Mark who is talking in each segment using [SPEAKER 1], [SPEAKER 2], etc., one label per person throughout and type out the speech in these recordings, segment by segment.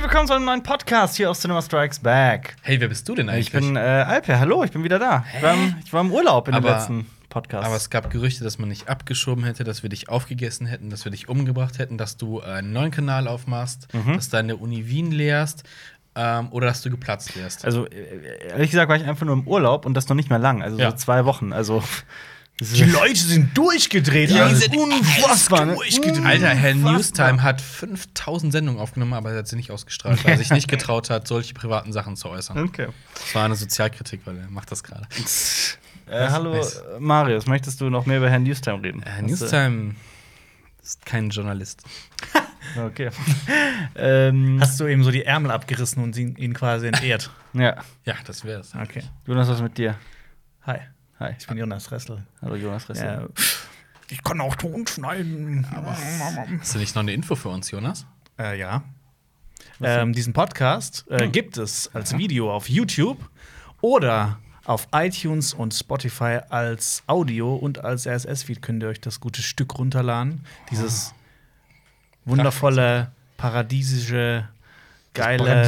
[SPEAKER 1] willkommen zu einem neuen Podcast hier auf Cinema Strikes Back.
[SPEAKER 2] Hey, wer bist du denn eigentlich?
[SPEAKER 1] Ich bin äh, Alper, hallo, ich bin wieder da. Ich war im, ich war im Urlaub in
[SPEAKER 2] Aber-
[SPEAKER 1] dem letzten Podcast.
[SPEAKER 2] aber es gab Gerüchte, dass man dich abgeschoben hätte, dass wir dich aufgegessen hätten, dass wir dich umgebracht hätten, dass du einen neuen Kanal aufmachst,
[SPEAKER 1] Mhm.
[SPEAKER 2] dass du an der Uni Wien lehrst ähm, oder dass du geplatzt wärst.
[SPEAKER 1] also, äh, ehrlich gesagt, war ich einfach nur im Urlaub und das noch nicht mehr lang, also so
[SPEAKER 2] Ja.
[SPEAKER 1] zwei Wochen. Also,
[SPEAKER 3] Die Leute sind durchgedreht. Also
[SPEAKER 1] Ja, also,
[SPEAKER 3] Alter.
[SPEAKER 1] die sind
[SPEAKER 3] unfassbar. ne?
[SPEAKER 1] durchgedreht.
[SPEAKER 2] Alter, Herr
[SPEAKER 1] Unfassbar.
[SPEAKER 2] Newstime hat 5000 Sendungen aufgenommen, aber er hat sie nicht ausgestrahlt, weil er sich nicht getraut hat, solche privaten Sachen zu äußern.
[SPEAKER 1] okay.
[SPEAKER 2] Das war eine Sozialkritik, weil er macht das gerade.
[SPEAKER 1] Äh, hallo,
[SPEAKER 2] nice.
[SPEAKER 1] äh, Marius, möchtest du noch mehr über Herrn Newstime reden?
[SPEAKER 2] Herr
[SPEAKER 1] Hast du-
[SPEAKER 2] Äh, Newstime ist kein Journalist.
[SPEAKER 1] äh, Okay. ähm,
[SPEAKER 3] Hast du eben so die Ärmel abgerissen und ihn, ihn quasi entehrt.
[SPEAKER 1] ja,
[SPEAKER 2] Ja, das wär's.
[SPEAKER 3] Okay.
[SPEAKER 1] Jonas, was mit dir?
[SPEAKER 3] Hi,
[SPEAKER 1] Hi.
[SPEAKER 3] ich bin Jonas Ressel.
[SPEAKER 1] Hallo, Jonas Ressel.
[SPEAKER 3] Ja. Ich kann auch Ton schneiden. Aber
[SPEAKER 2] Hast du nicht noch eine Info für uns, Jonas?
[SPEAKER 3] äh, ja. Ähm, diesen Podcast äh, gibt es als Video auf YouTube oder auf iTunes und Spotify als Audio und als RSS-Feed könnt ihr euch das gute Stück runterladen. Dieses wundervolle, paradiesische, geile.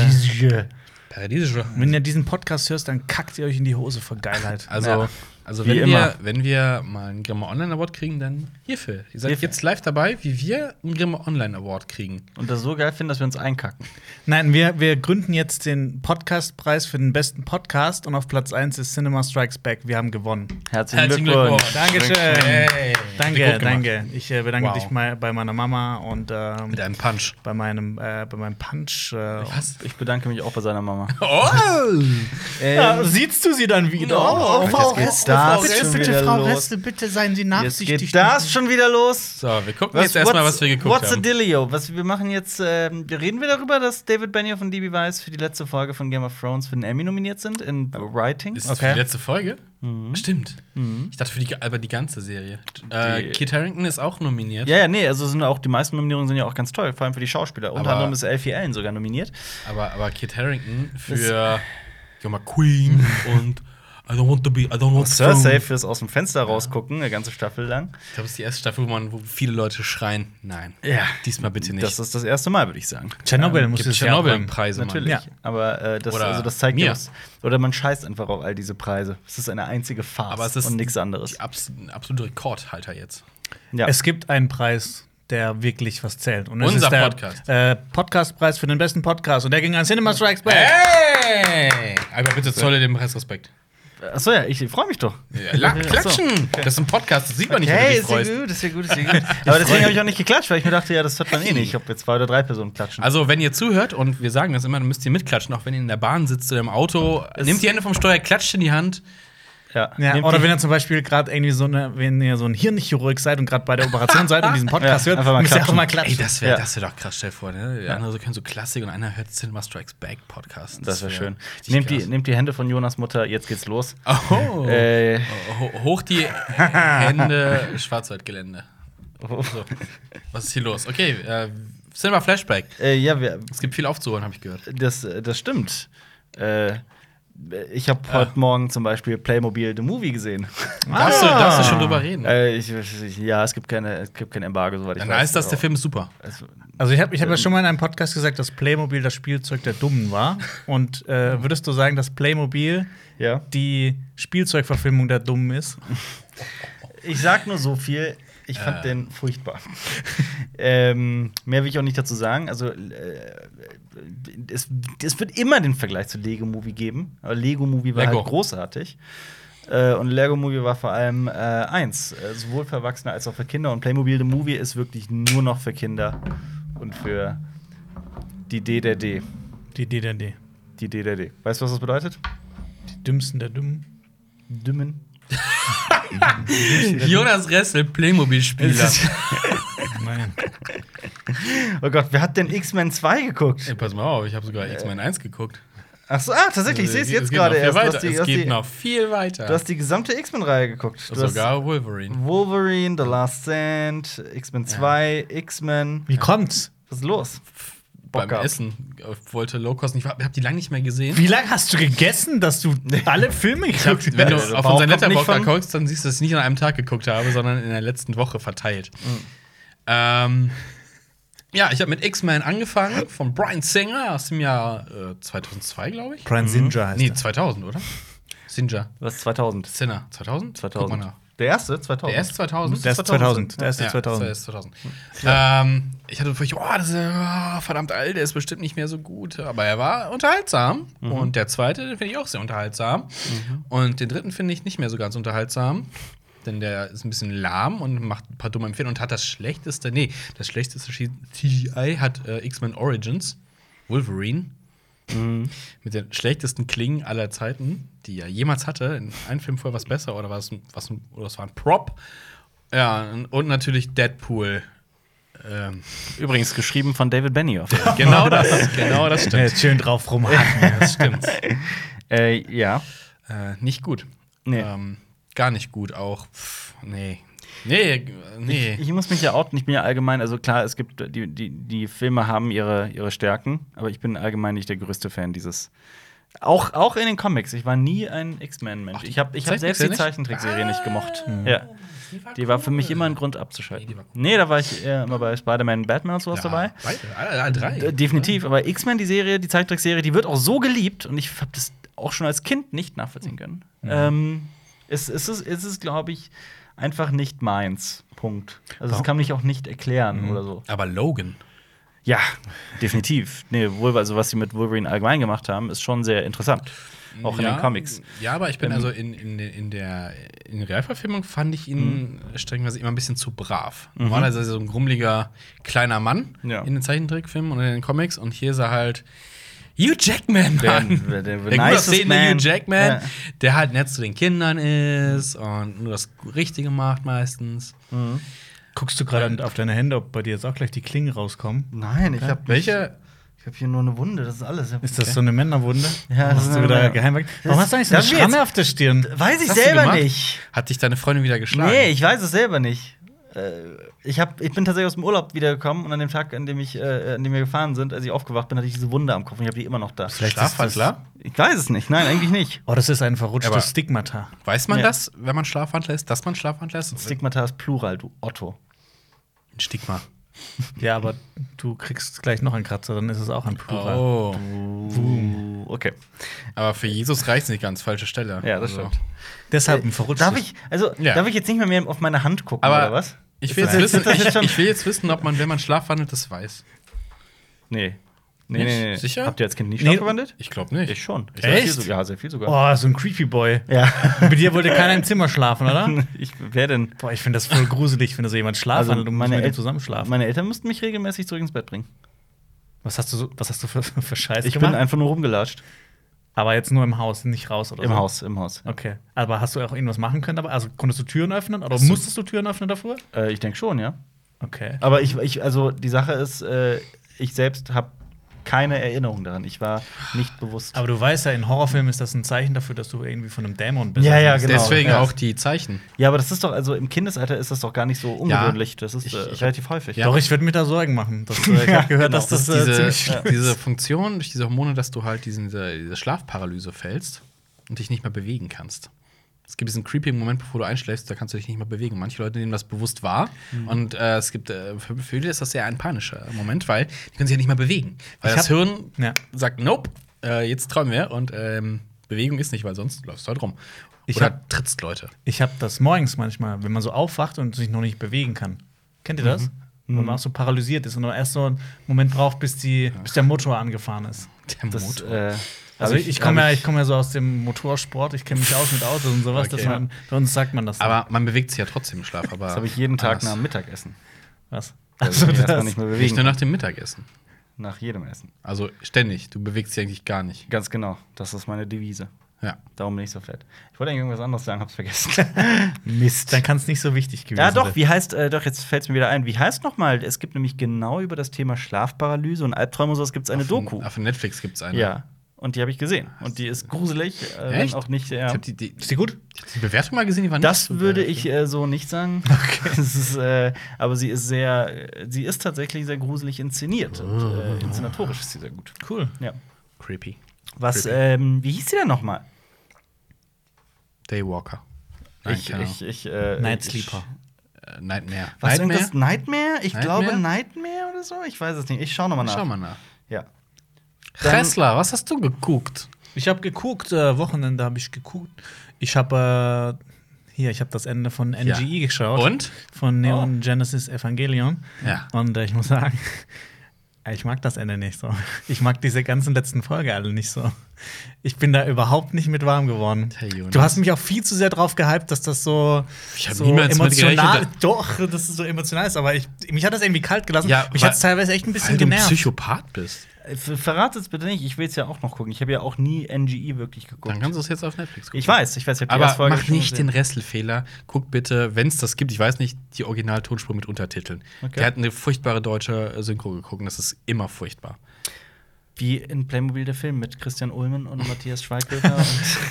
[SPEAKER 2] Paradiesische.
[SPEAKER 3] Wenn ihr diesen Podcast hört, dann kackt ihr euch in die Hose vor Geilheit.
[SPEAKER 2] Also,
[SPEAKER 1] Ja.
[SPEAKER 2] also
[SPEAKER 1] Wie
[SPEAKER 2] wenn,
[SPEAKER 1] immer.
[SPEAKER 2] wir, wenn wir mal einen Grimme Online Award kriegen, dann hierfür. Ihr seid
[SPEAKER 1] Hierfür.
[SPEAKER 2] jetzt live dabei, wie wir einen Grimme Online Award kriegen.
[SPEAKER 1] Und das so geil finden, dass wir uns einkacken.
[SPEAKER 3] Nein, wir, wir gründen jetzt den Podcastpreis für den besten Podcast und auf Platz 1 ist Cinema Strikes Back. Wir haben gewonnen.
[SPEAKER 1] Herzlichen, Glückwunsch.
[SPEAKER 3] Dankeschön.
[SPEAKER 2] Hey. Habt ihr
[SPEAKER 3] Danke,
[SPEAKER 2] gut gemacht.
[SPEAKER 3] danke. Ich äh, bedanke
[SPEAKER 2] Wow.
[SPEAKER 3] dich mal bei meiner Mama und ähm,
[SPEAKER 2] Mit einem Punch.
[SPEAKER 3] bei meinem äh, bei meinem Punch. Äh,
[SPEAKER 2] Was?
[SPEAKER 1] Ich bedanke mich auch bei seiner Mama. Ähm,
[SPEAKER 2] Oh!
[SPEAKER 3] Ja, siehst du sie dann wieder?
[SPEAKER 2] Oh,
[SPEAKER 3] Oh,
[SPEAKER 1] Gott, Genau. jetzt geht
[SPEAKER 3] Ressel,
[SPEAKER 1] das
[SPEAKER 3] bitte,
[SPEAKER 1] schon
[SPEAKER 3] bitte,
[SPEAKER 1] wieder
[SPEAKER 3] Frau
[SPEAKER 1] los.
[SPEAKER 3] Ressel, bitte seien Sie
[SPEAKER 1] Jetzt
[SPEAKER 3] nachsichtig.
[SPEAKER 1] geht das schon wieder los.
[SPEAKER 2] So, wir gucken jetzt erstmal, was wir geguckt
[SPEAKER 1] what's What's
[SPEAKER 2] haben.
[SPEAKER 1] the dealio? Was, wir machen jetzt, ähm, wir reden wir darüber, dass David Benioff und DB Weiss für die letzte Folge von Game of Thrones für den Emmy nominiert sind in Writing.
[SPEAKER 2] Ist das
[SPEAKER 3] Okay.
[SPEAKER 2] für die letzte Folge?
[SPEAKER 1] Mhm.
[SPEAKER 2] Stimmt. Ich dachte für die, aber die ganze Serie. Äh, Kit Harrington ist auch nominiert.
[SPEAKER 1] Ja, ja, nee, also sind auch die meisten Nominierungen sind ja auch ganz toll, vor allem für die Schauspieler. Unter
[SPEAKER 2] Aber-
[SPEAKER 1] anderem ist Elfie Allen sogar nominiert.
[SPEAKER 2] Aber, aber Kit Harrington für ich sag mal, Queen und I don't want to be, I don't want to
[SPEAKER 1] Cersei
[SPEAKER 2] Ich
[SPEAKER 1] fürs aus dem Fenster rausgucken, eine ganze Staffel lang.
[SPEAKER 2] glaube, es ist die erste Staffel, wo, man, wo viele Leute schreien. Nein.
[SPEAKER 1] Ja.
[SPEAKER 2] Diesmal bitte nicht.
[SPEAKER 1] Das ist das erste Mal, würde ich sagen.
[SPEAKER 3] Tschernobyl muss
[SPEAKER 2] gibt
[SPEAKER 3] es
[SPEAKER 2] Tschernobyl
[SPEAKER 3] Tschernobyl.
[SPEAKER 2] Preise
[SPEAKER 1] Natürlich.
[SPEAKER 3] Ja.
[SPEAKER 1] Aber äh, das,
[SPEAKER 2] Oder
[SPEAKER 1] also das zeigt
[SPEAKER 2] mir.
[SPEAKER 1] ja was. Oder man scheißt einfach auf all diese Preise. Es ist eine einzige Farce
[SPEAKER 2] Aber es ist
[SPEAKER 1] und nichts anderes.
[SPEAKER 2] Mann. Abs ein absoluter Rekordhalter jetzt.
[SPEAKER 1] Ja.
[SPEAKER 3] Es gibt einen Preis, der wirklich was zählt. Und
[SPEAKER 2] Unser
[SPEAKER 3] ist der,
[SPEAKER 2] Podcast.
[SPEAKER 3] Äh, Podcastpreis für den besten Podcast. Und der ging an Cinema Strikes Back.
[SPEAKER 2] Hey! Aber bitte zolle dem Preis Respekt.
[SPEAKER 1] Achso, ja, ich freue mich doch.
[SPEAKER 2] Ja, la-
[SPEAKER 1] Achso.
[SPEAKER 2] klatschen! Das ist ein Podcast, das sieht man nicht, wenn du dich freust.
[SPEAKER 1] gut, ist ja gut, ist ja gut. Aber deswegen habe ich auch nicht geklatscht, weil ich mir dachte, ja, das hört man eh nicht, ob jetzt zwei oder drei Personen klatschen.
[SPEAKER 2] Also, wenn ihr zuhört und wir sagen das immer, dann müsst ihr mitklatschen, auch wenn ihr in der Bahn sitzt oder im Auto. Nehmt die Hände vom Steuer, klatscht in die Hand.
[SPEAKER 3] Ja,
[SPEAKER 1] Nehmt
[SPEAKER 3] oder
[SPEAKER 1] die-
[SPEAKER 3] wenn ihr zum Beispiel gerade irgendwie so eine, wenn ihr so ein Hirnchirurg seid und gerade bei der Operation seid und diesen Podcast
[SPEAKER 1] Ja,
[SPEAKER 3] hört,
[SPEAKER 1] einfach mal
[SPEAKER 3] müsst ihr einfach
[SPEAKER 1] klatschen.
[SPEAKER 3] mal klatschen.
[SPEAKER 2] Ey, das wäre
[SPEAKER 1] Ja.
[SPEAKER 2] das wär doch krass, stell dir vor, ne? Die Andere so können so Klassik und einer hört Cinema Strikes Back Podcast.
[SPEAKER 1] das wäre
[SPEAKER 2] wär
[SPEAKER 1] schön.
[SPEAKER 2] richtig
[SPEAKER 1] Nehmt die,
[SPEAKER 2] krass.
[SPEAKER 1] nehmt die Hände von Jonas Mutter, jetzt geht's los.
[SPEAKER 2] Oh.
[SPEAKER 1] Äh,
[SPEAKER 2] Ho- Hoch die Hände, Schwarzwaldgelände. Oh, So. Was ist hier los? Okay, äh, Cinema Flashback.
[SPEAKER 1] äh, ja, wir,
[SPEAKER 2] Es gibt viel aufzuholen, habe ich gehört.
[SPEAKER 1] das, das stimmt. Äh, ich habe heute Morgen zum Beispiel Playmobil The Movie gesehen.
[SPEAKER 2] Darfst, du, darfst du schon drüber reden?
[SPEAKER 1] Äh, Ah. ich, ich, ja, es gibt, keine, es gibt kein Embargo, soweit ich
[SPEAKER 2] Dann
[SPEAKER 1] weiß.
[SPEAKER 2] heißt das, der Film ist super.
[SPEAKER 1] Also,
[SPEAKER 3] Also ich habe ich hab ja schon mal in einem Podcast gesagt, dass Playmobil das Spielzeug der Dummen war. Und äh, würdest du sagen, dass Playmobil
[SPEAKER 1] ja.
[SPEAKER 3] die Spielzeugverfilmung der Dummen ist?
[SPEAKER 1] Ich sag nur so viel. Ich
[SPEAKER 2] Äh.
[SPEAKER 1] fand den furchtbar. ähm, mehr will ich auch nicht dazu sagen. Also, äh, es, es wird immer den Vergleich zu Lego Movie geben. Aber Lego Movie war
[SPEAKER 2] Lego.
[SPEAKER 1] halt großartig. Äh, und Lego Movie war vor allem äh, eins. Äh, sowohl für Erwachsene als auch für Kinder. Und Playmobil The Movie ist wirklich nur noch für Kinder und für die D der D.
[SPEAKER 3] Die DDD.
[SPEAKER 1] Die D der D. Weißt du, was das bedeutet?
[SPEAKER 3] Die Dümmsten der Dummen.
[SPEAKER 1] Dümmen.
[SPEAKER 2] Jonas Ressel, Playmobil-Spieler.
[SPEAKER 3] Nein.
[SPEAKER 1] Oh Gott, wer hat denn X-Men 2 geguckt?
[SPEAKER 2] Ey, pass mal auf, ich habe sogar X-Men 1 geguckt. Äh,
[SPEAKER 1] Ach so, ah, tatsächlich, ich sehe es jetzt gerade erst. Du hast die-
[SPEAKER 2] genau, Es
[SPEAKER 1] hast die-
[SPEAKER 2] geht noch viel weiter.
[SPEAKER 1] Du hast die gesamte X-Men-Reihe geguckt. Du hast
[SPEAKER 2] sogar Wolverine.
[SPEAKER 1] Wolverine, The Last Stand, X-Men 2, X-Men.
[SPEAKER 3] Wie kommt's?
[SPEAKER 1] Was ist los? Bock
[SPEAKER 2] Beim
[SPEAKER 1] gehabt.
[SPEAKER 2] Essen äh, wollte Low Cost nicht. Ich habe die lange nicht mehr gesehen.
[SPEAKER 3] Wie lange hast du gegessen, dass du alle Filme geguckt
[SPEAKER 2] Wenn du
[SPEAKER 3] hast?
[SPEAKER 1] Also,
[SPEAKER 2] auf
[SPEAKER 1] Bauch
[SPEAKER 2] unseren
[SPEAKER 1] kommt nicht von-
[SPEAKER 2] Letterboxd guckst, dann siehst du, dass ich
[SPEAKER 1] Mhm.
[SPEAKER 2] nicht an einem Tag geguckt habe, sondern in der letzten Woche verteilt. Ähm, Ja, ich habe mit X-Men angefangen, von Brian Singer aus dem Jahr äh, 2002, glaube ich.
[SPEAKER 3] Brian Sinja heißt
[SPEAKER 2] Hm. Nee,
[SPEAKER 3] er.
[SPEAKER 2] 2000, oder? Sinja.
[SPEAKER 1] Was, 2000?
[SPEAKER 2] Sinner. 2000? Guck mal
[SPEAKER 1] 2000.
[SPEAKER 2] nach.
[SPEAKER 1] Der erste? 2000.
[SPEAKER 2] Der ist 2000.
[SPEAKER 3] Der ist 2000. Der
[SPEAKER 2] Ja,
[SPEAKER 3] ist der 2000.
[SPEAKER 2] Der ist 2000. Ähm, ich hatte furcht, oh, das ist ja, oh, verdammt alt, der ist bestimmt nicht mehr so gut. Aber er war unterhaltsam. Und der zweite, den finde ich auch sehr unterhaltsam. Und den dritten finde ich nicht mehr so ganz unterhaltsam. Denn der ist ein bisschen lahm und macht ein paar dumme Empfehlungen und hat das schlechteste, nee, das schlechteste CGI hat äh, X-Men Origins, Wolverine mit den schlechtesten Klingen aller Zeiten, die er jemals hatte. In einem Film vorher war es besser oder war es, ein- was, ein- oder es war ein Prop. Ja, und natürlich Deadpool. Ähm,
[SPEAKER 1] Übrigens geschrieben von David Benioff.
[SPEAKER 2] genau das, genau das
[SPEAKER 3] Ja,
[SPEAKER 2] stimmt.
[SPEAKER 3] jetzt schön drauf rumhacken.
[SPEAKER 2] Ja, das stimmt.
[SPEAKER 1] äh, ja.
[SPEAKER 2] Äh, nicht gut.
[SPEAKER 1] Nee.
[SPEAKER 2] Ähm, gar nicht gut auch. Pff, nee. Nee, äh, nee.
[SPEAKER 1] Ich muss mich ja outen, ich bin ja allgemein, also klar, es gibt, die, die, die Filme haben ihre, ihre Stärken, aber ich bin allgemein nicht der größte Fan dieses. Auch, auch in den Comics. Ich war nie ein X-Men-Mensch. Ich habe ich hab selbst die
[SPEAKER 2] Zeichentrickserie nicht?
[SPEAKER 1] Zeichentrickserie nicht gemocht.
[SPEAKER 2] Ah.
[SPEAKER 1] Ja. Die war für mich
[SPEAKER 2] cool.
[SPEAKER 1] immer ein Grund abzuschalten.
[SPEAKER 2] Nee,
[SPEAKER 1] Nee, da
[SPEAKER 2] die war cool.
[SPEAKER 1] war ich eher immer bei Spider-Man und Batman und sowas
[SPEAKER 2] Ja,
[SPEAKER 1] dabei.
[SPEAKER 2] Beide, alle, alle drei.
[SPEAKER 1] D- Definitiv, aber X-Men, die Serie, die Zeichentrickserie, die wird auch so geliebt und ich habe das auch schon als Kind nicht nachvollziehen können. Ähm, es, es ist, es ist glaube ich, einfach nicht meins. Punkt. Also, das kann ich auch nicht erklären oder so.
[SPEAKER 2] Aber Logan.
[SPEAKER 1] Mhm. Ja, definitiv. Nee, Wolver- also was sie mit Wolverine allgemein gemacht haben, ist schon sehr interessant. Auch in
[SPEAKER 2] Ja,
[SPEAKER 1] den Comics. Ähm,
[SPEAKER 2] Ja, aber ich bin also in, in, de- in der in der Realverfilmung fand ich ihn
[SPEAKER 1] Mhm.
[SPEAKER 2] streckenweise immer ein bisschen zu brav. Normalerweise ist er so ein grummeliger kleiner Mann
[SPEAKER 1] Ja.
[SPEAKER 2] in den Zeichentrickfilmen und in den Comics und hier ist er halt Hugh Jackman,
[SPEAKER 1] Der-
[SPEAKER 2] Mann.
[SPEAKER 1] der- der
[SPEAKER 2] gut
[SPEAKER 1] nicest
[SPEAKER 2] aussehende
[SPEAKER 1] man.
[SPEAKER 2] Hugh Jackman,
[SPEAKER 1] Ja.
[SPEAKER 2] der halt nett zu den Kindern ist und nur das Richtige macht meistens.
[SPEAKER 3] Guckst du gerade auf deine Hände, ob bei dir jetzt auch gleich die Klingen rauskommen?
[SPEAKER 1] Nein, ich habe
[SPEAKER 2] Welche?
[SPEAKER 1] Ich habe hier nur eine Wunde, das ist alles.
[SPEAKER 3] Ist das so eine Männerwunde?
[SPEAKER 1] Ja, das
[SPEAKER 3] hast
[SPEAKER 1] ist
[SPEAKER 3] du
[SPEAKER 1] eine
[SPEAKER 3] wieder
[SPEAKER 1] Männer-
[SPEAKER 3] geheim. Warum hast du eigentlich so eine
[SPEAKER 1] Darf ich
[SPEAKER 3] Schramme
[SPEAKER 1] jetzt-
[SPEAKER 3] auf der Stirn?
[SPEAKER 1] Weiß ich
[SPEAKER 2] hast du
[SPEAKER 1] selber
[SPEAKER 2] gemacht?
[SPEAKER 1] nicht.
[SPEAKER 2] Hat dich deine Freundin wieder geschlagen?
[SPEAKER 1] Nee, ich weiß es selber nicht. Äh, Ich, hab, ich bin tatsächlich aus dem Urlaub wiedergekommen und an dem Tag, an dem, ich, äh, an dem wir gefahren sind, als ich aufgewacht bin, hatte ich diese Wunde am Kopf und ich habe die immer noch da.
[SPEAKER 2] Vielleicht Schlafwandler?
[SPEAKER 1] Ich weiß es nicht, nein, eigentlich nicht.
[SPEAKER 3] Oh, das ist ein verrutschtes
[SPEAKER 2] Aber-
[SPEAKER 3] Stigmata.
[SPEAKER 2] Weiß man
[SPEAKER 1] Ja.
[SPEAKER 2] das, wenn man Schlafwandler ist, dass man Schlafwandler ist?
[SPEAKER 1] Stigmata ist Plural, du Otto.
[SPEAKER 2] Ein Stigma.
[SPEAKER 3] Ja, aber du kriegst gleich noch einen Kratzer, dann ist es auch ein Plural.
[SPEAKER 2] Oh.
[SPEAKER 1] Uh, okay.
[SPEAKER 2] Aber für Jesus reicht es nicht ganz, falsche Stelle. Also.
[SPEAKER 1] Ja, das stimmt. Äh,
[SPEAKER 2] Äh,
[SPEAKER 3] Deshalb ein verrutschtes.
[SPEAKER 1] Darf ich, also,
[SPEAKER 2] Ja.
[SPEAKER 1] darf ich jetzt nicht mehr, mehr auf meine Hand gucken
[SPEAKER 2] Aber
[SPEAKER 1] oder was?
[SPEAKER 2] Ich will,
[SPEAKER 1] Ist
[SPEAKER 2] jetzt
[SPEAKER 1] das-
[SPEAKER 2] wissen,
[SPEAKER 1] ist das
[SPEAKER 2] ich,
[SPEAKER 1] jetzt schon-
[SPEAKER 2] ich will jetzt wissen, ob man, wenn man schlafwandelt, das weiß.
[SPEAKER 1] Nee. Nee,
[SPEAKER 2] Nicht?
[SPEAKER 1] nee, nee.
[SPEAKER 2] Sicher?
[SPEAKER 1] Habt ihr als Kind nicht
[SPEAKER 3] Nee.
[SPEAKER 1] schlafgewandelt?
[SPEAKER 2] Ich glaube nicht.
[SPEAKER 1] Ich schon.
[SPEAKER 2] Ich
[SPEAKER 1] Sehr
[SPEAKER 2] Echt?
[SPEAKER 1] viel sogar, ja, sehr viel sogar.
[SPEAKER 3] Oh, so ein Creepy Boy.
[SPEAKER 1] Ja.
[SPEAKER 3] Mit dir wollte keiner im Zimmer schlafen, oder?
[SPEAKER 1] ich, wer denn?
[SPEAKER 3] Boah, ich finde das voll gruselig, wenn da so jemand schlafen
[SPEAKER 1] Also,
[SPEAKER 3] und du musst
[SPEAKER 1] meine
[SPEAKER 3] mit ihm
[SPEAKER 1] El-
[SPEAKER 3] zusammen schlafen.
[SPEAKER 1] Meine Eltern mussten mich regelmäßig zurück ins Bett bringen.
[SPEAKER 3] Was hast du, so, was hast du für, für Scheiße
[SPEAKER 1] Ich
[SPEAKER 3] gemacht?
[SPEAKER 1] bin einfach nur rumgelatscht.
[SPEAKER 3] aber jetzt nur im Haus, nicht raus oder
[SPEAKER 1] Im
[SPEAKER 3] so.
[SPEAKER 1] Haus, im Haus.
[SPEAKER 3] Also? Okay. Aber hast du auch irgendwas machen können dabei? Also konntest du Türen öffnen oder
[SPEAKER 2] du-
[SPEAKER 3] musstest du Türen öffnen davor?
[SPEAKER 1] Äh, ich denke schon,
[SPEAKER 3] Mhm.
[SPEAKER 1] ja.
[SPEAKER 3] Okay.
[SPEAKER 1] Aber ich, ich, also die Sache ist, äh, ich selbst habe keine Erinnerung daran. Ich war nicht bewusst.
[SPEAKER 3] Aber du weißt ja, in Horrorfilmen ist das ein Zeichen dafür, dass du irgendwie von einem Dämon bist.
[SPEAKER 1] Ja, ja,
[SPEAKER 3] Also,
[SPEAKER 1] genau.
[SPEAKER 2] Deswegen
[SPEAKER 1] Ja.
[SPEAKER 2] auch die Zeichen.
[SPEAKER 1] ja, aber das ist doch, also im Kindesalter ist das doch gar nicht so ungewöhnlich. das ist
[SPEAKER 2] Ich-
[SPEAKER 1] äh,
[SPEAKER 2] ich-
[SPEAKER 1] relativ häufig.
[SPEAKER 2] Ja.
[SPEAKER 3] Doch, ich würde mir da Sorgen machen. Das, äh,
[SPEAKER 1] Ja,
[SPEAKER 3] ich habe gehört,
[SPEAKER 1] genau.
[SPEAKER 3] dass das, äh,
[SPEAKER 2] diese,
[SPEAKER 3] ziemlich schlimm
[SPEAKER 2] diese Funktion durch diese Hormone, dass du halt diesen, diese, diese Schlafparalyse fällst und dich nicht mehr bewegen kannst. Es gibt diesen creepy Moment, bevor du einschläfst, da kannst du dich nicht mehr bewegen. Manche Leute nehmen das bewusst wahr.
[SPEAKER 3] Mhm.
[SPEAKER 2] Und äh, es gibt, äh, für für viele ist das sehr ein panischer Moment, weil die können sich ja nicht mehr bewegen. Weil
[SPEAKER 3] Ich
[SPEAKER 2] das
[SPEAKER 3] hab-
[SPEAKER 2] Hirn
[SPEAKER 3] Ja.
[SPEAKER 2] sagt, nope, äh, jetzt träumen wir. Und ähm, Bewegung ist nicht, weil sonst läufst du halt rum.
[SPEAKER 3] Ich
[SPEAKER 2] Oder
[SPEAKER 3] hab-
[SPEAKER 2] trittst Leute.
[SPEAKER 3] Ich habe das morgens manchmal, wenn man so aufwacht und sich noch nicht bewegen kann. Kennt ihr das?
[SPEAKER 1] Mhm.
[SPEAKER 3] Wenn man auch so paralysiert ist und nur erst so einen Moment braucht, bis, die, bis der Motor angefahren ist.
[SPEAKER 2] Der
[SPEAKER 1] Das,
[SPEAKER 2] Motor.
[SPEAKER 1] äh,
[SPEAKER 3] Also
[SPEAKER 1] hab
[SPEAKER 3] ich, komme
[SPEAKER 1] hab
[SPEAKER 3] ja, ich komm ja so aus dem Motorsport, ich kenne mich aus mit Autos und sowas.
[SPEAKER 2] Okay.
[SPEAKER 3] dass man, bei uns sagt man das. dann.
[SPEAKER 2] aber man bewegt sich ja trotzdem im Schlaf. Aber
[SPEAKER 1] Das habe ich jeden Tag nach
[SPEAKER 2] anders.
[SPEAKER 1] dem Mittagessen.
[SPEAKER 3] was?
[SPEAKER 1] Also,
[SPEAKER 3] Also
[SPEAKER 1] ich mich erstmal
[SPEAKER 3] das,
[SPEAKER 1] nicht mehr
[SPEAKER 2] Nicht nur
[SPEAKER 1] bewegen.
[SPEAKER 2] nach dem Mittagessen.
[SPEAKER 1] Nach jedem Essen.
[SPEAKER 2] Also ständig. Du bewegst dich eigentlich gar nicht.
[SPEAKER 1] Ganz genau. Das ist meine Devise.
[SPEAKER 2] Ja.
[SPEAKER 1] Darum bin ich so fett. Ich wollte eigentlich irgendwas anderes sagen, hab's vergessen. Mist.
[SPEAKER 3] dann kann es nicht so wichtig gewesen
[SPEAKER 1] Ja, doch,
[SPEAKER 3] sein.
[SPEAKER 1] wie heißt, äh, doch, jetzt fällt es mir wieder ein. Wie heißt nochmal? Es gibt nämlich genau über das Thema Schlafparalyse und Albträume und sowas gibt es eine
[SPEAKER 2] auf,
[SPEAKER 1] Doku.
[SPEAKER 2] Auf Netflix gibt's eine.
[SPEAKER 1] Ja. Und die habe ich gesehen. Und die ist gruselig. Äh, wenn
[SPEAKER 2] Echt?
[SPEAKER 1] Auch nicht,
[SPEAKER 2] Ich
[SPEAKER 1] ja.
[SPEAKER 2] hab die, die,
[SPEAKER 3] Ist die gut?
[SPEAKER 2] ich hab die Bewertung mal gesehen, die war nicht
[SPEAKER 1] Das
[SPEAKER 2] so
[SPEAKER 1] würde
[SPEAKER 2] geil.
[SPEAKER 1] ich äh, so nicht sagen. Okay. Das ist, äh, aber sie ist sehr, äh, sie ist tatsächlich sehr gruselig inszeniert. Und, äh,
[SPEAKER 2] Oh.
[SPEAKER 1] inszenatorisch ist sie sehr gut.
[SPEAKER 3] Cool.
[SPEAKER 1] Ja.
[SPEAKER 2] Creepy.
[SPEAKER 1] Was,
[SPEAKER 2] Creepy.
[SPEAKER 1] ähm, wie hieß sie denn nochmal?
[SPEAKER 2] Daywalker.
[SPEAKER 1] Ich, ich, ich, äh,
[SPEAKER 3] Night
[SPEAKER 1] ich-
[SPEAKER 3] Sleeper.
[SPEAKER 2] Äh, Nightmare.
[SPEAKER 1] Was
[SPEAKER 2] Nightmare?
[SPEAKER 1] irgendwas Nightmare? Ich
[SPEAKER 2] Nightmare?
[SPEAKER 1] glaube Nightmare oder so. Ich weiß es nicht. Ich schau nochmal nach.
[SPEAKER 2] Schau mal nach.
[SPEAKER 1] Ja. Dann-
[SPEAKER 2] Kressler, was hast du geguckt?
[SPEAKER 3] Ich habe geguckt, äh, Wochenende habe ich geguckt. Ich habe äh, hier, ich habe das Ende von NGE geschaut.
[SPEAKER 2] Und?
[SPEAKER 3] Von Neon Genesis Evangelion.
[SPEAKER 2] Oh. Ja.
[SPEAKER 3] Und äh, ich muss sagen, ich mag das Ende nicht so. Ich mag diese ganzen letzten Folgen alle nicht so. Ich bin da überhaupt nicht mit warm geworden.
[SPEAKER 2] Hey, Jonas.
[SPEAKER 3] du hast mich auch viel zu sehr drauf gehypt, dass das so,
[SPEAKER 2] Ich hab
[SPEAKER 3] so
[SPEAKER 2] niemals mit
[SPEAKER 3] emotional
[SPEAKER 2] gerechnet.
[SPEAKER 3] Doch, dass es so emotional ist, aber ich, mich hat das irgendwie kalt gelassen.
[SPEAKER 2] Ja,
[SPEAKER 3] mich
[SPEAKER 2] weil-
[SPEAKER 3] hat es teilweise echt ein bisschen
[SPEAKER 2] Weil du ein
[SPEAKER 3] genervt.
[SPEAKER 2] Psychopath bist.
[SPEAKER 1] Verrat es bitte nicht. Ich will es ja auch noch gucken. Ich habe ja auch nie NGE wirklich geguckt.
[SPEAKER 2] Dann kannst du es jetzt auf Netflix gucken.
[SPEAKER 1] ich weiß, ich weiß, ich habe die
[SPEAKER 2] Aber
[SPEAKER 1] erste Folge
[SPEAKER 2] mach
[SPEAKER 1] schon
[SPEAKER 2] nicht den
[SPEAKER 1] gesehen.
[SPEAKER 2] Restelfehler. Guck bitte, wenn es das gibt, ich weiß nicht, die Originaltonspur mit Untertiteln.
[SPEAKER 1] Okay.
[SPEAKER 2] Der hat eine furchtbare deutsche Synchro geguckt. Das ist immer furchtbar.
[SPEAKER 1] Wie in Playmobil der Film mit Christian Ulmen und Matthias Schweighöfer.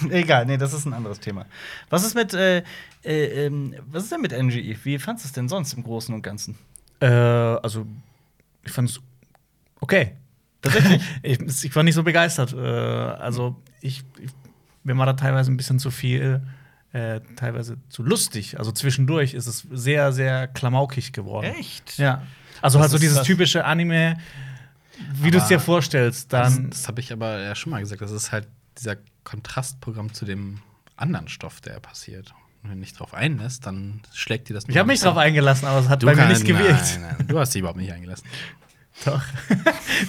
[SPEAKER 1] und Egal, nee, das ist ein anderes Thema. Was ist mit, äh, äh, ähm, was ist denn mit NGE? Wie fandest du es denn sonst im Großen und Ganzen?
[SPEAKER 3] Äh, also, ich fand's okay.
[SPEAKER 1] Tatsächlich?
[SPEAKER 3] ich, ich war nicht so begeistert. Äh, also, ich, ich, mir war da teilweise ein bisschen zu viel, äh, teilweise zu lustig. Also, zwischendurch ist es sehr, sehr klamaukig geworden.
[SPEAKER 1] Echt?
[SPEAKER 3] Ja. Also,
[SPEAKER 1] Das
[SPEAKER 3] halt so
[SPEAKER 1] ist
[SPEAKER 3] dieses
[SPEAKER 1] das-
[SPEAKER 3] typische Anime, wie du es dir vorstellst, dann.
[SPEAKER 2] das das habe ich aber ja schon mal gesagt. Das ist halt dieser Kontrastprogramm zu dem anderen Stoff, der passiert. Und wenn du nicht drauf einlässt, dann schlägt dir das
[SPEAKER 3] Ich habe mich drauf eingelassen, aber es hat
[SPEAKER 2] Du
[SPEAKER 3] bei mir
[SPEAKER 2] kannst-
[SPEAKER 3] nicht gewirkt.
[SPEAKER 2] Nein, nein, du hast dich überhaupt nicht eingelassen.
[SPEAKER 3] Doch.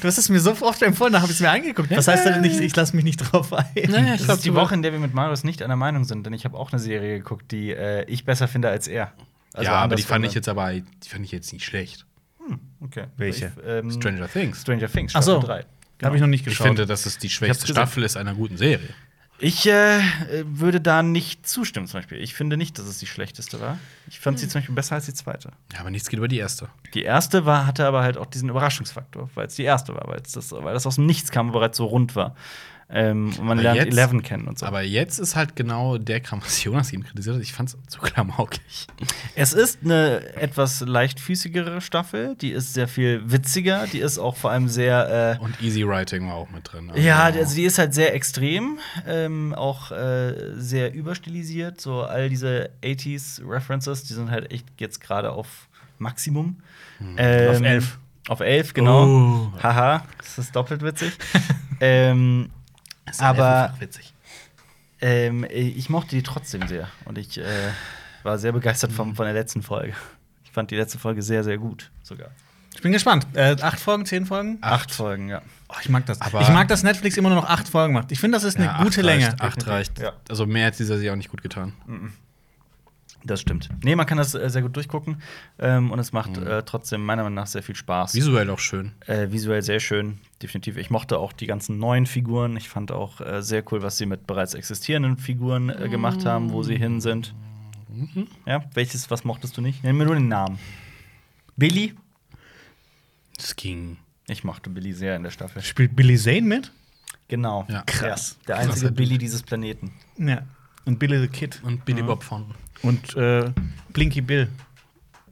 [SPEAKER 3] du hast es mir so oft empfohlen, da habe ich es mir angeguckt. Was heißt denn nicht, ich lasse mich nicht drauf ein?
[SPEAKER 2] Naja,
[SPEAKER 1] Das
[SPEAKER 2] glaub,
[SPEAKER 1] ist die
[SPEAKER 2] du-
[SPEAKER 1] Woche, in der wir mit Marius nicht einer Meinung sind, denn ich habe auch eine Serie geguckt, die äh, ich besser finde als er. Also
[SPEAKER 2] ja, aber die
[SPEAKER 1] andersrum
[SPEAKER 2] fand ich
[SPEAKER 1] dann.
[SPEAKER 2] jetzt aber die fand ich jetzt nicht schlecht.
[SPEAKER 1] Okay.
[SPEAKER 3] Welche?
[SPEAKER 1] Ich, ähm, Stranger.
[SPEAKER 2] Stranger Things.
[SPEAKER 1] Things,
[SPEAKER 3] Ach so.
[SPEAKER 1] Staffel Genau. 3.
[SPEAKER 3] Habe ich noch nicht
[SPEAKER 2] Ich
[SPEAKER 3] geschaut.
[SPEAKER 2] finde, dass es die schwächste
[SPEAKER 1] gesehen.
[SPEAKER 2] Staffel ist einer guten Serie.
[SPEAKER 1] Ich äh, äh, würde da nicht zustimmen, zum Beispiel. Ich finde nicht, dass es die schlechteste war. Ich fand
[SPEAKER 2] Hm.
[SPEAKER 1] sie zum Beispiel besser als die zweite.
[SPEAKER 2] Ja, aber nichts geht über die erste.
[SPEAKER 1] Die erste war, hatte aber halt auch diesen Überraschungsfaktor, weil es die erste war, weil es das, weil das aus dem Nichts kam, aber bereits so rund war. Ähm, und man
[SPEAKER 2] Aber
[SPEAKER 1] lernt
[SPEAKER 2] jetzt-
[SPEAKER 1] Eleven kennen und so.
[SPEAKER 2] Aber jetzt ist halt genau der Kram, was Jonas eben kritisiert hat. Ich fand's zu klamaukig.
[SPEAKER 1] Es ist eine etwas leichtfüßigere Staffel, die ist sehr viel witziger, die ist auch vor allem sehr.
[SPEAKER 2] Und Easy Writing war auch mit drin.
[SPEAKER 1] Äh, ja, also die ist halt sehr extrem, ähm, auch äh, sehr überstilisiert. So all diese 80s-References, die sind halt echt jetzt gerade auf Maximum. Ähm,
[SPEAKER 3] Auf elf.
[SPEAKER 1] Auf 11, genau.
[SPEAKER 2] Oh.
[SPEAKER 1] Haha, das ist doppelt witzig. ähm,
[SPEAKER 2] ist
[SPEAKER 1] aber-
[SPEAKER 2] einfach witzig.
[SPEAKER 1] ähm, ich mochte die trotzdem sehr und ich äh, war sehr begeistert von, von der letzten Folge. Ich fand die letzte Folge sehr, sehr gut sogar.
[SPEAKER 3] Ich bin gespannt. Äh, acht Folgen, zehn Folgen?
[SPEAKER 1] Acht, Folgen, ja.
[SPEAKER 3] Oh, ich mag das.
[SPEAKER 2] Ah, Aber-
[SPEAKER 3] ich mag, dass Netflix immer nur noch acht Folgen macht. Ich finde, das ist eine
[SPEAKER 2] Ja,
[SPEAKER 3] gute
[SPEAKER 2] acht
[SPEAKER 3] Länge.
[SPEAKER 2] Reicht, acht reicht.
[SPEAKER 1] Ja. Mhm.
[SPEAKER 2] Also mehr hat dieser Serie auch nicht gut getan.
[SPEAKER 1] Das stimmt. Nee, man kann das äh, sehr gut durchgucken ähm, und es macht äh, trotzdem meiner Meinung nach sehr viel Spaß.
[SPEAKER 2] Visuell auch schön.
[SPEAKER 1] Äh, visuell sehr schön, definitiv. Ich mochte auch die ganzen neuen Figuren. Ich fand auch äh, sehr cool, was sie mit bereits existierenden Figuren äh,
[SPEAKER 2] Mm.
[SPEAKER 1] gemacht haben, wo sie hin sind.
[SPEAKER 2] Mhm.
[SPEAKER 1] Ja, welches, was mochtest du nicht? Nenn mir nur den Namen. Billy?
[SPEAKER 2] Es ging.
[SPEAKER 1] Ich mochte Billy sehr in der Staffel.
[SPEAKER 3] Spielt Billy Zane mit?
[SPEAKER 1] Genau.
[SPEAKER 2] Ja.
[SPEAKER 3] Krass.
[SPEAKER 1] Ja, der einzige
[SPEAKER 2] Krasser
[SPEAKER 1] Billy dieses Planeten.
[SPEAKER 3] Ja. Und Billy the Kid.
[SPEAKER 2] Und
[SPEAKER 1] Mhm.
[SPEAKER 2] Billy Bob Fountain.
[SPEAKER 3] Und äh, Blinky Bill.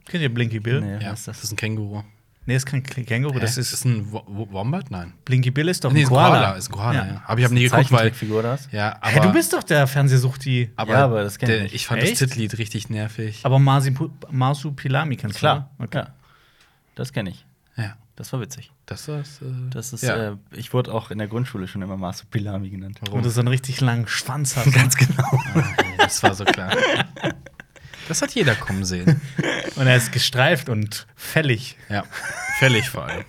[SPEAKER 3] Kennt ihr Blinky Bill? Nee,
[SPEAKER 1] Nee. Ja,
[SPEAKER 2] Ja,
[SPEAKER 1] was ist
[SPEAKER 2] das
[SPEAKER 1] das?
[SPEAKER 2] ist ein Känguru.
[SPEAKER 3] ist kein K- Känguru. Das
[SPEAKER 2] Hä?
[SPEAKER 3] ist,
[SPEAKER 2] ist ein Wo- Wo- Wombat? Nein.
[SPEAKER 3] Blinky Bill ist doch ein
[SPEAKER 2] Nee, ist ein
[SPEAKER 3] Koala.
[SPEAKER 2] Koala. Ist ein Koala, ja. Aber ich habe nie geguckt, weil.
[SPEAKER 1] Zeichentrickfigur oder was?
[SPEAKER 2] Ja, aber.
[SPEAKER 3] Hä, du bist doch der Fernsehsuchti.
[SPEAKER 2] Aber,
[SPEAKER 1] Ja, aber das kenn ich
[SPEAKER 2] der-
[SPEAKER 1] nicht.
[SPEAKER 2] Ich fand
[SPEAKER 3] Echt?
[SPEAKER 2] das Titellied richtig nervig.
[SPEAKER 3] Aber Marsipu- Marsupilami kennst du?
[SPEAKER 1] Klar.
[SPEAKER 3] oder? Okay.
[SPEAKER 1] Ja. Das kenne ich.
[SPEAKER 2] ja.
[SPEAKER 1] Das war witzig.
[SPEAKER 2] Das ist. Äh,
[SPEAKER 1] Das ist,
[SPEAKER 2] ja.
[SPEAKER 1] äh, ich wurde auch in der Grundschule schon immer Marsupilami genannt.
[SPEAKER 3] Und das so einen richtig langen Schwanz hat. Ganz genau.
[SPEAKER 2] Das war so klar. Das hat jeder kommen sehen.
[SPEAKER 3] Und er ist gestreift und fällig.
[SPEAKER 2] Ja. Fällig vor allem.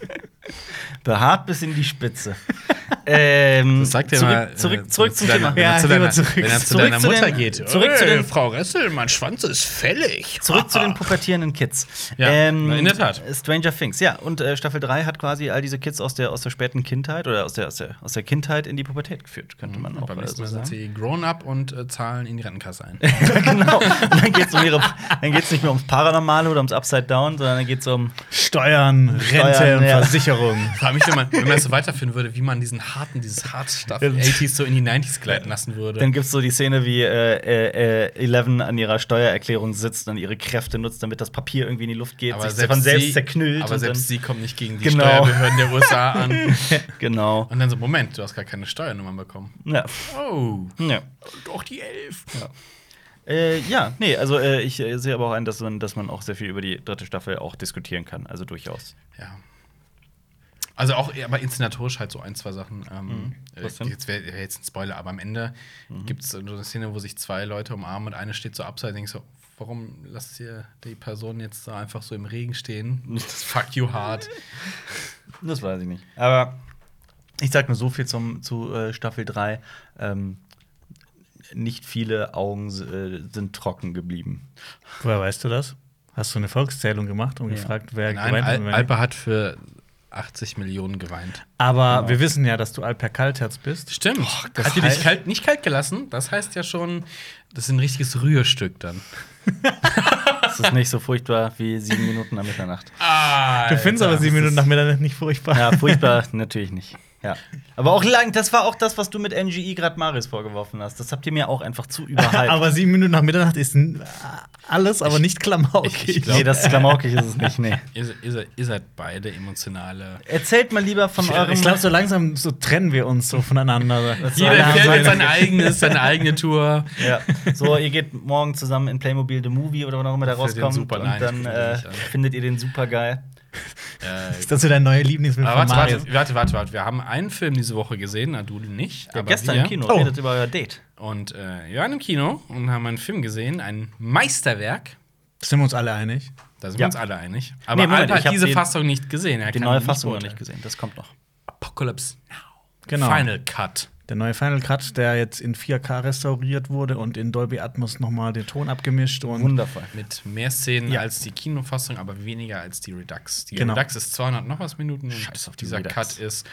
[SPEAKER 1] Behaart bis in die Spitze. ähm,
[SPEAKER 2] Das sagt er
[SPEAKER 1] zurück,
[SPEAKER 2] mal. äh,
[SPEAKER 1] Zurück, zurück zum
[SPEAKER 2] zu deiner,
[SPEAKER 1] Thema.
[SPEAKER 2] Wenn
[SPEAKER 3] Ja,
[SPEAKER 2] er zu
[SPEAKER 3] lieber
[SPEAKER 2] deiner,
[SPEAKER 3] zurück.
[SPEAKER 2] Wenn er zu
[SPEAKER 1] Zurück
[SPEAKER 2] deiner
[SPEAKER 1] zu den-
[SPEAKER 2] Mutter geht.
[SPEAKER 1] zurück zu
[SPEAKER 2] "Ey,
[SPEAKER 1] den-
[SPEAKER 2] Frau Ressel, mein Schwanz ist fällig.
[SPEAKER 1] Zurück zu
[SPEAKER 2] Ah,
[SPEAKER 1] den pubertierenden Kids. Ähm, äh,
[SPEAKER 2] Ja, na, in der Tat.
[SPEAKER 1] Stranger Things, ja. Und äh, Staffel 3 hat quasi all diese Kids aus der, aus der späten Kindheit oder aus der, aus, der, aus der Kindheit in die Pubertät geführt, könnte man auch
[SPEAKER 2] Beim
[SPEAKER 1] äh,
[SPEAKER 2] nächsten
[SPEAKER 1] so
[SPEAKER 2] Mal sind
[SPEAKER 1] sagen.
[SPEAKER 2] sie grown up und äh, zahlen in die Rentenkasse ein.
[SPEAKER 1] genau. Und dann geht es um ihre, dann geht's nicht mehr ums Paranormale oder ums Upside Down, sondern dann geht es um.
[SPEAKER 3] Steuern, Rente
[SPEAKER 1] Steuern,
[SPEAKER 3] und
[SPEAKER 1] ja.
[SPEAKER 3] Versicherung.
[SPEAKER 2] Frag mich, wenn man, wenn man das so weiterführen würde, wie man diesen harten, dieses Hardstaffel 80s so in die 90s gleiten lassen würde.
[SPEAKER 1] Dann gibt es so die Szene, wie äh, äh, äh, Eleven an ihrer Steuererklärung sitzt und ihre Kräfte nutzt, damit das Papier irgendwie in die Luft geht, sich von selbst zerknüllt.
[SPEAKER 2] Aber
[SPEAKER 1] und
[SPEAKER 2] selbst sie kommt nicht gegen die
[SPEAKER 1] Genau.
[SPEAKER 2] Steuerbehörden der USA an.
[SPEAKER 1] dann, genau.
[SPEAKER 2] Und dann so, Moment, du hast gar keine Steuernummern bekommen.
[SPEAKER 1] Ja.
[SPEAKER 2] Oh,
[SPEAKER 1] ja.
[SPEAKER 2] doch die Oh. elf.
[SPEAKER 1] Äh, ja, nee, also äh, ich äh, sehe aber auch ein, dass man, dass man auch sehr viel über die dritte Staffel auch diskutieren kann. Also durchaus.
[SPEAKER 2] Ja. Also auch, aber inszenatorisch halt so ein, zwei Sachen.
[SPEAKER 3] Mhm.
[SPEAKER 2] Ähm, äh,
[SPEAKER 1] was denn?
[SPEAKER 2] Jetzt wäre wär jetzt ein Spoiler, aber am Ende gibt es so eine Szene, wo sich zwei Leute umarmen und eine steht so abseits und denkt so, warum lasst ihr die Person jetzt so einfach so im Regen stehen? Das fuck you hard.
[SPEAKER 1] Das weiß ich nicht. Aber ich sag nur so viel zum, zu äh, Staffel 3. Ähm, nicht viele Augen äh, sind trocken geblieben.
[SPEAKER 3] Woher weißt du das? Hast du eine Volkszählung gemacht und
[SPEAKER 1] Ja.
[SPEAKER 3] gefragt, wer
[SPEAKER 2] Nein,
[SPEAKER 3] geweint hat? und
[SPEAKER 2] Al
[SPEAKER 3] wer nicht?
[SPEAKER 2] Alper hat für 80 Millionen geweint.
[SPEAKER 3] Aber
[SPEAKER 1] Genau.
[SPEAKER 3] wir wissen ja, dass du Alper Kaltherz bist.
[SPEAKER 2] Stimmt.
[SPEAKER 3] das
[SPEAKER 2] hat die dich
[SPEAKER 3] heißt-
[SPEAKER 2] kalt, nicht kalt gelassen? Das heißt ja schon, das ist ein richtiges Rührstück dann.
[SPEAKER 1] Es ist nicht so furchtbar wie sieben Minuten nach Mitternacht.
[SPEAKER 2] Ah,
[SPEAKER 3] Du findest aber sieben Minuten nach Mitternacht nicht furchtbar.
[SPEAKER 1] Ja, furchtbar natürlich nicht. Ja. Aber auch lang, das war auch das, was du mit NGI gerade Maris vorgeworfen hast. Das habt ihr mir auch einfach zu überhalten.
[SPEAKER 3] aber sieben Minuten nach Mitternacht ist n- alles, aber nicht klamaukig.
[SPEAKER 2] halt. ich- ich glaub-
[SPEAKER 1] nee, das klamaukig ist es nicht. Nee.
[SPEAKER 2] Ihr, ihr, seid- ihr seid beide emotionale.
[SPEAKER 1] Erzählt mal lieber von
[SPEAKER 3] Ich-
[SPEAKER 1] eurem.
[SPEAKER 3] ich glaube, so langsam so trennen wir uns so voneinander.
[SPEAKER 2] Jeder
[SPEAKER 3] Alle haben
[SPEAKER 2] fährt jetzt
[SPEAKER 3] seine-
[SPEAKER 2] seine eigene, seine eigene Tour.
[SPEAKER 1] ja. So, ihr geht morgen zusammen in Playmobil The Movie oder wann auch immer da
[SPEAKER 2] Für den
[SPEAKER 1] rauskommt.
[SPEAKER 2] Super-
[SPEAKER 1] und
[SPEAKER 2] Nein,
[SPEAKER 1] dann
[SPEAKER 2] ich guck den
[SPEAKER 1] äh,
[SPEAKER 2] nicht an.
[SPEAKER 1] findet ihr den super geil.
[SPEAKER 2] Äh,
[SPEAKER 3] Ist das so dein neuer Lieblingsfilm
[SPEAKER 2] aber
[SPEAKER 3] von
[SPEAKER 2] warte,
[SPEAKER 3] Marius?
[SPEAKER 2] warte, warte, warte, warte. Wir haben einen Film diese Woche gesehen, na du nicht.
[SPEAKER 1] Der
[SPEAKER 2] aber
[SPEAKER 1] gestern
[SPEAKER 2] wir.
[SPEAKER 1] im Kino
[SPEAKER 3] Oh.
[SPEAKER 1] redet über euer Date.
[SPEAKER 2] Und äh, wir waren im Kino und haben einen Film gesehen, ein Meisterwerk.
[SPEAKER 3] Sind wir uns alle einig?
[SPEAKER 2] Da sind
[SPEAKER 1] Ja.
[SPEAKER 2] wir uns alle einig.
[SPEAKER 1] Nee,
[SPEAKER 2] Aber
[SPEAKER 1] Moment,
[SPEAKER 2] Alper
[SPEAKER 1] ich hab
[SPEAKER 2] hat diese
[SPEAKER 1] den-
[SPEAKER 2] Fassung nicht gesehen. Er
[SPEAKER 1] Die
[SPEAKER 2] kann
[SPEAKER 1] neue
[SPEAKER 2] nicht
[SPEAKER 1] Fassung noch nicht
[SPEAKER 2] beurteilen.
[SPEAKER 1] gesehen, das kommt noch.
[SPEAKER 2] Apocalypse Now.
[SPEAKER 3] Genau.
[SPEAKER 2] Final Cut.
[SPEAKER 3] Der neue Final Cut, der jetzt in 4K restauriert wurde und in Dolby Atmos nochmal den Ton abgemischt und
[SPEAKER 1] Wundervoll.
[SPEAKER 2] Mit mehr Szenen
[SPEAKER 3] Ja.
[SPEAKER 2] als die Kinofassung, aber weniger als die Redux. Die
[SPEAKER 3] Genau.
[SPEAKER 2] Redux ist 200 noch was Minuten. und
[SPEAKER 1] Scheiß auf die
[SPEAKER 2] dieser
[SPEAKER 1] Redux.
[SPEAKER 2] Cut ist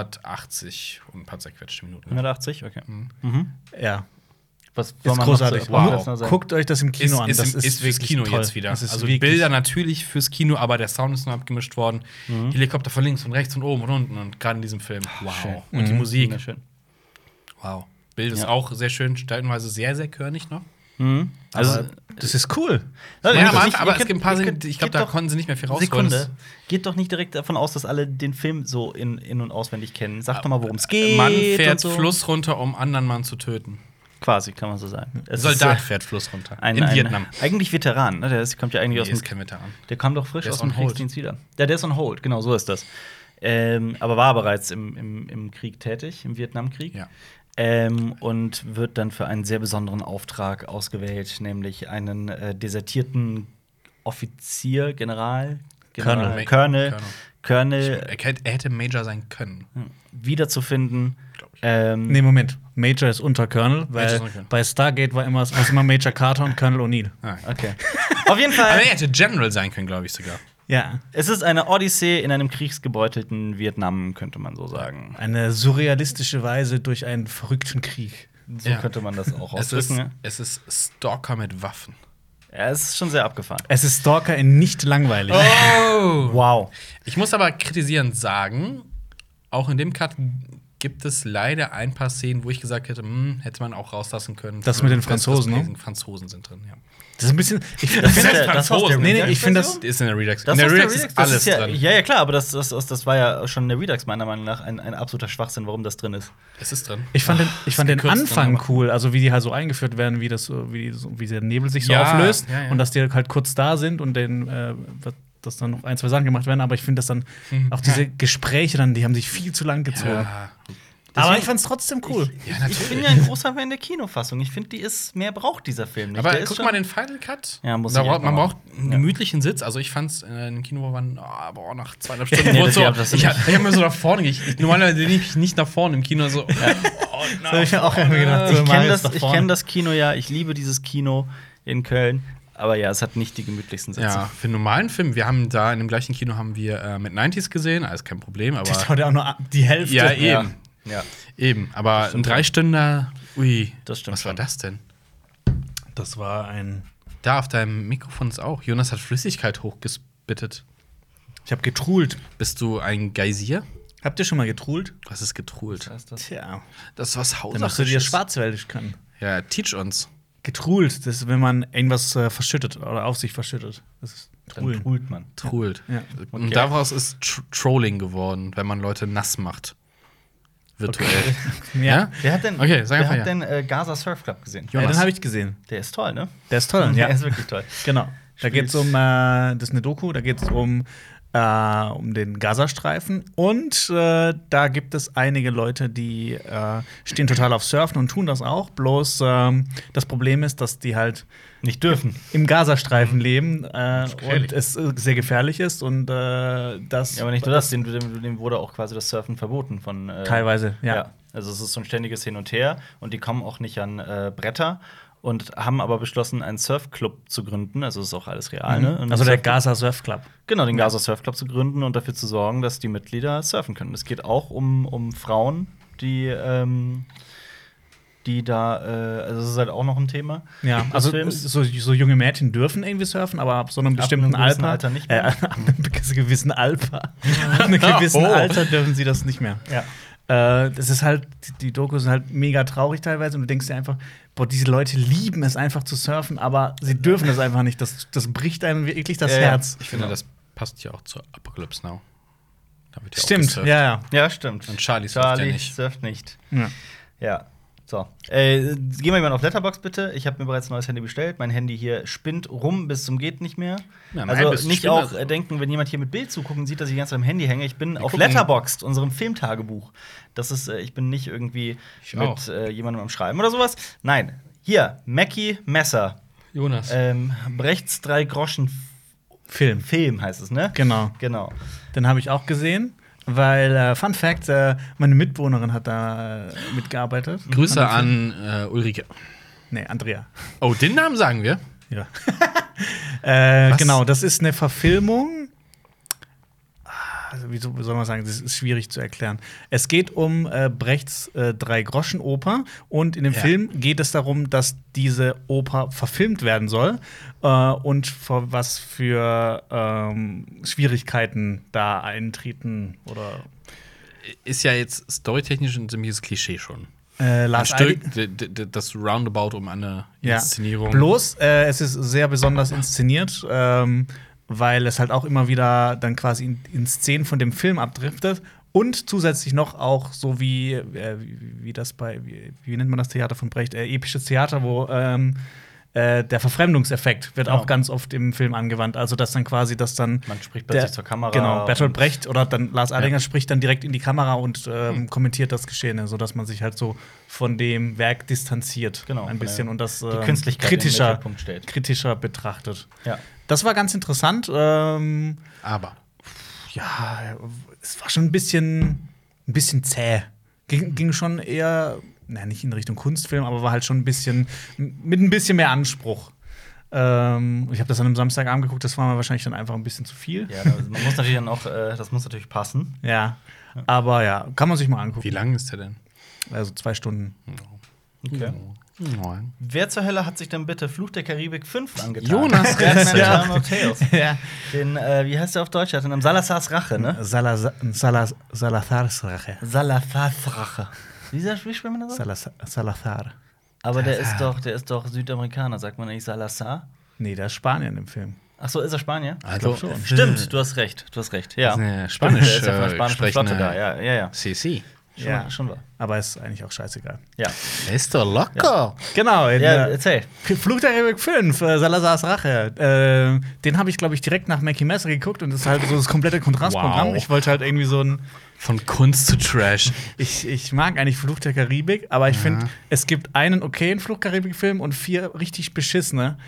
[SPEAKER 2] 180 und ein paar zerquetschte Minuten.
[SPEAKER 1] 180, okay.
[SPEAKER 3] ja,
[SPEAKER 1] Was soll
[SPEAKER 3] ist
[SPEAKER 1] man noch
[SPEAKER 3] großartig.
[SPEAKER 1] so- Wow.
[SPEAKER 3] Guckt- Guckt euch das im
[SPEAKER 2] Ist,
[SPEAKER 3] Kino an.
[SPEAKER 2] ist,
[SPEAKER 3] Das
[SPEAKER 2] ist, fürs
[SPEAKER 3] wirklich
[SPEAKER 2] Kino
[SPEAKER 3] toll.
[SPEAKER 2] jetzt wieder.
[SPEAKER 3] Das ist
[SPEAKER 2] Also
[SPEAKER 3] wirklich-
[SPEAKER 2] Bilder natürlich fürs Kino, aber der Sound ist noch abgemischt worden.
[SPEAKER 1] Mhm.
[SPEAKER 2] Helikopter von links und rechts und oben und unten und gerade in diesem Film. Wow.
[SPEAKER 1] schön.
[SPEAKER 2] Und die Musik.
[SPEAKER 1] Wunderschön.
[SPEAKER 2] Wow. Bild ist
[SPEAKER 1] Ja.
[SPEAKER 2] auch sehr schön, stellenweise sehr, sehr körnig noch.
[SPEAKER 1] Also,
[SPEAKER 3] Aber das ist cool. Also,
[SPEAKER 1] Leute,
[SPEAKER 2] Ja,
[SPEAKER 1] ihr
[SPEAKER 2] aber,
[SPEAKER 1] könnt-
[SPEAKER 2] aber
[SPEAKER 1] ihr
[SPEAKER 2] es gibt ein paar
[SPEAKER 1] könnt-
[SPEAKER 2] Szenen, die- ich glaube,
[SPEAKER 1] geht
[SPEAKER 2] da
[SPEAKER 1] doch-
[SPEAKER 2] konnten sie nicht mehr viel rausholen.
[SPEAKER 1] Sekunde. Geht doch nicht direkt davon aus, dass alle den Film so in, in- und auswendig kennen. Sag doch mal, worum es
[SPEAKER 2] Das-
[SPEAKER 1] geht.
[SPEAKER 2] Äh, Mann fährt
[SPEAKER 1] und so.
[SPEAKER 2] Fluss runter, um anderen Mann zu töten.
[SPEAKER 1] Quasi, kann man so sagen. Es
[SPEAKER 2] Soldat
[SPEAKER 1] Ist, äh,
[SPEAKER 2] fährt Fluss runter.
[SPEAKER 1] ein,
[SPEAKER 2] in
[SPEAKER 1] ein,
[SPEAKER 2] Vietnam.
[SPEAKER 1] Eigentlich Veteran, ne? Der ist, kommt ja eigentlich
[SPEAKER 2] Nee,
[SPEAKER 1] aus dem
[SPEAKER 2] ist kein Veteran.
[SPEAKER 1] Der kam doch frisch
[SPEAKER 2] Der ist
[SPEAKER 1] aus dem
[SPEAKER 2] on hold.
[SPEAKER 1] Kriegsdienst wieder. Ja, der ist on hold, genau, so ist das. Ähm, aber war bereits im, im, im Krieg tätig, im Vietnamkrieg.
[SPEAKER 2] Ja.
[SPEAKER 1] Ähm, und wird dann für einen sehr besonderen Auftrag ausgewählt, nämlich einen äh, desertierten Offizier, General, General
[SPEAKER 2] Colonel.
[SPEAKER 1] Colonel, Colonel
[SPEAKER 2] Er hätte- er hätte Major sein können.
[SPEAKER 1] wiederzufinden.
[SPEAKER 2] Glaub ich.
[SPEAKER 1] Ähm,
[SPEAKER 3] Nee, Moment. Major ist unter Colonel, weil
[SPEAKER 2] Major ist unter Colonel.
[SPEAKER 3] bei Stargate war immer, war immer Major Carter und Colonel O'Neill.
[SPEAKER 2] Ah.
[SPEAKER 1] Okay. Auf jeden Fall.
[SPEAKER 2] Aber er hätte General sein können, glaube ich sogar.
[SPEAKER 3] Ja.
[SPEAKER 1] Es ist eine Odyssee in einem kriegsgebeutelten Vietnam, könnte man so sagen.
[SPEAKER 3] Eine surrealistische Weise durch einen verrückten Krieg.
[SPEAKER 1] So
[SPEAKER 2] Ja.
[SPEAKER 1] könnte man das auch
[SPEAKER 2] Es ist,
[SPEAKER 1] ausdrücken. ja.
[SPEAKER 2] es ist Stalker mit Waffen.
[SPEAKER 1] Ja, es ist schon sehr abgefahren.
[SPEAKER 3] Es ist Stalker in nicht langweilig.
[SPEAKER 2] Oh!
[SPEAKER 1] Wow.
[SPEAKER 2] Ich muss aber kritisierend sagen, auch in dem Cut gibt es leider ein paar Szenen, wo ich gesagt hätte, hm, hätte man auch rauslassen können.
[SPEAKER 3] Das mit den
[SPEAKER 2] Das- das
[SPEAKER 3] Franzosen,
[SPEAKER 2] mit
[SPEAKER 3] ne?
[SPEAKER 2] den Franzosen sind drin, ja.
[SPEAKER 3] Das ist ein bisschen. Ich,
[SPEAKER 1] ist
[SPEAKER 3] finde-
[SPEAKER 1] der- das ist aus der
[SPEAKER 3] nee, nee, ich finde das.
[SPEAKER 2] Ist in der Redux.
[SPEAKER 1] Das
[SPEAKER 2] in der
[SPEAKER 1] aus
[SPEAKER 2] Redux, ist
[SPEAKER 1] das
[SPEAKER 2] alles
[SPEAKER 1] ist ja,
[SPEAKER 2] drin.
[SPEAKER 1] Ja, ja, klar, aber das, das, das, das war ja schon in der Redux meiner Meinung nach ein, ein absoluter Schwachsinn, warum das drin ist.
[SPEAKER 2] Es ist drin.
[SPEAKER 3] Ich fand den, ich fand den
[SPEAKER 2] gekürzt,
[SPEAKER 3] Anfang
[SPEAKER 2] wunderbar.
[SPEAKER 3] cool, also wie die halt so eingeführt werden, wie, das, so- wie, die so- wie der Nebel sich so
[SPEAKER 2] Ja,
[SPEAKER 3] auflöst
[SPEAKER 2] ja, ja.
[SPEAKER 3] und dass die halt kurz da sind und dann, äh, was- dass dann noch ein, zwei Sachen gemacht werden. Aber ich finde, dass dann auch diese Gespräche dann, die haben sich viel zu lang gezogen.
[SPEAKER 2] Ja,
[SPEAKER 3] Aber ich fand's trotzdem cool.
[SPEAKER 2] ja
[SPEAKER 1] Ich
[SPEAKER 2] natürlich.
[SPEAKER 1] bin ja ein großer Fan der Kinofassung. Ich finde, die ist mehr braucht dieser Film nicht.
[SPEAKER 2] aber
[SPEAKER 1] der ist
[SPEAKER 2] guck
[SPEAKER 1] schon-
[SPEAKER 2] mal den Final Cut.
[SPEAKER 1] Ja, muss
[SPEAKER 2] da
[SPEAKER 1] ich
[SPEAKER 2] braucht,
[SPEAKER 1] echt
[SPEAKER 2] man
[SPEAKER 1] mal
[SPEAKER 2] braucht einen gemütlichen Sitz. Also ich fand's äh, im Kino, wo man ah, boah, nach zweieinhalb Stunden
[SPEAKER 1] Nee,
[SPEAKER 2] wurde
[SPEAKER 1] das-
[SPEAKER 2] so,
[SPEAKER 1] ja, das
[SPEAKER 2] ich,
[SPEAKER 1] nicht.
[SPEAKER 2] hab- ich habe mir so nach vorne ge- ich, Normalerweise nehme ich nicht nach vorne im Kino so. Oh,
[SPEAKER 3] Das hab ich mir auch irgendwie
[SPEAKER 1] Äh,
[SPEAKER 3] gedacht.
[SPEAKER 1] ich kenne
[SPEAKER 3] Marius
[SPEAKER 1] das,
[SPEAKER 3] nach
[SPEAKER 1] ich
[SPEAKER 3] vorne.
[SPEAKER 1] kenn das Kino ja, ich liebe dieses Kino in Köln, aber ja, es hat nicht die gemütlichsten Sitze.
[SPEAKER 2] Ja, für einen normalen Film. Wir haben da in dem gleichen Kino haben wir äh, mit 90s gesehen, alles kein Problem, aber
[SPEAKER 3] Das dauert ja auch nur die Hälfte.
[SPEAKER 2] Ja, eh.
[SPEAKER 1] Ja.
[SPEAKER 2] Eben.
[SPEAKER 1] ja.
[SPEAKER 2] eben. Aber ein Dreistünder, ui,
[SPEAKER 1] Das stimmt
[SPEAKER 2] was war
[SPEAKER 1] schon.
[SPEAKER 2] das denn?
[SPEAKER 3] Das war ein.
[SPEAKER 2] Da auf deinem Mikrofon ist auch. Jonas hat Flüssigkeit hochgespittet.
[SPEAKER 3] Ich habe getrult.
[SPEAKER 2] Bist du ein Geysir?
[SPEAKER 3] Habt ihr schon mal getrult?
[SPEAKER 2] Was ist getrult?
[SPEAKER 1] Was ist das?
[SPEAKER 3] Tja.
[SPEAKER 2] Das ist was
[SPEAKER 3] Dann musst du dir Schwarzwäldisch können.
[SPEAKER 2] Ja, teach uns.
[SPEAKER 3] Getrult, das ist, wenn man irgendwas äh, verschüttet oder auf sich verschüttet. Das ist
[SPEAKER 1] Dann
[SPEAKER 3] Trulen.
[SPEAKER 1] trult man.
[SPEAKER 2] Trult.
[SPEAKER 3] Ja.
[SPEAKER 2] Und daraus ist Tr Trolling geworden, wenn man Leute nass macht. virtuell.
[SPEAKER 3] Ja.
[SPEAKER 1] Wer hat denn,
[SPEAKER 2] Okay,
[SPEAKER 1] wer
[SPEAKER 2] sag einfach
[SPEAKER 1] hat
[SPEAKER 2] ja.
[SPEAKER 1] denn äh, Gaza Surf Club gesehen?
[SPEAKER 3] ja,
[SPEAKER 2] Jonas.
[SPEAKER 3] den habe ich gesehen.
[SPEAKER 1] Der ist toll, ne?
[SPEAKER 3] Der ist toll, ja.
[SPEAKER 1] Der ist wirklich toll.
[SPEAKER 3] Genau. Da
[SPEAKER 1] Spielt-
[SPEAKER 3] geht es um, äh, das ist eine Doku, da geht es um, äh, um den Gazastreifen. Und äh, da gibt es einige Leute, die äh, stehen total auf Surfen und tun das auch. Bloß ähm, das Problem ist, dass die halt
[SPEAKER 1] Nicht dürfen.
[SPEAKER 3] im
[SPEAKER 1] Mhm.
[SPEAKER 3] Gazastreifen leben äh,
[SPEAKER 2] gefährlich.
[SPEAKER 3] und es äh, sehr gefährlich ist. Und äh, das
[SPEAKER 1] Ja, aber nicht nur das, dem, dem dem wurde auch quasi das Surfen verboten von. äh,
[SPEAKER 3] Teilweise, ja.
[SPEAKER 1] Also es ist so ein ständiges Hin und Her und die kommen auch nicht an äh, Bretter und haben aber beschlossen, einen Surfclub zu gründen. Also es ist auch alles real, ne? Und
[SPEAKER 3] also der
[SPEAKER 1] Surf-
[SPEAKER 3] Gaza Surf Club.
[SPEAKER 1] Genau, den Gaza Surf Club zu gründen und dafür zu sorgen, dass die Mitglieder surfen können. Es geht auch um, um Frauen, die, ähm, die da, äh, also das ist halt auch noch ein Thema.
[SPEAKER 3] Ja,
[SPEAKER 1] des
[SPEAKER 3] also
[SPEAKER 1] Films.
[SPEAKER 3] so, so junge Mädchen dürfen irgendwie surfen, aber ab so einem bestimmten
[SPEAKER 1] einem gewissen
[SPEAKER 3] Alper,
[SPEAKER 1] Alter nicht
[SPEAKER 3] Äh,
[SPEAKER 1] mehr.
[SPEAKER 3] ab einem gewissen Alper. ab einem gewissen
[SPEAKER 2] Oh.
[SPEAKER 3] Alter dürfen sie das nicht mehr.
[SPEAKER 1] Ja.
[SPEAKER 3] Äh, das ist halt, die Dokus sind halt mega traurig teilweise und du denkst dir einfach, boah, diese Leute lieben es einfach zu surfen, aber sie dürfen es einfach nicht. Das, das bricht einem wirklich das
[SPEAKER 1] Ja, ja.
[SPEAKER 3] Herz.
[SPEAKER 2] Ich finde,
[SPEAKER 1] Genau.
[SPEAKER 2] das passt ja auch zu Apocalypse Now. Da wird ja auch
[SPEAKER 3] Stimmt, ja,
[SPEAKER 2] gesurft.
[SPEAKER 3] ja.
[SPEAKER 1] Ja, stimmt.
[SPEAKER 2] Und Charlie surft
[SPEAKER 1] Charlie
[SPEAKER 2] ja nicht.
[SPEAKER 1] surft nicht.
[SPEAKER 3] ja.
[SPEAKER 1] Ja. So. Äh, gehen wir mal auf Letterbox bitte. Ich habe mir bereits ein neues Handy bestellt. Mein Handy hier spinnt rum bis zum geht nicht mehr.
[SPEAKER 2] Ja, nein, bis
[SPEAKER 1] also
[SPEAKER 2] zum
[SPEAKER 1] nicht
[SPEAKER 2] Spinner-
[SPEAKER 1] auch äh, denken, wenn jemand hier mit Bild zuguckt und sieht, dass ich ganz am Handy hänge. Ich bin auf
[SPEAKER 2] gucken.
[SPEAKER 1] Letterboxd, unserem Filmtagebuch. Das ist, äh, ich bin nicht irgendwie
[SPEAKER 2] Ich auch.
[SPEAKER 1] mit äh, jemandem am Schreiben oder sowas. Nein. Hier, Mackie Messer.
[SPEAKER 3] Äh,
[SPEAKER 2] Jonas.
[SPEAKER 1] Ähm, Brechts drei Groschen
[SPEAKER 3] Film.
[SPEAKER 1] Film heißt es, ne?
[SPEAKER 3] Genau.
[SPEAKER 1] Genau.
[SPEAKER 3] Den habe ich auch gesehen, weil, äh, Fun Fact, äh, meine Mitbewohnerin hat da äh, mitgearbeitet.
[SPEAKER 2] Grüße an äh, Ulrike.
[SPEAKER 3] Nee, Andrea.
[SPEAKER 2] Oh, den Namen sagen wir.
[SPEAKER 3] Ja. äh,
[SPEAKER 2] Was?
[SPEAKER 3] genau, das ist eine Verfilmung. Ah, Also, wie so- wie soll man sagen, das ist schwierig zu erklären. Es geht um äh, Brechts äh, Drei-Groschen-Oper und in dem
[SPEAKER 2] Ja.
[SPEAKER 3] Film geht es darum, dass diese Oper verfilmt werden soll äh, und vor was für ähm, Schwierigkeiten da eintreten oder
[SPEAKER 2] Ist ja jetzt storytechnisch ein ziemliches Klischee schon.
[SPEAKER 3] äh,
[SPEAKER 2] Ein
[SPEAKER 3] Lars Eidig-
[SPEAKER 2] Stück, d- d- d- das Roundabout um eine Inszenierung.
[SPEAKER 3] Bloß, äh, es ist sehr besonders inszeniert, ähm, weil es halt auch immer wieder dann quasi in, in Szenen von dem Film abdriftet. Und zusätzlich noch auch so wie, äh, wie, wie das bei, wie, wie nennt man das Theater von Brecht? Äh, episches Theater, wo ähm, äh, der Verfremdungseffekt wird
[SPEAKER 1] Genau.
[SPEAKER 3] auch ganz oft im Film angewandt. Also, dass dann quasi, dass dann.
[SPEAKER 1] Man spricht plötzlich
[SPEAKER 3] der-
[SPEAKER 1] zur Kamera
[SPEAKER 3] Genau, Bertolt
[SPEAKER 1] und-
[SPEAKER 3] Brecht oder dann Lars Eidinger spricht dann direkt in die Kamera und ähm,
[SPEAKER 1] Hm.
[SPEAKER 3] kommentiert das Geschehene, sodass man sich halt so von dem Werk distanziert.
[SPEAKER 1] Genau,
[SPEAKER 3] Ein
[SPEAKER 1] von der-
[SPEAKER 3] bisschen und das
[SPEAKER 1] die
[SPEAKER 3] ähm,
[SPEAKER 1] Künstlichkeit in den
[SPEAKER 3] kritischer,
[SPEAKER 1] Mittelpunkt stellt.
[SPEAKER 3] kritischer betrachtet.
[SPEAKER 1] Ja.
[SPEAKER 3] Das war ganz interessant. Ähm,
[SPEAKER 2] Aber.
[SPEAKER 3] ja, es war schon ein bisschen, ein bisschen zäh. Ging,
[SPEAKER 1] Hm.
[SPEAKER 3] ging schon eher, na, nicht in Richtung Kunstfilm, aber war halt schon ein bisschen, mit ein bisschen mehr Anspruch. Ähm, ich habe das an einem Samstagabend geguckt, das war mir wahrscheinlich dann einfach ein bisschen zu viel.
[SPEAKER 1] Ja, da- man muss natürlich dann auch, äh, das muss natürlich passen.
[SPEAKER 3] Ja. Aber ja, kann man sich mal angucken.
[SPEAKER 2] Wie lang ist der denn?
[SPEAKER 3] Also zwei Stunden.
[SPEAKER 1] Okay. Wer zur Hölle hat sich denn bitte Fluch der Karibik 5 angetan?
[SPEAKER 2] Jonas
[SPEAKER 1] Batman
[SPEAKER 3] Ja.
[SPEAKER 1] Return of Tales.
[SPEAKER 3] ja.
[SPEAKER 1] Den, äh, wie heißt der auf Deutsch? Der hat den Namen Salazars Rache, ne?
[SPEAKER 3] Salazar, Salazar's Rache.
[SPEAKER 1] Salazars Rache. Wie, sagt- wie spricht man das? aus?
[SPEAKER 3] Salazar, Salazar.
[SPEAKER 1] Aber der ist doch, der ist doch Südamerikaner, sagt man nicht Salazar?
[SPEAKER 3] Nee, der ist Spanier in dem Film.
[SPEAKER 1] Ach so, ist er Spanier?
[SPEAKER 2] Also,
[SPEAKER 1] Stimmt, du hast recht, du hast recht. Ja.
[SPEAKER 2] Das ist eine
[SPEAKER 1] Stimmt, der ist ja von der
[SPEAKER 2] spanisch, äh,
[SPEAKER 1] spanischen Flotte
[SPEAKER 2] sprechende-
[SPEAKER 1] da. Ja, ja, ja.
[SPEAKER 2] CC.
[SPEAKER 1] Schon,
[SPEAKER 3] Ja.
[SPEAKER 1] War, schon war.
[SPEAKER 3] Aber ist eigentlich auch scheißegal.
[SPEAKER 1] Ja.
[SPEAKER 2] Ist doch locker.
[SPEAKER 3] Genau, in,
[SPEAKER 1] Ja,
[SPEAKER 3] äh,
[SPEAKER 1] erzähl.
[SPEAKER 3] Fluch der Rebek 5, äh, Salazar's Rache. Äh, den habe ich, glaube ich, direkt nach Mackie Messer geguckt und das ist halt so das komplette Kontrastprogramm.
[SPEAKER 2] Wow.
[SPEAKER 3] Ich wollte halt irgendwie so ein.
[SPEAKER 2] Von Kunst zu Trash.
[SPEAKER 3] Ich, ich mag eigentlich Fluch der Karibik, aber ich finde, es gibt einen okayen Fluch der Karibik-Film und vier richtig beschissene.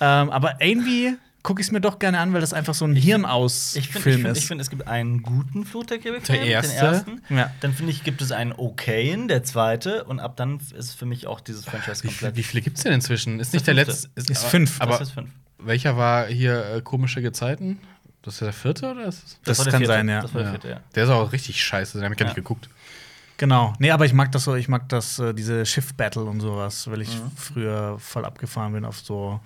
[SPEAKER 3] Ähm, aber irgendwie gucke ich es mir doch gerne an, weil das einfach so ein Hirn aus
[SPEAKER 1] Ich finde, ich
[SPEAKER 3] Film
[SPEAKER 1] find, ich
[SPEAKER 3] ist.
[SPEAKER 1] find, es gibt einen guten Fluch der Karibik,
[SPEAKER 2] Der erste.
[SPEAKER 1] den ersten.
[SPEAKER 3] Ja.
[SPEAKER 1] Dann finde ich, gibt es einen okayen, der zweite. Und ab dann ist für mich auch dieses Franchise
[SPEAKER 2] Wie, viel-
[SPEAKER 1] komplett.
[SPEAKER 2] wie viele gibt's denn inzwischen? Ist nicht
[SPEAKER 1] Der
[SPEAKER 2] der
[SPEAKER 1] fünfte.
[SPEAKER 2] letzte.
[SPEAKER 3] Ist fünf.
[SPEAKER 1] das
[SPEAKER 2] Aber
[SPEAKER 1] ist fünf.
[SPEAKER 2] welcher war hier äh, komische Gezeiten? Das ist der vierte oder ist das?
[SPEAKER 3] das
[SPEAKER 1] war der
[SPEAKER 3] kann
[SPEAKER 1] vierte.
[SPEAKER 3] sein, ja.
[SPEAKER 1] Das war der vierte, ja.
[SPEAKER 2] Der ist auch richtig scheiße, den hab ich gar
[SPEAKER 1] Ja.
[SPEAKER 2] nicht geguckt.
[SPEAKER 3] Genau. Nee, aber ich mag das so, ich mag das, äh, diese Schiff-Battle und sowas, weil ich
[SPEAKER 1] Mhm.
[SPEAKER 3] früher voll abgefahren bin auf so,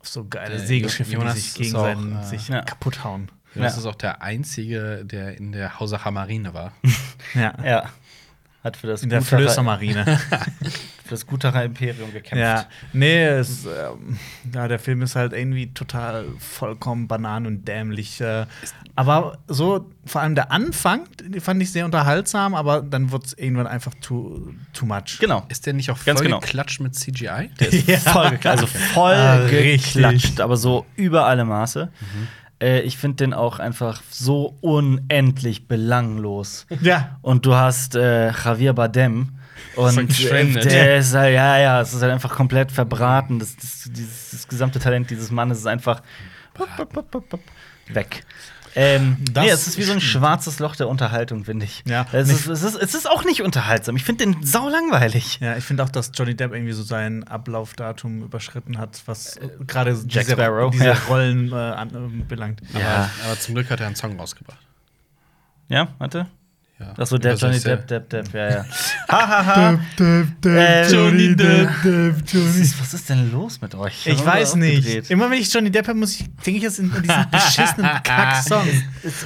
[SPEAKER 3] auf so geile
[SPEAKER 2] Äh,
[SPEAKER 3] Segelschiffe, die
[SPEAKER 2] Jonas
[SPEAKER 3] sich
[SPEAKER 2] ist
[SPEAKER 3] gegenseitig
[SPEAKER 2] auch, äh,
[SPEAKER 3] sich
[SPEAKER 1] ja.
[SPEAKER 3] kaputt hauen.
[SPEAKER 2] Das
[SPEAKER 1] Ja.
[SPEAKER 2] ist auch der einzige, der in der Hausacher Marine war.
[SPEAKER 3] Ja.
[SPEAKER 1] Ja. Hat für das
[SPEAKER 3] In der
[SPEAKER 1] Gutacher-
[SPEAKER 3] Flößermarine.
[SPEAKER 1] für das Gutacher Imperium gekämpft.
[SPEAKER 3] ja. Nee, es, ähm, ja, der Film ist halt irgendwie total vollkommen banan und dämlich. Äh, aber so, vor allem der Anfang, den fand ich sehr unterhaltsam, aber dann wurde es irgendwann einfach too, too much.
[SPEAKER 1] Genau.
[SPEAKER 2] Ist der nicht auch voll
[SPEAKER 1] Ganz genau.
[SPEAKER 2] geklatscht mit CGI?
[SPEAKER 1] Der ist
[SPEAKER 3] Ja.
[SPEAKER 1] voll geklatscht. Also voll
[SPEAKER 3] Ah, richtig. Mhm.
[SPEAKER 1] geklatscht, aber so über alle Maße. Äh, ich finde den auch einfach so unendlich belanglos.
[SPEAKER 3] Ja.
[SPEAKER 1] Und du hast äh, Javier Bardem. Und
[SPEAKER 2] halt geschwendet.
[SPEAKER 1] äh, der ist halt, ja, ja, es ist halt einfach komplett verbraten. Das, das, dieses, das gesamte Talent dieses Mannes ist einfach pop, pop, pop, pop, pop, weg. Ähm,
[SPEAKER 3] Das
[SPEAKER 1] nee, es ist wie so ein schwarzes Loch der Unterhaltung, finde ich.
[SPEAKER 3] Ja.
[SPEAKER 1] Es ist, es, ist, es ist auch nicht unterhaltsam. Ich finde den sau langweilig.
[SPEAKER 3] Ja, ich finde auch, dass Johnny Depp irgendwie so sein Ablaufdatum überschritten hat, was äh, gerade
[SPEAKER 1] Jack
[SPEAKER 3] diese,
[SPEAKER 1] Sparrow,
[SPEAKER 3] diese
[SPEAKER 1] ja.
[SPEAKER 3] Rollen äh, an, äh, belangt.
[SPEAKER 1] Ja.
[SPEAKER 2] Aber, aber zum Glück hat er einen Song rausgebracht.
[SPEAKER 1] Ja, warte.
[SPEAKER 2] Ja. Also
[SPEAKER 1] Achso, der
[SPEAKER 2] Über
[SPEAKER 1] Johnny
[SPEAKER 2] solche-
[SPEAKER 1] Depp, Depp, Depp, ja, ja. ha, ha, ha. Äh,
[SPEAKER 2] Johnny Depp,
[SPEAKER 3] Depp,
[SPEAKER 1] Was
[SPEAKER 3] Johnny
[SPEAKER 1] ist, was ist denn los mit euch?
[SPEAKER 3] Ich
[SPEAKER 1] Warum habt ihr
[SPEAKER 3] weiß nicht.
[SPEAKER 1] aufgedreht?
[SPEAKER 3] Immer wenn ich Johnny Depp höre, muss ich, denke ich jetzt in diesen beschissenen Kack-Song.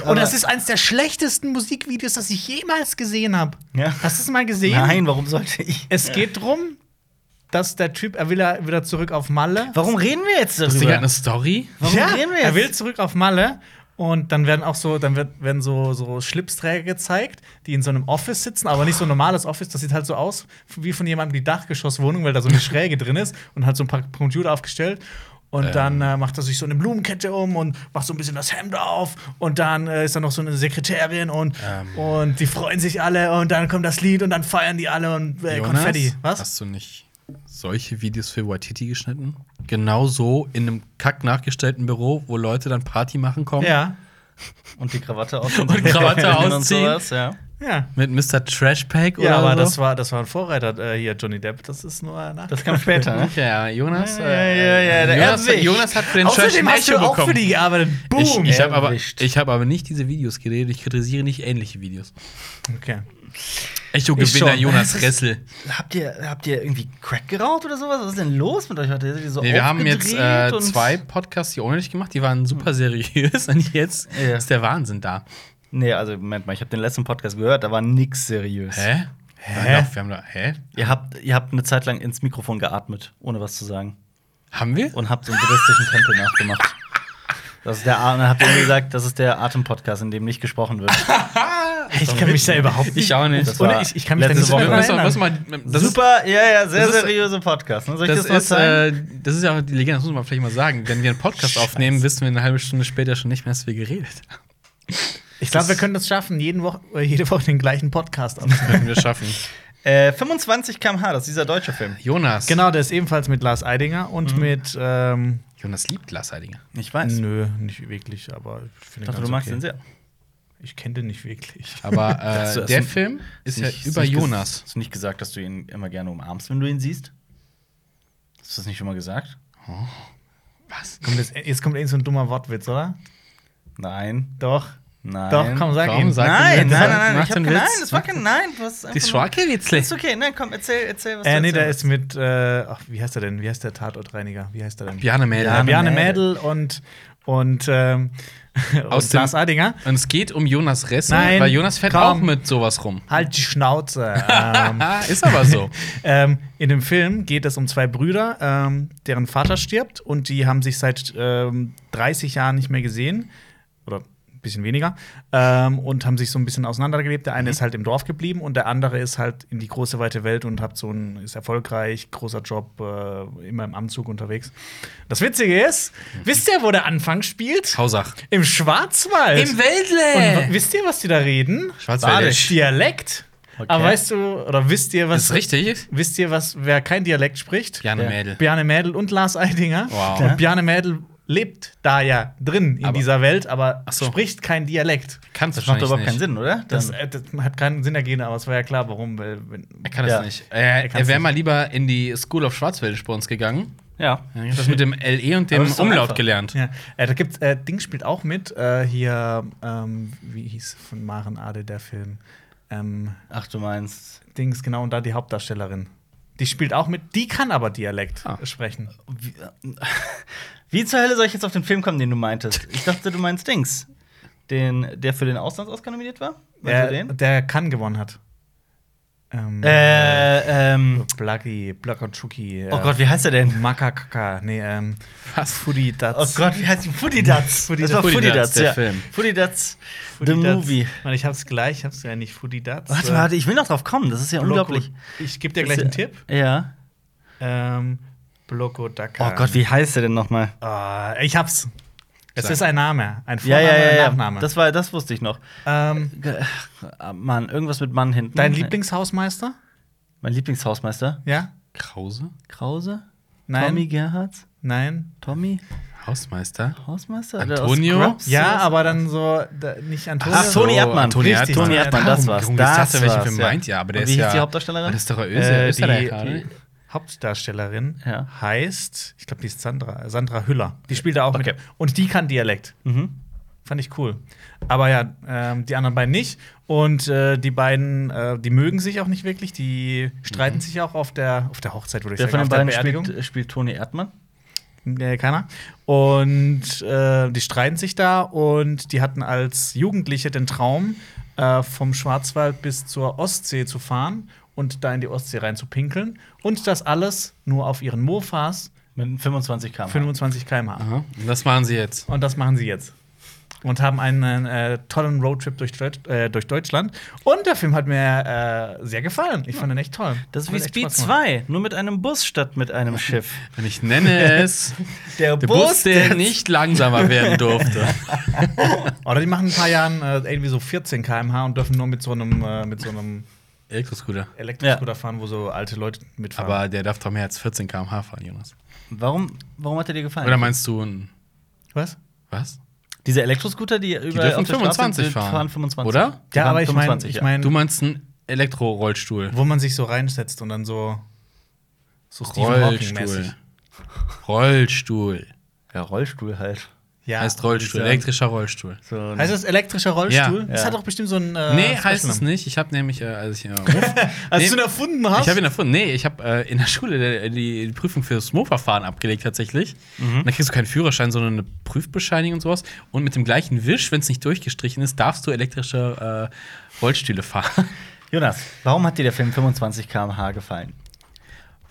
[SPEAKER 1] aber-
[SPEAKER 3] Und das ist eines der schlechtesten Musikvideos, das ich jemals gesehen habe.
[SPEAKER 1] Ja.
[SPEAKER 3] Hast du es mal gesehen?
[SPEAKER 1] Nein, warum sollte ich?
[SPEAKER 3] Es geht drum, dass der Typ, er will ja wieder zurück auf Malle.
[SPEAKER 1] Warum reden wir jetzt
[SPEAKER 2] Ist die
[SPEAKER 1] darüber?
[SPEAKER 2] eine Story?
[SPEAKER 1] Warum
[SPEAKER 3] ja,
[SPEAKER 1] reden wir jetzt?
[SPEAKER 3] Er will zurück auf Malle. Und dann werden auch so, dann wird, werden so, so Schlipsträger gezeigt, die in so einem Office sitzen, aber nicht so ein normales Office. Das sieht halt so aus wie von jemandem die Dachgeschosswohnung, weil da so eine Schräge drin ist und halt so ein paar Computer aufgestellt. Und
[SPEAKER 1] Ähm.
[SPEAKER 3] dann äh, macht er sich so eine Blumenkette um und macht so ein bisschen das Hemd auf. Und dann äh, ist da noch so eine Sekretärin und,
[SPEAKER 1] Ähm.
[SPEAKER 3] und die freuen sich alle. Und dann kommt das Lied und dann feiern die alle und äh,
[SPEAKER 2] Jonas,
[SPEAKER 3] Konfetti. Was?
[SPEAKER 2] Hast du nicht solche Videos für Waititi geschnitten? Genau so in einem kack nachgestellten Büro, wo Leute dann Party machen kommen.
[SPEAKER 3] Ja.
[SPEAKER 1] Und die Krawatte
[SPEAKER 2] Und Krawatte ausziehen.
[SPEAKER 1] ja.
[SPEAKER 3] Ja.
[SPEAKER 2] Mit Mr. Trashpack oder
[SPEAKER 3] Ja, aber
[SPEAKER 2] so.
[SPEAKER 3] das war, das war ein Vorreiter äh, hier, Johnny Depp. Das ist nur ein
[SPEAKER 1] Das kam später, ne?
[SPEAKER 2] Ja, Jonas.
[SPEAKER 1] Ja,
[SPEAKER 2] äh,
[SPEAKER 1] ja, ja, der
[SPEAKER 2] Jonas,
[SPEAKER 1] Erdweg.
[SPEAKER 2] Jonas hat für den Trash
[SPEAKER 3] Außerdem
[SPEAKER 2] ein
[SPEAKER 3] hast du
[SPEAKER 2] Echo
[SPEAKER 3] auch für
[SPEAKER 2] bekommen.
[SPEAKER 3] die gearbeitet. Boom.
[SPEAKER 2] Ich, ich habe aber,
[SPEAKER 1] Erwischt.
[SPEAKER 2] ich hab aber nicht diese Videos geredet. Ich kritisiere nicht ähnliche Videos.
[SPEAKER 3] okay.
[SPEAKER 2] Echo-Gewinner
[SPEAKER 1] schon.
[SPEAKER 2] Jonas Ressel.
[SPEAKER 1] Habt ihr, habt ihr irgendwie Crack geraucht oder sowas? Was ist denn los mit euch heute? Seid ihr so
[SPEAKER 2] Nee, wir haben jetzt äh,
[SPEAKER 1] aufgedreht und-
[SPEAKER 2] zwei Podcasts hier ohne dich gemacht. Die waren super seriös. Und jetzt
[SPEAKER 1] Ja.
[SPEAKER 2] ist der Wahnsinn da.
[SPEAKER 1] Nee, also Moment mal, ich habe den letzten Podcast gehört, da war nix seriös.
[SPEAKER 2] Hä? Wir haben doch, wir haben doch, hä?
[SPEAKER 1] Ihr habt, ihr habt eine Zeit lang ins Mikrofon geatmet, ohne was zu sagen.
[SPEAKER 2] Haben wir?
[SPEAKER 1] Und habt so einen buddhistischen Tempel nachgemacht. Das ist der, A- und dann habt ihr mir gesagt, das ist der Atem-Podcast, in dem nicht gesprochen wird.
[SPEAKER 3] Ich kann mich da überhaupt nicht.
[SPEAKER 2] Ich auch nicht.
[SPEAKER 1] Das
[SPEAKER 3] Ohne
[SPEAKER 1] war
[SPEAKER 3] ich- ich kann mich da
[SPEAKER 1] letzte
[SPEAKER 3] nicht
[SPEAKER 1] Woche.
[SPEAKER 3] dran erinnern.
[SPEAKER 2] mal, mal, das ist-
[SPEAKER 1] Super, ja, ja, sehr
[SPEAKER 2] das ist-
[SPEAKER 1] seriöse Podcast. Ne? Soll ich
[SPEAKER 2] Das
[SPEAKER 1] das, mal
[SPEAKER 2] ist,
[SPEAKER 1] zeigen?
[SPEAKER 2] äh, das ist ja auch die Legende, das muss man vielleicht mal sagen. Wenn wir einen Podcast aufnehmen, wissen wir eine halbe Stunde später schon nicht mehr, dass wir geredet haben.
[SPEAKER 3] Ich glaube, wir können es schaffen, jeden Woche, äh, jede Woche den gleichen Podcast anzuhören.
[SPEAKER 2] Können wir schaffen.
[SPEAKER 1] Äh, 25 km/h, das ist dieser deutsche Film.
[SPEAKER 2] Jonas.
[SPEAKER 3] genau, der ist ebenfalls mit Lars Eidinger und
[SPEAKER 2] Mhm.
[SPEAKER 3] mit. Ähm,
[SPEAKER 2] Jonas liebt Lars Heidinger.
[SPEAKER 1] Ich weiß.
[SPEAKER 3] nö, nicht wirklich, aber ich finde
[SPEAKER 1] Ich dachte, du magst den sehr.
[SPEAKER 3] Ich kenne den nicht wirklich.
[SPEAKER 2] Aber
[SPEAKER 1] Das
[SPEAKER 2] äh,
[SPEAKER 1] ist-
[SPEAKER 2] der
[SPEAKER 1] das ist-
[SPEAKER 2] Film ist ja
[SPEAKER 1] nicht-
[SPEAKER 2] über
[SPEAKER 1] nicht ges-
[SPEAKER 2] Jonas.
[SPEAKER 1] Hast du nicht gesagt, dass du ihn immer gerne umarmst, wenn du ihn siehst? Hast du das nicht schon mal gesagt?
[SPEAKER 2] Was?
[SPEAKER 3] Kommt jetzt, jetzt kommt irgend so ein dummer Wortwitz, oder?
[SPEAKER 1] Nein.
[SPEAKER 3] Doch.
[SPEAKER 1] Nein.
[SPEAKER 3] Doch, komm, sag
[SPEAKER 2] Komm,
[SPEAKER 3] ihn.
[SPEAKER 2] sag-
[SPEAKER 1] nein, nein,
[SPEAKER 2] ihn.
[SPEAKER 1] nein,
[SPEAKER 2] Mach
[SPEAKER 1] nein, nein, ich hab,
[SPEAKER 2] den
[SPEAKER 1] kein- nein,
[SPEAKER 2] Witz.
[SPEAKER 1] das war kein Nein. Du hast
[SPEAKER 2] Die
[SPEAKER 1] einfach nur-
[SPEAKER 2] Schwakewitzle.
[SPEAKER 1] Ist okay, nein, komm, erzähl, erzähl, was
[SPEAKER 3] Äh,
[SPEAKER 1] du
[SPEAKER 3] nee,
[SPEAKER 1] erzählen
[SPEAKER 3] der ist mit. Äh, ach, wie heißt er denn? Wie heißt der Tatortreiniger? Wie heißt er denn?
[SPEAKER 2] Bjarne
[SPEAKER 3] Ja,
[SPEAKER 2] Mädel.
[SPEAKER 1] Bjarne
[SPEAKER 3] Äh, Bjarne
[SPEAKER 1] Mädel.
[SPEAKER 3] Mädel und, und, ähm,
[SPEAKER 2] Aus
[SPEAKER 3] und
[SPEAKER 2] dem-
[SPEAKER 3] Lars Eidinger.
[SPEAKER 2] Und es geht um Jonas Ressel,
[SPEAKER 3] Nein,
[SPEAKER 2] weil Jonas fährt
[SPEAKER 3] komm.
[SPEAKER 2] auch mit sowas rum.
[SPEAKER 3] Halt die Schnauze. ähm,
[SPEAKER 2] Ah, ist aber so.
[SPEAKER 3] ähm, in dem Film geht es um zwei Brüder, ähm, deren Vater stirbt und die haben sich seit ähm, 30 Jahren nicht mehr gesehen. Oder ein bisschen weniger. Ähm, und haben sich so ein bisschen auseinandergelebt. Der
[SPEAKER 2] Mhm.
[SPEAKER 3] eine ist halt im Dorf geblieben und der andere ist halt in die große weite Welt und hat so einen, ist erfolgreich, großer Job, äh, immer im Anzug unterwegs. Das Witzige ist,
[SPEAKER 2] Mhm.
[SPEAKER 3] wisst ihr, wo der Anfang spielt?
[SPEAKER 2] Hausach.
[SPEAKER 3] Im Schwarzwald. Und w-
[SPEAKER 2] Wäldle.
[SPEAKER 3] wisst ihr, was die da reden?
[SPEAKER 2] Schwarzwäldisch.
[SPEAKER 3] Dialekt.
[SPEAKER 1] Okay.
[SPEAKER 3] Aber weißt du, oder wisst ihr, was.
[SPEAKER 2] Ist richtig?
[SPEAKER 3] Wisst ihr, was, wer kein Dialekt spricht?
[SPEAKER 2] Bjarne
[SPEAKER 1] Ja.
[SPEAKER 2] Mädel.
[SPEAKER 3] Bjarne Mädel und Lars Eidinger.
[SPEAKER 2] Wow.
[SPEAKER 1] Ja.
[SPEAKER 3] Und Bjarne Mädel lebt da ja drin in
[SPEAKER 2] Aber-
[SPEAKER 3] dieser Welt, aber
[SPEAKER 2] Ach so.
[SPEAKER 3] spricht kein Dialekt.
[SPEAKER 2] Kannst du
[SPEAKER 1] Das macht doch überhaupt
[SPEAKER 2] nicht.
[SPEAKER 1] keinen Sinn, oder?
[SPEAKER 3] Das,
[SPEAKER 1] Dann-
[SPEAKER 3] äh, das hat keinen Sinn ergeben, aber es war ja klar, warum. Weil, wenn,
[SPEAKER 2] Er kann das
[SPEAKER 1] Ja.
[SPEAKER 2] nicht. Er,
[SPEAKER 3] kann's
[SPEAKER 2] er wäre
[SPEAKER 3] nicht.
[SPEAKER 2] mal lieber in die School of Schwarzwäldisch bei uns gegangen.
[SPEAKER 1] ja.
[SPEAKER 2] Ich hab das mit dem LE und
[SPEAKER 1] Aber
[SPEAKER 2] dem
[SPEAKER 1] das ist doch
[SPEAKER 2] Umlaut
[SPEAKER 1] einfach.
[SPEAKER 2] gelernt.
[SPEAKER 3] ja. äh, da gibt's, äh, Ding spielt auch mit. Äh, hier, ähm, wie hieß von Maren Ade der Film? Ähm,
[SPEAKER 1] Ach, du meinst.
[SPEAKER 3] Dings, genau, und da die Hauptdarstellerin. Die spielt auch mit, die kann aber Dialekt
[SPEAKER 2] Ah.
[SPEAKER 3] sprechen.
[SPEAKER 1] Wie, wie zur Hölle soll ich jetzt auf den Film kommen, den du meintest? Ich dachte, du meinst Dings.
[SPEAKER 3] Äh,
[SPEAKER 1] Den, der für den Auslandsausgang nominiert war? Meinst du
[SPEAKER 3] Der,
[SPEAKER 1] den?
[SPEAKER 3] der kann gewonnen hat. Ähm,
[SPEAKER 1] Äh, ähm,
[SPEAKER 3] Blackie, Black und Chucky. Äh,
[SPEAKER 1] oh Gott, wie heißt er denn?
[SPEAKER 3] Makakaka. Nee, ähm.
[SPEAKER 2] Was?
[SPEAKER 3] Foodie
[SPEAKER 1] Oh
[SPEAKER 3] Dats.
[SPEAKER 1] Gott, wie heißt die? Fudidats.
[SPEAKER 3] Fudi
[SPEAKER 1] Das war
[SPEAKER 2] Dats. Fudi
[SPEAKER 1] Fudidats,
[SPEAKER 2] Dats, der
[SPEAKER 1] ja.
[SPEAKER 2] Film.
[SPEAKER 1] Fudidats, the
[SPEAKER 3] Foodie Dats.
[SPEAKER 1] movie.
[SPEAKER 3] Mann, ich hab's gleich, ich hab's ja nicht. Foodie Dats.
[SPEAKER 1] Warte, warte, ich will noch drauf kommen. Das ist ja unglaublich. äh,
[SPEAKER 3] Ich geb dir gleich einen Tipp.
[SPEAKER 1] Ja.
[SPEAKER 3] Ähm, Bloco Daka.
[SPEAKER 1] Oh Gott, wie heißt er denn nochmal?
[SPEAKER 3] Ah, ich hab's. Es
[SPEAKER 2] Sag.
[SPEAKER 3] ist ein Name. Ein
[SPEAKER 1] Ja,
[SPEAKER 3] Vorname,
[SPEAKER 1] ja, ja,
[SPEAKER 3] ein
[SPEAKER 1] ja.
[SPEAKER 3] Nachname.
[SPEAKER 1] Das, war, das wusste ich noch.
[SPEAKER 3] ähm,
[SPEAKER 1] Ge- ach, Mann, irgendwas mit Mann hinten.
[SPEAKER 3] dein Lieblingshausmeister?
[SPEAKER 1] Mein Lieblingshausmeister?
[SPEAKER 3] Ja?
[SPEAKER 2] Krause?
[SPEAKER 1] Krause?
[SPEAKER 3] Nein?
[SPEAKER 1] Tommy Gerhards?
[SPEAKER 3] Nein?
[SPEAKER 1] Tommy?
[SPEAKER 2] Hausmeister?
[SPEAKER 1] Hausmeister?
[SPEAKER 2] Antonio?
[SPEAKER 1] Oder aus Scrubs?
[SPEAKER 3] Ja, aber dann so, da, nicht Antonio.
[SPEAKER 1] Ach, Toni Erdmann.
[SPEAKER 2] Toni
[SPEAKER 1] Richtig,
[SPEAKER 2] Erdmann.
[SPEAKER 1] Toni Erdmann, das
[SPEAKER 2] Darum,
[SPEAKER 1] war's.
[SPEAKER 2] Junge, ich
[SPEAKER 1] Das
[SPEAKER 2] dachte, welchen
[SPEAKER 1] war's,
[SPEAKER 2] Film
[SPEAKER 1] ja.
[SPEAKER 2] meint ihr? Aber der
[SPEAKER 1] Und
[SPEAKER 2] ist
[SPEAKER 1] wie hieß
[SPEAKER 2] ja-
[SPEAKER 1] die Hauptdarstellerin?
[SPEAKER 2] Das ist doch Öse,
[SPEAKER 3] Äh, die,
[SPEAKER 2] Österreicher,
[SPEAKER 3] die
[SPEAKER 2] oder?
[SPEAKER 3] Hauptdarstellerin
[SPEAKER 1] Ja.
[SPEAKER 3] heißt, ich glaube, die ist Sandra, äh, Sandra Hüller. Die spielt da auch
[SPEAKER 1] Okay.
[SPEAKER 3] mit. Und die kann Dialekt.
[SPEAKER 1] Mhm.
[SPEAKER 3] Fand ich cool. Aber ja, ähm, die anderen beiden nicht. Und äh, die beiden, äh, die mögen sich auch nicht wirklich. Die streiten sich auch auf der, auf der Hochzeit, würde ich
[SPEAKER 1] Mhm. Wer von den
[SPEAKER 3] sagen. auf der
[SPEAKER 1] beiden
[SPEAKER 3] Beerdigung.
[SPEAKER 1] spielt, spielt Toni Erdmann?
[SPEAKER 3] Nee, keiner. Und äh, die streiten sich da und die hatten als Jugendliche den Traum, äh, vom Schwarzwald bis zur Ostsee zu fahren und da in die Ostsee rein zu pinkeln. Und das alles nur auf ihren Mofas
[SPEAKER 1] Mit 25 km.
[SPEAKER 3] 25 km/h.
[SPEAKER 2] Aha. Und das machen sie jetzt.
[SPEAKER 3] Und das machen sie jetzt. Und haben einen äh, tollen Roadtrip durch, Deut äh, durch Deutschland. Und der Film hat mir äh, sehr gefallen. Ich fand ihn echt toll.
[SPEAKER 1] Das ist
[SPEAKER 3] Hat
[SPEAKER 1] wie
[SPEAKER 3] echt
[SPEAKER 1] Speed
[SPEAKER 3] Spaß gemacht.
[SPEAKER 1] 2, nur mit einem Bus statt mit einem Schiff.
[SPEAKER 2] Und ich nenne es
[SPEAKER 1] Der
[SPEAKER 2] der Bus, der nicht langsamer werden durfte.
[SPEAKER 3] Oder die machen in ein paar Jahren äh, irgendwie so 14 km/h und dürfen nur mit so einem, äh, mit so einem
[SPEAKER 2] Elektroscooter.
[SPEAKER 3] Elektroscooter fahren, wo so alte Leute mitfahren.
[SPEAKER 2] Aber der darf doch mehr als 14 km/h fahren, Jonas.
[SPEAKER 1] Warum, warum hat er dir gefallen?
[SPEAKER 2] Oder meinst du ein.
[SPEAKER 3] was?
[SPEAKER 2] Was?
[SPEAKER 1] Diese Elektroscooter, die über
[SPEAKER 2] dürfen 25 fahren.
[SPEAKER 1] fahren 25.
[SPEAKER 2] Oder?
[SPEAKER 1] Die
[SPEAKER 3] Ja,
[SPEAKER 1] fahren
[SPEAKER 3] aber ich meine,
[SPEAKER 1] 25,
[SPEAKER 3] ich
[SPEAKER 1] ja.
[SPEAKER 3] mein,
[SPEAKER 2] Du meinst einen Elektrorollstuhl.
[SPEAKER 3] wo man sich so reinsetzt und dann so so Stephen Hawking-mäßig.
[SPEAKER 2] Rollstuhl. Rollstuhl.
[SPEAKER 1] ja, Rollstuhl halt.
[SPEAKER 3] Ja,
[SPEAKER 2] heißt Rollstuhl,
[SPEAKER 1] dieser-
[SPEAKER 2] elektrischer Rollstuhl.
[SPEAKER 1] So ein-
[SPEAKER 3] Heißt das elektrischer Rollstuhl?
[SPEAKER 2] Ja.
[SPEAKER 3] Das hat doch bestimmt so ein äh,
[SPEAKER 2] nee, heißt es
[SPEAKER 3] Special-
[SPEAKER 2] nicht. Ich habe nämlich, äh, als ich äh,
[SPEAKER 3] Als
[SPEAKER 2] Nee.
[SPEAKER 3] du ihn erfunden hast.
[SPEAKER 2] Ich habe ihn erfunden. Nee, ich habe äh, in der Schule der- die, die Prüfung fürs Mofa-Fahren abgelegt tatsächlich. Und dann kriegst du keinen Führerschein, sondern eine Prüfbescheinigung und sowas. Und mit dem gleichen Wisch, wenn es nicht durchgestrichen ist, darfst du elektrische äh, Rollstühle fahren.
[SPEAKER 1] Jonas, warum hat dir der Film 25 km/h gefallen?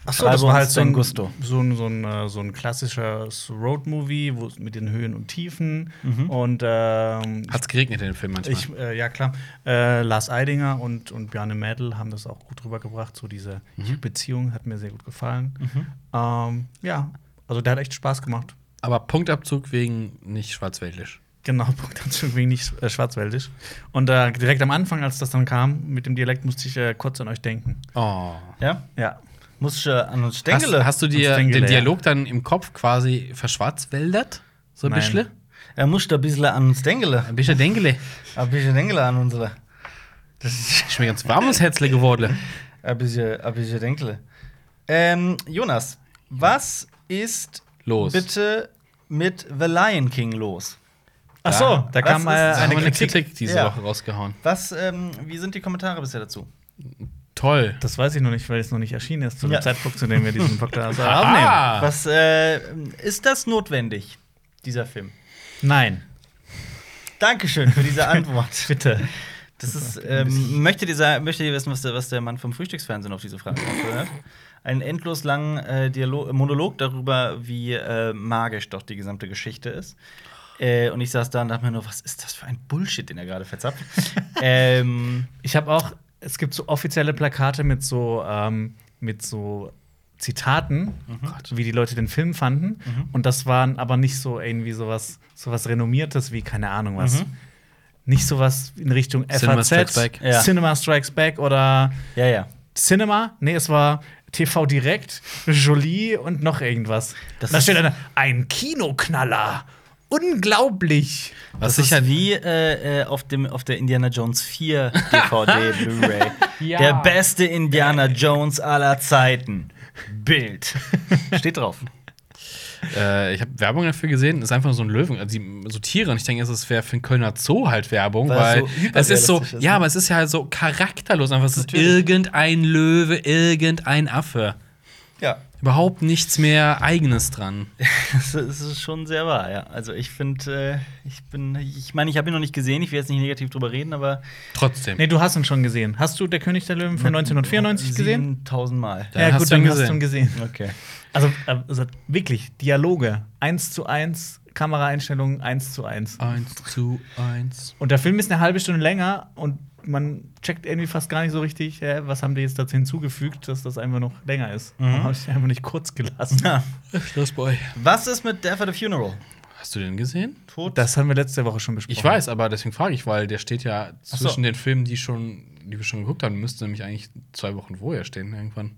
[SPEAKER 3] Ach so, das war halt so
[SPEAKER 1] Dein
[SPEAKER 3] ein,
[SPEAKER 1] Gusto.
[SPEAKER 3] So, ein, so, ein, äh, so ein klassischer Road-Movie wo es mit den Höhen und Tiefen.
[SPEAKER 2] Mhm.
[SPEAKER 3] Und ähm,
[SPEAKER 2] Hat's geregnet in dem Film manchmal.
[SPEAKER 3] Ich, äh, ja, klar. Äh, Lars Eidinger und, und Bjarne Mädel haben das auch gut rübergebracht. So diese Beziehung hat mir sehr gut gefallen. Ähm, ja, also der hat echt Spaß gemacht.
[SPEAKER 2] Aber Punktabzug wegen nicht schwarzwäldisch.
[SPEAKER 3] Genau, Punkt dazu wegen nicht äh, schwarzwäldisch. Und äh, direkt am Anfang, als das dann kam, mit dem Dialekt, musste ich äh, kurz an euch denken.
[SPEAKER 2] Oh.
[SPEAKER 1] Ja?
[SPEAKER 3] Ja.
[SPEAKER 1] Musst du äh, an uns
[SPEAKER 2] Hast,
[SPEAKER 1] Stengele.
[SPEAKER 2] hast du dir
[SPEAKER 3] Aus Stengele,
[SPEAKER 2] den
[SPEAKER 3] ja.
[SPEAKER 2] Dialog dann im Kopf quasi verschwarzwäldert? So ein
[SPEAKER 3] Nein.
[SPEAKER 2] bisschen?
[SPEAKER 1] er musst ein bisschen an uns Stengele.
[SPEAKER 2] Ein bisschen Dengele.
[SPEAKER 1] Ein bisschen Dengele an unsere. Das ist
[SPEAKER 2] Ist mir ganz warm ums Herzle geworden.
[SPEAKER 1] ein bisschen, ein bisschen Dengele. Ähm, Jonas, was ist
[SPEAKER 2] Los.
[SPEAKER 1] bitte mit The Lion King los?
[SPEAKER 3] Ach so,
[SPEAKER 1] Was
[SPEAKER 3] da kam
[SPEAKER 1] ist-
[SPEAKER 3] äh,
[SPEAKER 1] da
[SPEAKER 2] Haben
[SPEAKER 3] eine
[SPEAKER 2] wir eine
[SPEAKER 3] Kritik.
[SPEAKER 2] Kritik diese
[SPEAKER 1] Ja.
[SPEAKER 2] Woche rausgehauen.
[SPEAKER 1] Was, ähm, wie sind die Kommentare bisher dazu?
[SPEAKER 2] Toll.
[SPEAKER 3] Das weiß ich noch nicht, weil es noch nicht erschienen ist, zu dem
[SPEAKER 1] Ja.
[SPEAKER 3] Zeitpunkt, zu dem wir diesen Podcast aufnehmen.
[SPEAKER 2] Ah,
[SPEAKER 1] Was äh, ist das notwendig, dieser Film?
[SPEAKER 3] Nein,
[SPEAKER 1] Dankeschön für diese Antwort.
[SPEAKER 3] bitte.
[SPEAKER 1] Das ist, ähm, möchtet, ihr sagen, möchtet ihr wissen, was der, was der Mann vom Frühstücksfernsehen auf diese Frage antwortet hat? Einen endlos langen äh, Dialog, Monolog darüber, wie äh, magisch doch die gesamte Geschichte ist. Äh, und ich saß da und dachte mir nur, was ist das für ein Bullshit, den er gerade verzapft? ähm,
[SPEAKER 3] Ich habe auch, es gibt so offizielle Plakate mit so, ähm, mit so Zitaten, wie die Leute den Film fanden. Und das waren aber nicht so irgendwie sowas, sowas Renommiertes wie, keine Ahnung was. Nicht sowas in Richtung
[SPEAKER 2] Cinema
[SPEAKER 3] FAZ,
[SPEAKER 2] Strikes Back.
[SPEAKER 1] Ja.
[SPEAKER 3] Cinema Strikes Back oder
[SPEAKER 1] ja, ja.
[SPEAKER 3] Cinema. Nee, es war TV Direkt, Jolie und noch irgendwas.
[SPEAKER 1] Das
[SPEAKER 3] Und da
[SPEAKER 1] ist-
[SPEAKER 3] steht einer, ein Kinoknaller. Unglaublich.
[SPEAKER 2] was
[SPEAKER 1] Das
[SPEAKER 2] ich
[SPEAKER 1] ist
[SPEAKER 2] ja
[SPEAKER 1] wie äh, äh, auf, dem, auf der Indiana Jones 4 DVD Blu-ray.
[SPEAKER 3] Ja.
[SPEAKER 1] Der beste Indiana Jones aller Zeiten. Bild. Steht drauf.
[SPEAKER 2] Äh, ich habe Werbung dafür gesehen, das ist einfach so ein Löwen, also die, so Tiere. Und ich denke, es wäre für den Kölner Zoo halt Werbung,
[SPEAKER 1] Weil
[SPEAKER 2] weil,
[SPEAKER 1] es so
[SPEAKER 2] es ist so,
[SPEAKER 1] hyperrealistisch ist, ne?
[SPEAKER 2] ja, aber es ist ja halt so charakterlos. Einfach, es ist
[SPEAKER 1] Natürlich.
[SPEAKER 2] irgendein Löwe, irgendein Affe.
[SPEAKER 1] Ja.
[SPEAKER 2] Ein überhaupt nichts mehr Eigenes dran.
[SPEAKER 1] Das ist es ist schon sehr wahr, ja. Also ich finde, äh, ich bin, ich meine, ich habe ihn noch nicht gesehen, ich will jetzt nicht negativ drüber reden, aber
[SPEAKER 2] Trotzdem.
[SPEAKER 3] Nee, du hast ihn schon gesehen. Hast du Der König der Löwen von 1994 gesehen?
[SPEAKER 1] 7000 Mal.
[SPEAKER 2] Dann hast du ihn gesehen.
[SPEAKER 3] gesehen.
[SPEAKER 1] Okay.
[SPEAKER 3] Also, äh, also wirklich, Dialoge, eins zu eins, Kameraeinstellungen, eins zu eins.
[SPEAKER 2] Eins zu eins.
[SPEAKER 3] Und der Film ist eine halbe Stunde länger und man checkt irgendwie fast gar nicht so richtig, hä, was haben die jetzt dazu hinzugefügt, dass das einfach noch länger ist. Man hat sich einfach nicht kurz gelassen.
[SPEAKER 1] Ja.
[SPEAKER 2] Schlussboy.
[SPEAKER 1] Was ist mit Death at a Funeral?
[SPEAKER 2] Hast du den gesehen?
[SPEAKER 1] Tot?
[SPEAKER 3] Das haben wir letzte Woche schon besprochen.
[SPEAKER 2] Ich weiß, aber deswegen frage ich, weil der steht ja
[SPEAKER 1] Ach so.
[SPEAKER 2] zwischen den Filmen, die schon, die wir schon geguckt haben, müsste nämlich eigentlich zwei Wochen vorher stehen irgendwann.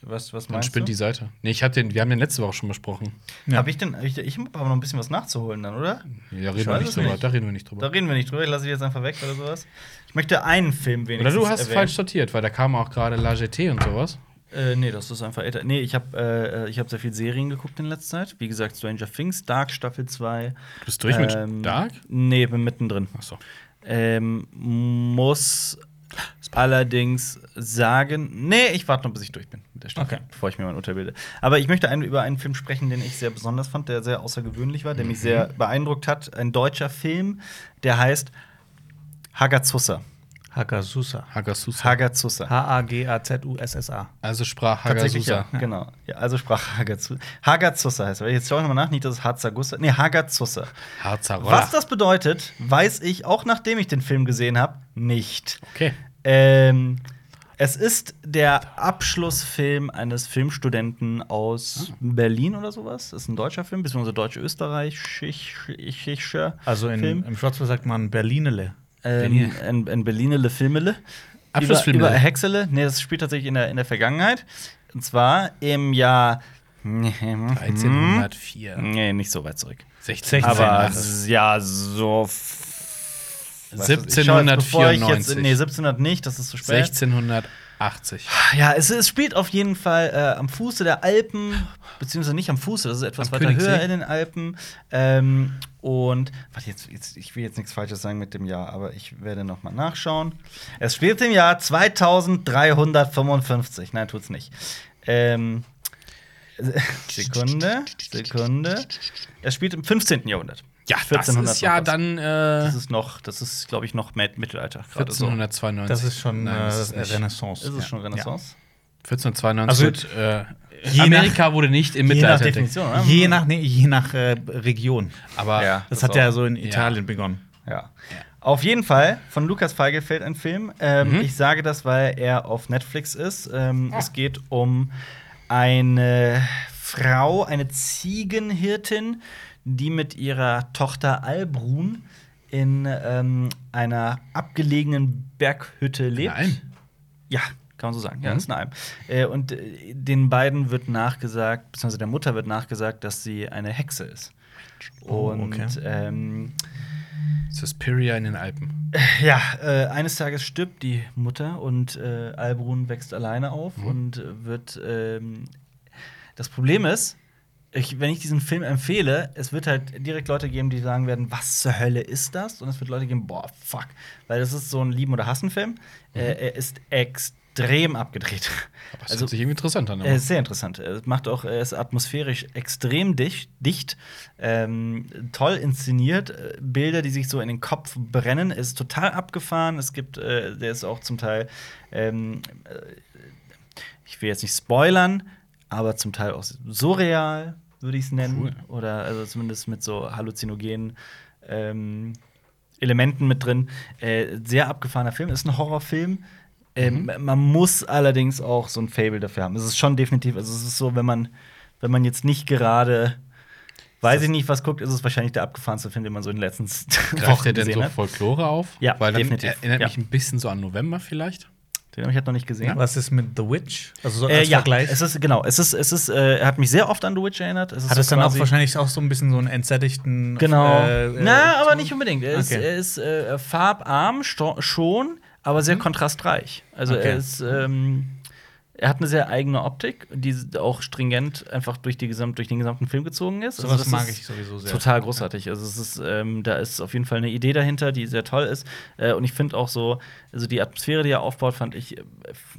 [SPEAKER 1] was, was
[SPEAKER 2] Dann
[SPEAKER 1] meinst
[SPEAKER 2] spinnt
[SPEAKER 1] du?
[SPEAKER 2] die Seite. Nee, ich hab den, wir haben den letzte Woche schon besprochen.
[SPEAKER 3] Ja.
[SPEAKER 1] Hab ich denn, ich, ich habe aber noch ein bisschen was nachzuholen dann, oder?
[SPEAKER 2] Nee, Da
[SPEAKER 1] Ich
[SPEAKER 2] reden, wir
[SPEAKER 1] weiß
[SPEAKER 2] nicht
[SPEAKER 1] es
[SPEAKER 2] drüber.
[SPEAKER 1] nicht.
[SPEAKER 2] da reden wir nicht
[SPEAKER 1] Da
[SPEAKER 2] drüber.
[SPEAKER 1] reden wir nicht drüber, ich lasse dich jetzt einfach weg oder sowas. Ich möchte einen Film
[SPEAKER 2] Oder
[SPEAKER 1] wenigstens
[SPEAKER 2] du hast
[SPEAKER 1] erwähnen.
[SPEAKER 2] falsch sortiert, weil da kam auch gerade La GT und sowas.
[SPEAKER 1] Äh, nee, das ist einfach älter. Nee, ich habe äh, ich hab sehr viel Serien geguckt in letzter Zeit. Wie gesagt, Stranger Things, Dark Staffel 2.
[SPEAKER 2] Du bist durch
[SPEAKER 1] Ähm,
[SPEAKER 2] mit Dark?
[SPEAKER 1] Nee, bin mittendrin.
[SPEAKER 2] Achso.
[SPEAKER 1] Ähm, muss allerdings sagen, nee, ich warte noch, bis ich durch bin mit der Staffel,
[SPEAKER 3] Okay.
[SPEAKER 1] bevor ich mir mein Urteil bilde. Aber ich möchte ein, über einen Film sprechen, den ich sehr besonders fand, der sehr außergewöhnlich war, der mich sehr beeindruckt hat. Ein deutscher Film, der heißt Hagazusa.
[SPEAKER 3] Hagasusa.
[SPEAKER 2] Hagasusa.
[SPEAKER 1] Hagazusa.
[SPEAKER 3] H-A-G-A-Z-U-S-S-A.
[SPEAKER 2] also sprach
[SPEAKER 1] Tatsächlich,
[SPEAKER 2] Hagasusa.
[SPEAKER 1] ja. Genau. Ja, also sprach Hagazusa. Hagazusa heißt er. Jetzt schaue ich nochmal nach, nicht, dass es Hazagusa. Nee, Hagazusa.
[SPEAKER 2] Harzer
[SPEAKER 1] Was das bedeutet, weiß ich, auch nachdem ich den Film gesehen habe, nicht.
[SPEAKER 2] Okay.
[SPEAKER 1] Ähm, es ist der Abschlussfilm eines Filmstudenten aus
[SPEAKER 3] Ah.
[SPEAKER 1] Berlin oder sowas. Ist ein deutscher Film, beziehungsweise deutsch-österreichischer
[SPEAKER 3] Also in,
[SPEAKER 1] Film.
[SPEAKER 3] im Schwarzwald sagt man Berlinele.
[SPEAKER 1] Ähm, ein, ein Berlinele Filmele.
[SPEAKER 2] Abschlussfilm.
[SPEAKER 1] Über, über Hexele. Nee, das spielt tatsächlich in der, in der Vergangenheit. Und zwar im Jahr. Hm?
[SPEAKER 2] 1304.
[SPEAKER 1] Nee, nicht so weit zurück.
[SPEAKER 2] 16,
[SPEAKER 1] Aber
[SPEAKER 2] 18.
[SPEAKER 1] ja, so. Weißt du, ich schau jetzt, bevor ich Jetzt,
[SPEAKER 2] 1794.
[SPEAKER 1] nee, 1700 nicht, das ist zu spät.
[SPEAKER 2] 1680.
[SPEAKER 1] Ja, es, es spielt auf jeden Fall äh, am Fuße der Alpen, beziehungsweise nicht am Fuße, das ist etwas
[SPEAKER 2] Am
[SPEAKER 1] weiter
[SPEAKER 2] Königssee?
[SPEAKER 1] höher in den Alpen. Ähm, und warte, jetzt, jetzt, ich will jetzt nichts Falsches sagen mit dem Jahr, aber ich werde noch mal nachschauen. Es spielt im Jahr 2355. Nein, tut's nicht. Ähm, Sekunde, Sekunde. Es spielt im 15. Jahrhundert.
[SPEAKER 2] Ja, das ist ja
[SPEAKER 1] noch was.
[SPEAKER 2] dann äh,
[SPEAKER 1] Das ist noch, das ist, glaube ich, noch Mä- Mittelalter. gerade so.
[SPEAKER 2] 1492.
[SPEAKER 3] Das ist schon
[SPEAKER 2] Nein, das
[SPEAKER 3] äh,
[SPEAKER 2] ist nicht.
[SPEAKER 1] Ist
[SPEAKER 3] Renaissance.
[SPEAKER 1] es schon Renaissance?
[SPEAKER 2] 1492.
[SPEAKER 3] Also,
[SPEAKER 2] äh,
[SPEAKER 3] je nach-
[SPEAKER 2] Amerika wurde nicht im
[SPEAKER 1] Je nach
[SPEAKER 2] Mittelalter entdeckt.
[SPEAKER 1] Definition, oder?
[SPEAKER 3] ne? Je nach, nee, je nach äh, Region.
[SPEAKER 2] Aber
[SPEAKER 1] Ja.
[SPEAKER 3] Das,
[SPEAKER 1] Das
[SPEAKER 3] hat ja
[SPEAKER 1] auch.
[SPEAKER 3] so in Italien begonnen.
[SPEAKER 1] Ja. Auf jeden Fall, von Lukas Feige fällt ein Film.
[SPEAKER 3] Mhm.
[SPEAKER 1] Ähm, Ich sage das, weil er auf Netflix ist. Ähm, Es geht um eine Frau, eine Ziegenhirtin, die mit ihrer Tochter Albrun in ähm, einer abgelegenen Berghütte lebt.
[SPEAKER 2] Nein.
[SPEAKER 1] Ja, kann man so sagen. Ja,
[SPEAKER 2] Mhm.
[SPEAKER 1] ist eine Alm. Äh, und äh, den beiden wird nachgesagt, beziehungsweise der Mutter wird nachgesagt, dass sie eine Hexe ist.
[SPEAKER 3] Oh,
[SPEAKER 1] Und
[SPEAKER 3] okay.
[SPEAKER 1] ähm,
[SPEAKER 2] Suspiria in den Alpen.
[SPEAKER 1] ja, äh, eines Tages stirbt die Mutter und äh, Albrun wächst alleine auf und äh, wird. Ähm, das Problem ist, ich, wenn ich diesen Film empfehle, es wird halt direkt Leute geben, die sagen werden, was zur Hölle ist das? Und es wird Leute geben, boah, fuck. Weil das ist so ein Lieben- oder Hassen-Film. Äh, er ist extrem abgedreht.
[SPEAKER 2] Das
[SPEAKER 1] Also
[SPEAKER 2] hört sich irgendwie interessant an. aber-
[SPEAKER 1] Äh, sehr interessant. Es macht auch, er ist atmosphärisch extrem dicht, dicht ähm, toll inszeniert. äh, Bilder, die sich so in den Kopf brennen. Es ist total abgefahren. Es gibt, äh, der ist auch zum Teil, ähm, äh, ich will jetzt nicht spoilern, aber zum Teil auch surreal, würde ich es nennen.
[SPEAKER 2] Cool.
[SPEAKER 1] Oder also zumindest mit so halluzinogenen ähm, Elementen mit drin. Äh, sehr abgefahrener Film, ist ein Horrorfilm. Ähm,
[SPEAKER 3] Mhm.
[SPEAKER 1] Man muss allerdings auch so ein Fable dafür haben. Es ist schon definitiv, also es ist so, wenn man, wenn man jetzt nicht gerade, weiß ich nicht, was guckt, ist es wahrscheinlich der abgefahrenste Film, den man so in den letzten
[SPEAKER 2] Greift
[SPEAKER 1] Wochen
[SPEAKER 2] der denn
[SPEAKER 1] gesehen
[SPEAKER 2] so
[SPEAKER 1] hat.
[SPEAKER 2] Folklore auf?
[SPEAKER 1] Ja,
[SPEAKER 2] Weil dann
[SPEAKER 1] definitiv.
[SPEAKER 2] erinnert
[SPEAKER 1] Ja.
[SPEAKER 2] mich ein bisschen so an November vielleicht.
[SPEAKER 1] Den habe ich halt noch nicht gesehen.
[SPEAKER 3] Was ist mit The Witch? Also so
[SPEAKER 1] Äh,
[SPEAKER 3] Also als
[SPEAKER 1] ja,
[SPEAKER 3] Vergleich.
[SPEAKER 1] es ist genau, es ist es ist äh, er hat mich sehr oft an The Witch erinnert. Es ist
[SPEAKER 3] hat es
[SPEAKER 1] so
[SPEAKER 3] dann auch
[SPEAKER 1] quasi-
[SPEAKER 3] wahrscheinlich auch so ein bisschen so einen entsättigten.
[SPEAKER 1] Genau.
[SPEAKER 3] äh, äh,
[SPEAKER 1] Na, aber nicht unbedingt. Er ist,
[SPEAKER 3] Okay.
[SPEAKER 1] er ist äh, farbarm sto- schon, aber sehr kontrastreich. Also
[SPEAKER 3] Okay.
[SPEAKER 1] er ist ähm, Er hat eine sehr eigene Optik, die auch stringent einfach durch, die gesamt, durch den gesamten Film gezogen ist. Also
[SPEAKER 2] Sowas
[SPEAKER 1] das
[SPEAKER 2] mag
[SPEAKER 1] ist
[SPEAKER 2] ich sowieso sehr.
[SPEAKER 1] Total großartig. Also es ist, ähm, da ist auf jeden Fall eine Idee dahinter, die sehr toll ist. Äh, und ich finde auch so, also die Atmosphäre, die er aufbaut, fand ich äh,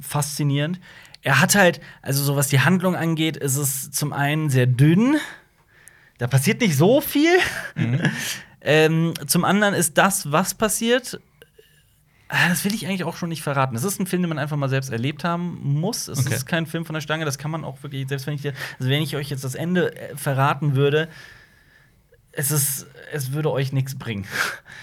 [SPEAKER 1] faszinierend. Er hat halt, also so was die Handlung angeht, ist es zum einen sehr dünn. Da passiert nicht so viel. ähm, zum anderen ist das, was passiert, Ah, Das will ich eigentlich auch schon nicht verraten. Das ist ein Film, den man einfach mal selbst erlebt haben muss. Es
[SPEAKER 3] Okay.
[SPEAKER 1] ist kein Film von der Stange, das kann man auch wirklich, selbst wenn ich, dir- also wenn ich euch jetzt das Ende äh, verraten würde, es ist, es würde euch nichts bringen.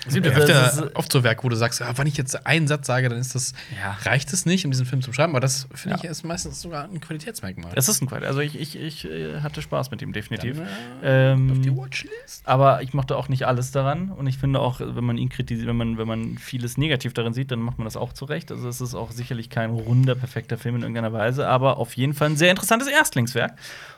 [SPEAKER 2] Es gibt ja
[SPEAKER 1] Also,
[SPEAKER 2] öfter
[SPEAKER 1] es ist-
[SPEAKER 2] oft so Werke, wo du sagst, ah, wenn ich jetzt einen Satz sage, dann ist das,
[SPEAKER 1] Ja.
[SPEAKER 2] reicht es nicht, um diesen Film zu beschreiben. Aber das finde
[SPEAKER 1] Ja.
[SPEAKER 2] ich ist meistens sogar ein Qualitätsmerkmal.
[SPEAKER 1] Es ist ein Quatsch. Also ich, ich, ich äh, hatte Spaß mit ihm definitiv.
[SPEAKER 2] Dann, äh, Auf die
[SPEAKER 1] ähm,
[SPEAKER 2] Watchlist.
[SPEAKER 1] aber ich mochte auch nicht alles daran und ich finde auch, wenn man ihn kritisiert, wenn man, wenn man vieles negativ darin sieht, dann macht man das auch zurecht. Also es ist auch sicherlich kein runder, perfekter Film in irgendeiner Weise, aber auf jeden Fall ein sehr interessantes Erstlingswerk.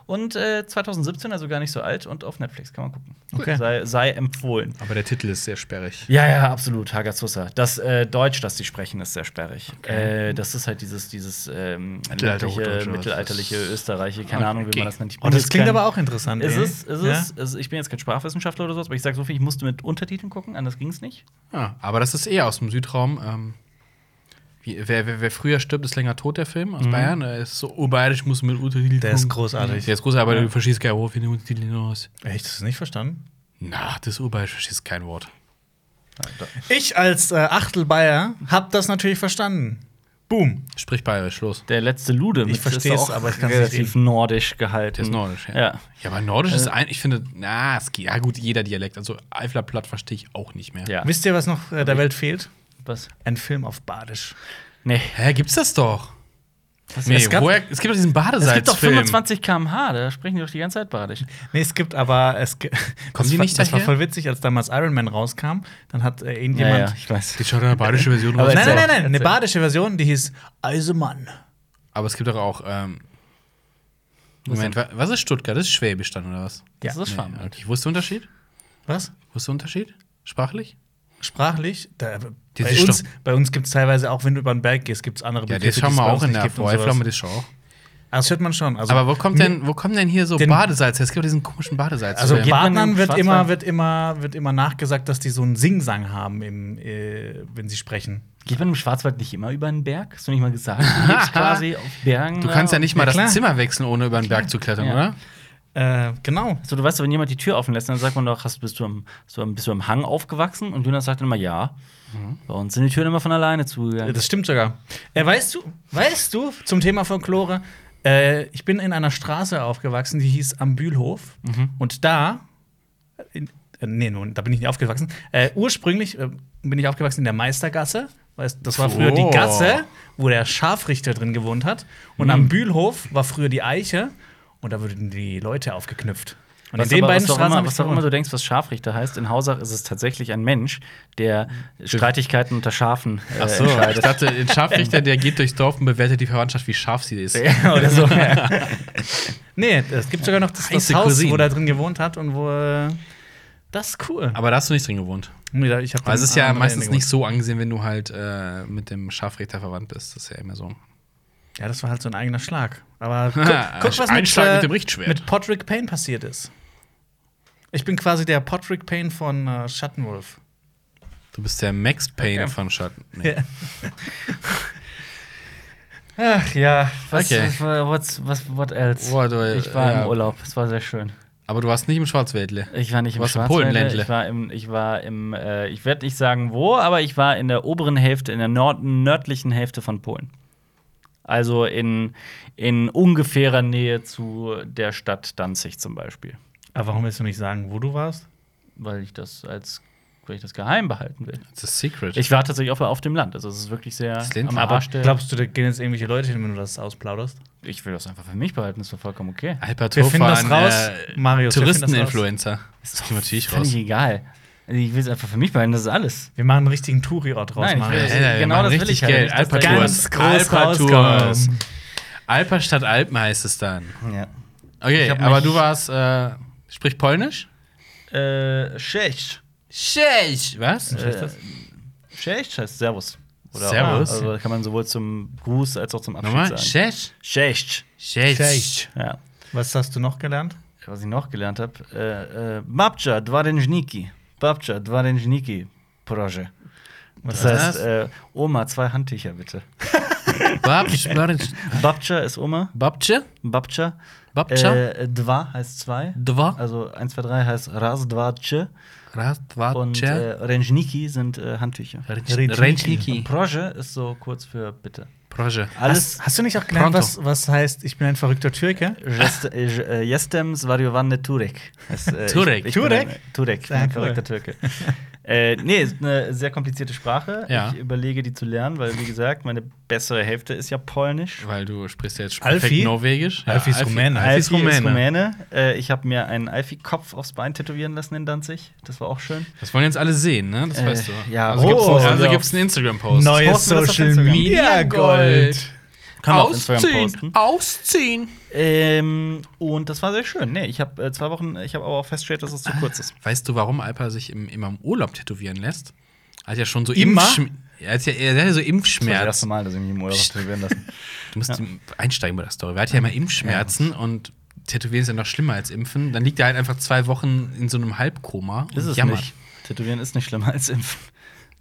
[SPEAKER 1] Und äh, 2017, also gar nicht so alt, und auf Netflix kann man gucken.
[SPEAKER 3] Okay.
[SPEAKER 1] Sei, sei empfohlen.
[SPEAKER 2] Aber der Titel ist sehr sperrig.
[SPEAKER 1] Ja, ja, absolut, Hagazusa. Das äh, Deutsch, das sie sprechen, ist sehr sperrig.
[SPEAKER 2] Okay.
[SPEAKER 1] Äh, das ist halt dieses, dieses ähm,
[SPEAKER 2] Mittelalter-
[SPEAKER 1] ländliche,
[SPEAKER 2] Hochdeutsch, oder?
[SPEAKER 1] mittelalterliche
[SPEAKER 2] Das ist-
[SPEAKER 1] Österreichische, keine Ahnung, wie
[SPEAKER 2] Okay.
[SPEAKER 1] man das nennt. Ich bin
[SPEAKER 3] Und Oh, das
[SPEAKER 1] jetzt
[SPEAKER 3] klingt
[SPEAKER 1] kein-
[SPEAKER 3] aber auch interessant.
[SPEAKER 1] es
[SPEAKER 3] ey.
[SPEAKER 1] ist, es
[SPEAKER 3] Ja?
[SPEAKER 1] ist, es, ich bin jetzt kein Sprachwissenschaftler oder so, aber ich sag so viel, ich musste mit Untertiteln gucken, anders ging's nicht.
[SPEAKER 2] Ja, aber das ist eher aus dem Südraum. Ähm, wie, wer, wer, wer früher stirbt, ist länger tot, der Film
[SPEAKER 1] Mhm.
[SPEAKER 2] aus Bayern. Er ist so oberirdisch, muss mit Untertiteln.
[SPEAKER 3] Der ist
[SPEAKER 2] gucken.
[SPEAKER 3] großartig.
[SPEAKER 2] Der ist großartig, aber
[SPEAKER 1] Ja.
[SPEAKER 2] du verstehst kein Wort, wenn du Untertitel hinaus.
[SPEAKER 3] Echt, das ist nicht verstanden?
[SPEAKER 2] Na, das Oberirisch verstehst kein Wort.
[SPEAKER 3] Ich als äh, Achtelbayer hab das natürlich verstanden. Boom.
[SPEAKER 2] Sprich Bayerisch, los.
[SPEAKER 1] Der letzte Lude mit- ist
[SPEAKER 3] versteh's,
[SPEAKER 1] auch
[SPEAKER 3] aber ich kann's nicht
[SPEAKER 1] relativ nordisch gehalten.
[SPEAKER 2] Der ist nordisch, ja.
[SPEAKER 1] Hm. Ja,
[SPEAKER 2] Ja, aber nordisch ist ein, ich finde, na, es geht, ja gut, jeder Dialekt. Also Eifler Platt verstehe ich auch nicht mehr.
[SPEAKER 1] ja.
[SPEAKER 3] Wisst ihr, was noch äh, der Welt fehlt?
[SPEAKER 1] Was?
[SPEAKER 3] Ein Film auf Badisch.
[SPEAKER 1] Nee.
[SPEAKER 2] Hä, gibt's das doch? Nee,
[SPEAKER 3] es
[SPEAKER 2] es,
[SPEAKER 3] gab-
[SPEAKER 2] woher, es gibt doch diesen
[SPEAKER 1] Es gibt doch
[SPEAKER 2] Badesalzfilm.
[SPEAKER 1] 25 km/h, da sprechen die doch die ganze Zeit badisch.
[SPEAKER 3] Nee, es gibt aber. Es gi- das
[SPEAKER 2] die
[SPEAKER 3] war,
[SPEAKER 2] nicht
[SPEAKER 3] Das war
[SPEAKER 2] daher?
[SPEAKER 3] voll witzig, als damals Iron Man rauskam. Dann hat äh, irgendjemand.
[SPEAKER 1] ich weiß.
[SPEAKER 2] Die schaut eine badische Version
[SPEAKER 1] Aber
[SPEAKER 2] raus.
[SPEAKER 3] Nein, nein, nein,
[SPEAKER 1] Erzähl.
[SPEAKER 3] nein. Eine
[SPEAKER 1] Erzähl.
[SPEAKER 3] badische Version, die hieß Eisemann.
[SPEAKER 2] Aber es gibt doch auch. Ähm, Moment, wa- was ist Stuttgart? Das ist Schwäbisch dann oder was?
[SPEAKER 1] Das ist Schwamm.
[SPEAKER 2] Okay. Wo ist der Unterschied?
[SPEAKER 3] Was?
[SPEAKER 2] Wo ist der Unterschied? Sprachlich?
[SPEAKER 3] Sprachlich? Da,
[SPEAKER 2] Das
[SPEAKER 3] bei,
[SPEAKER 2] ist
[SPEAKER 3] uns,
[SPEAKER 2] doch-
[SPEAKER 3] bei uns gibt es teilweise, auch wenn du über den Berg gehst, gibt es andere
[SPEAKER 2] Ja, das
[SPEAKER 3] die
[SPEAKER 2] schauen
[SPEAKER 3] es
[SPEAKER 2] wir
[SPEAKER 3] bei
[SPEAKER 2] auch
[SPEAKER 3] uns
[SPEAKER 2] in
[SPEAKER 3] nicht
[SPEAKER 2] der
[SPEAKER 3] gibt und sowas.
[SPEAKER 2] Eifler, das schon auch.
[SPEAKER 3] Das hört man schon. Also,
[SPEAKER 2] Aber wo kommt denn, wo kommt denn hier so
[SPEAKER 3] Den-
[SPEAKER 2] Badesalz her? Es gibt doch diesen komischen Badesalz.
[SPEAKER 3] Also
[SPEAKER 1] Geht man in
[SPEAKER 3] Partnern
[SPEAKER 1] den
[SPEAKER 3] wird
[SPEAKER 1] Schwarzwald?
[SPEAKER 3] immer, wird, immer, wird immer nachgesagt, dass die so einen Singsang haben, im, äh, wenn sie sprechen.
[SPEAKER 1] Geht man im Schwarzwald nicht immer über einen Berg? Hast du nicht mal gesagt? Du lebst quasi auf Bergen.
[SPEAKER 2] du kannst ja nicht mal
[SPEAKER 3] Ja, klar.
[SPEAKER 2] das Zimmer wechseln, ohne über den Berg zu klettern,
[SPEAKER 1] Ja.
[SPEAKER 2] oder?
[SPEAKER 3] Äh, genau.
[SPEAKER 1] So, du weißt, wenn jemand die Tür offen lässt, dann sagt man doch, hast, bist, du am, so am- bist du am Hang aufgewachsen? Und Jonas sagt dann immer ja. Bei uns sind die Türen immer von alleine zugegangen.
[SPEAKER 3] Das stimmt sogar. Äh, weißt du, weißt du, zum Thema Folklore, äh, ich bin in einer Straße aufgewachsen, die hieß Am Bühlhof.
[SPEAKER 1] Mhm.
[SPEAKER 3] Und da, in, äh, nee, nun, da bin ich nicht aufgewachsen. Äh, ursprünglich äh, bin ich aufgewachsen in der Meistergasse. Weißt, das war früher die
[SPEAKER 2] Oh.
[SPEAKER 3] Gasse, wo der Scharfrichter drin gewohnt hat. Und
[SPEAKER 1] Mhm.
[SPEAKER 3] am Bühlhof war früher die Eiche. Und da wurden die Leute aufgeknüpft. Und
[SPEAKER 1] Was
[SPEAKER 3] in den
[SPEAKER 1] aber-
[SPEAKER 3] beiden
[SPEAKER 1] was auch
[SPEAKER 3] Straßen
[SPEAKER 1] immer,
[SPEAKER 3] habe ich
[SPEAKER 1] was auch immer du
[SPEAKER 3] gewohnt.
[SPEAKER 1] denkst, was Scharfrichter heißt, in Hausach ist es tatsächlich ein Mensch, der Streitigkeiten unter Schafen äh,
[SPEAKER 2] Ach so, ich dachte, ein Scharfrichter, der geht durchs Dorf und bewertet die Verwandtschaft, wie scharf sie ist.
[SPEAKER 1] oder so.
[SPEAKER 3] Nee, es gibt sogar noch das, das
[SPEAKER 2] Heiße
[SPEAKER 3] Haus,
[SPEAKER 2] Cousine.
[SPEAKER 3] wo der drin gewohnt hat und wo. Äh, das ist cool.
[SPEAKER 2] Aber da hast du nicht drin gewohnt.
[SPEAKER 3] Nee, da- Ich hab
[SPEAKER 2] Weil es
[SPEAKER 3] dann
[SPEAKER 2] ist ja
[SPEAKER 3] andere
[SPEAKER 2] meistens
[SPEAKER 3] Ende
[SPEAKER 2] nicht so angesehen, wenn du halt äh, mit dem Scharfrichter verwandt bist. Das ist ja immer so.
[SPEAKER 3] gemacht. Ja, das war halt so ein eigener Schlag. Aber guck,
[SPEAKER 2] Ah,
[SPEAKER 3] guck was
[SPEAKER 2] ein
[SPEAKER 3] mit,
[SPEAKER 2] Schlag
[SPEAKER 3] äh,
[SPEAKER 2] mit dem Richtschwert.
[SPEAKER 3] mit Podrick Payne passiert ist. Ich bin quasi der Podrick Payne von äh, Schattenwolf.
[SPEAKER 2] Du bist der Max Payne
[SPEAKER 3] Okay.
[SPEAKER 2] von Schatten. Nee.
[SPEAKER 3] Ja. Ach ja.
[SPEAKER 1] Was,
[SPEAKER 2] Okay.
[SPEAKER 1] was, was, what else?
[SPEAKER 2] What, äh,
[SPEAKER 1] ich war
[SPEAKER 2] ja.
[SPEAKER 1] im Urlaub, es war sehr schön.
[SPEAKER 2] Aber du warst nicht im Schwarzwäldle.
[SPEAKER 1] Ich war nicht
[SPEAKER 2] Du
[SPEAKER 1] im
[SPEAKER 2] warst im
[SPEAKER 1] Schwarzwald,
[SPEAKER 2] Polenländle.
[SPEAKER 1] Ich war im, ich war im, äh, ich werde nicht sagen wo, aber ich war in der oberen Hälfte, in der nord nördlichen Hälfte von Polen. Also in, in ungefährer Nähe zu der Stadt Danzig zum Beispiel.
[SPEAKER 3] Aber warum willst du nicht sagen, wo du warst?
[SPEAKER 1] Weil ich das als weil ich das geheim behalten will.
[SPEAKER 2] Das ist Secret.
[SPEAKER 1] Ich war tatsächlich auf, auf dem Land. Also es ist wirklich sehr
[SPEAKER 2] Das Lind-
[SPEAKER 1] am
[SPEAKER 2] aber
[SPEAKER 1] Arsch der-
[SPEAKER 3] Glaubst du, da gehen jetzt irgendwelche Leute hin, wenn du das ausplauderst?
[SPEAKER 1] Ich will das einfach für mich behalten, ist doch vollkommen okay.
[SPEAKER 2] Albert
[SPEAKER 3] wir
[SPEAKER 2] Hof
[SPEAKER 3] finden
[SPEAKER 2] war
[SPEAKER 3] das
[SPEAKER 2] ein
[SPEAKER 3] raus,
[SPEAKER 2] äh,
[SPEAKER 3] Marius, wir finden das
[SPEAKER 2] Touristeninfluencer. Das geht natürlich
[SPEAKER 1] Völlig
[SPEAKER 2] raus.
[SPEAKER 1] egal. Also ich will es einfach für mich behalten, das ist alles.
[SPEAKER 3] Wir machen einen richtigen Touri-Ort raus,
[SPEAKER 1] Nein, ich
[SPEAKER 3] Marius.
[SPEAKER 1] will-
[SPEAKER 2] Alter, wir
[SPEAKER 1] genau
[SPEAKER 2] machen
[SPEAKER 1] das will
[SPEAKER 2] richtig
[SPEAKER 1] ich halt
[SPEAKER 2] Geld.
[SPEAKER 1] nicht, dass da
[SPEAKER 3] ganz groß
[SPEAKER 2] Alpertours.
[SPEAKER 3] rauskommen.
[SPEAKER 2] Alper statt Alpen heißt es dann.
[SPEAKER 1] Ja.
[SPEAKER 2] Okay,
[SPEAKER 1] Ich hab
[SPEAKER 2] aber
[SPEAKER 1] mich-
[SPEAKER 2] du warst, äh, sprich Polnisch?
[SPEAKER 1] Äh, Tschech.
[SPEAKER 2] Tschech. Was?
[SPEAKER 3] Äh,
[SPEAKER 1] Tschech heißt Servus. Oder
[SPEAKER 2] Servus.
[SPEAKER 1] Auch, also kann man sowohl zum Gruß als auch zum Abschied
[SPEAKER 2] Nochmal?
[SPEAKER 1] sagen.
[SPEAKER 2] Shesh?
[SPEAKER 1] Schächt.
[SPEAKER 2] Shesh.
[SPEAKER 1] Ja.
[SPEAKER 3] Was hast du noch gelernt?
[SPEAKER 1] Was ich noch gelernt habe, äh, äh, Babcia Dwarenjniki. Babcia Dwarenjniki Proje. Das
[SPEAKER 2] Was ist
[SPEAKER 1] heißt, äh, Oma, zwei Handtücher bitte.
[SPEAKER 2] Babce?
[SPEAKER 1] Babcia ist Oma, Babcia.
[SPEAKER 2] Babce?
[SPEAKER 1] Äh, dva heißt zwei.
[SPEAKER 2] Dwa?
[SPEAKER 1] Also 1, 2, 3 heißt Raz, Dva, Tje.
[SPEAKER 2] Raz,
[SPEAKER 1] Und
[SPEAKER 2] dwa,
[SPEAKER 1] äh, Renjniki sind äh, Handtücher.
[SPEAKER 2] Renschniki.
[SPEAKER 1] Proje ist so kurz für bitte.
[SPEAKER 2] Proje.
[SPEAKER 1] Alles
[SPEAKER 3] hast, hast du nicht auch gelernt,
[SPEAKER 2] Pronto.
[SPEAKER 3] was, was heißt, ich bin ein verrückter Türke?
[SPEAKER 1] Geste- äh, J- äh, Jestem Svarjovanne Turek. Heißt, äh, ich-
[SPEAKER 2] Turek.
[SPEAKER 1] ich bin
[SPEAKER 3] Turek?
[SPEAKER 1] ein- Turek, ich bin
[SPEAKER 3] Ah,
[SPEAKER 1] ein
[SPEAKER 3] cool.
[SPEAKER 1] verrückter Türke. äh, nee, ist eine sehr komplizierte Sprache.
[SPEAKER 2] Ja.
[SPEAKER 1] Ich überlege, die zu lernen, weil, wie gesagt, meine bessere Hälfte ist ja polnisch.
[SPEAKER 2] Weil du sprichst ja jetzt
[SPEAKER 3] Alfie?
[SPEAKER 2] perfekt Norwegisch. Ja,
[SPEAKER 3] Alfie ist Rumäne.
[SPEAKER 2] Alfie ist Rumäne.
[SPEAKER 1] Rumäne. Äh, ich habe mir einen Alfie-Kopf aufs Bein tätowieren lassen in Danzig. Das war auch schön.
[SPEAKER 2] Das wollen jetzt alle sehen, ne? Das
[SPEAKER 1] Äh,
[SPEAKER 2] weißt du.
[SPEAKER 1] ja,
[SPEAKER 2] also gibt's,
[SPEAKER 3] oh.
[SPEAKER 2] also gibt's einen Instagram-Post.
[SPEAKER 1] Posten wir das auf Instagram? Kann man auf Instagram posten.
[SPEAKER 2] Ausziehen. Ausziehen.
[SPEAKER 1] Ähm, und das war sehr schön. Nee, ich habe äh, zwei Wochen, ich habe aber auch festgestellt, dass es
[SPEAKER 2] Ah,
[SPEAKER 1] zu kurz ist.
[SPEAKER 2] Weißt du, warum Alper sich im, immer im Urlaub tätowieren lässt? Er hat ja schon so
[SPEAKER 3] Immer?
[SPEAKER 2] Impfschmerz. Er hat ja, er hat ja
[SPEAKER 1] Das war
[SPEAKER 2] so
[SPEAKER 1] das
[SPEAKER 2] Impfschmerz.
[SPEAKER 1] erste Mal, dass ich mich im Urlaub hab tätowieren lassen.
[SPEAKER 2] Du musst ihm einsteigen bei der Story. Er hat ja immer Impfschmerzen und Tätowieren ist ja noch schlimmer als Impfen. Dann liegt er halt einfach zwei Wochen in so einem Halbkoma.
[SPEAKER 1] Ist
[SPEAKER 2] und
[SPEAKER 1] es
[SPEAKER 2] jammert.
[SPEAKER 1] nicht. Tätowieren ist nicht schlimmer als impfen.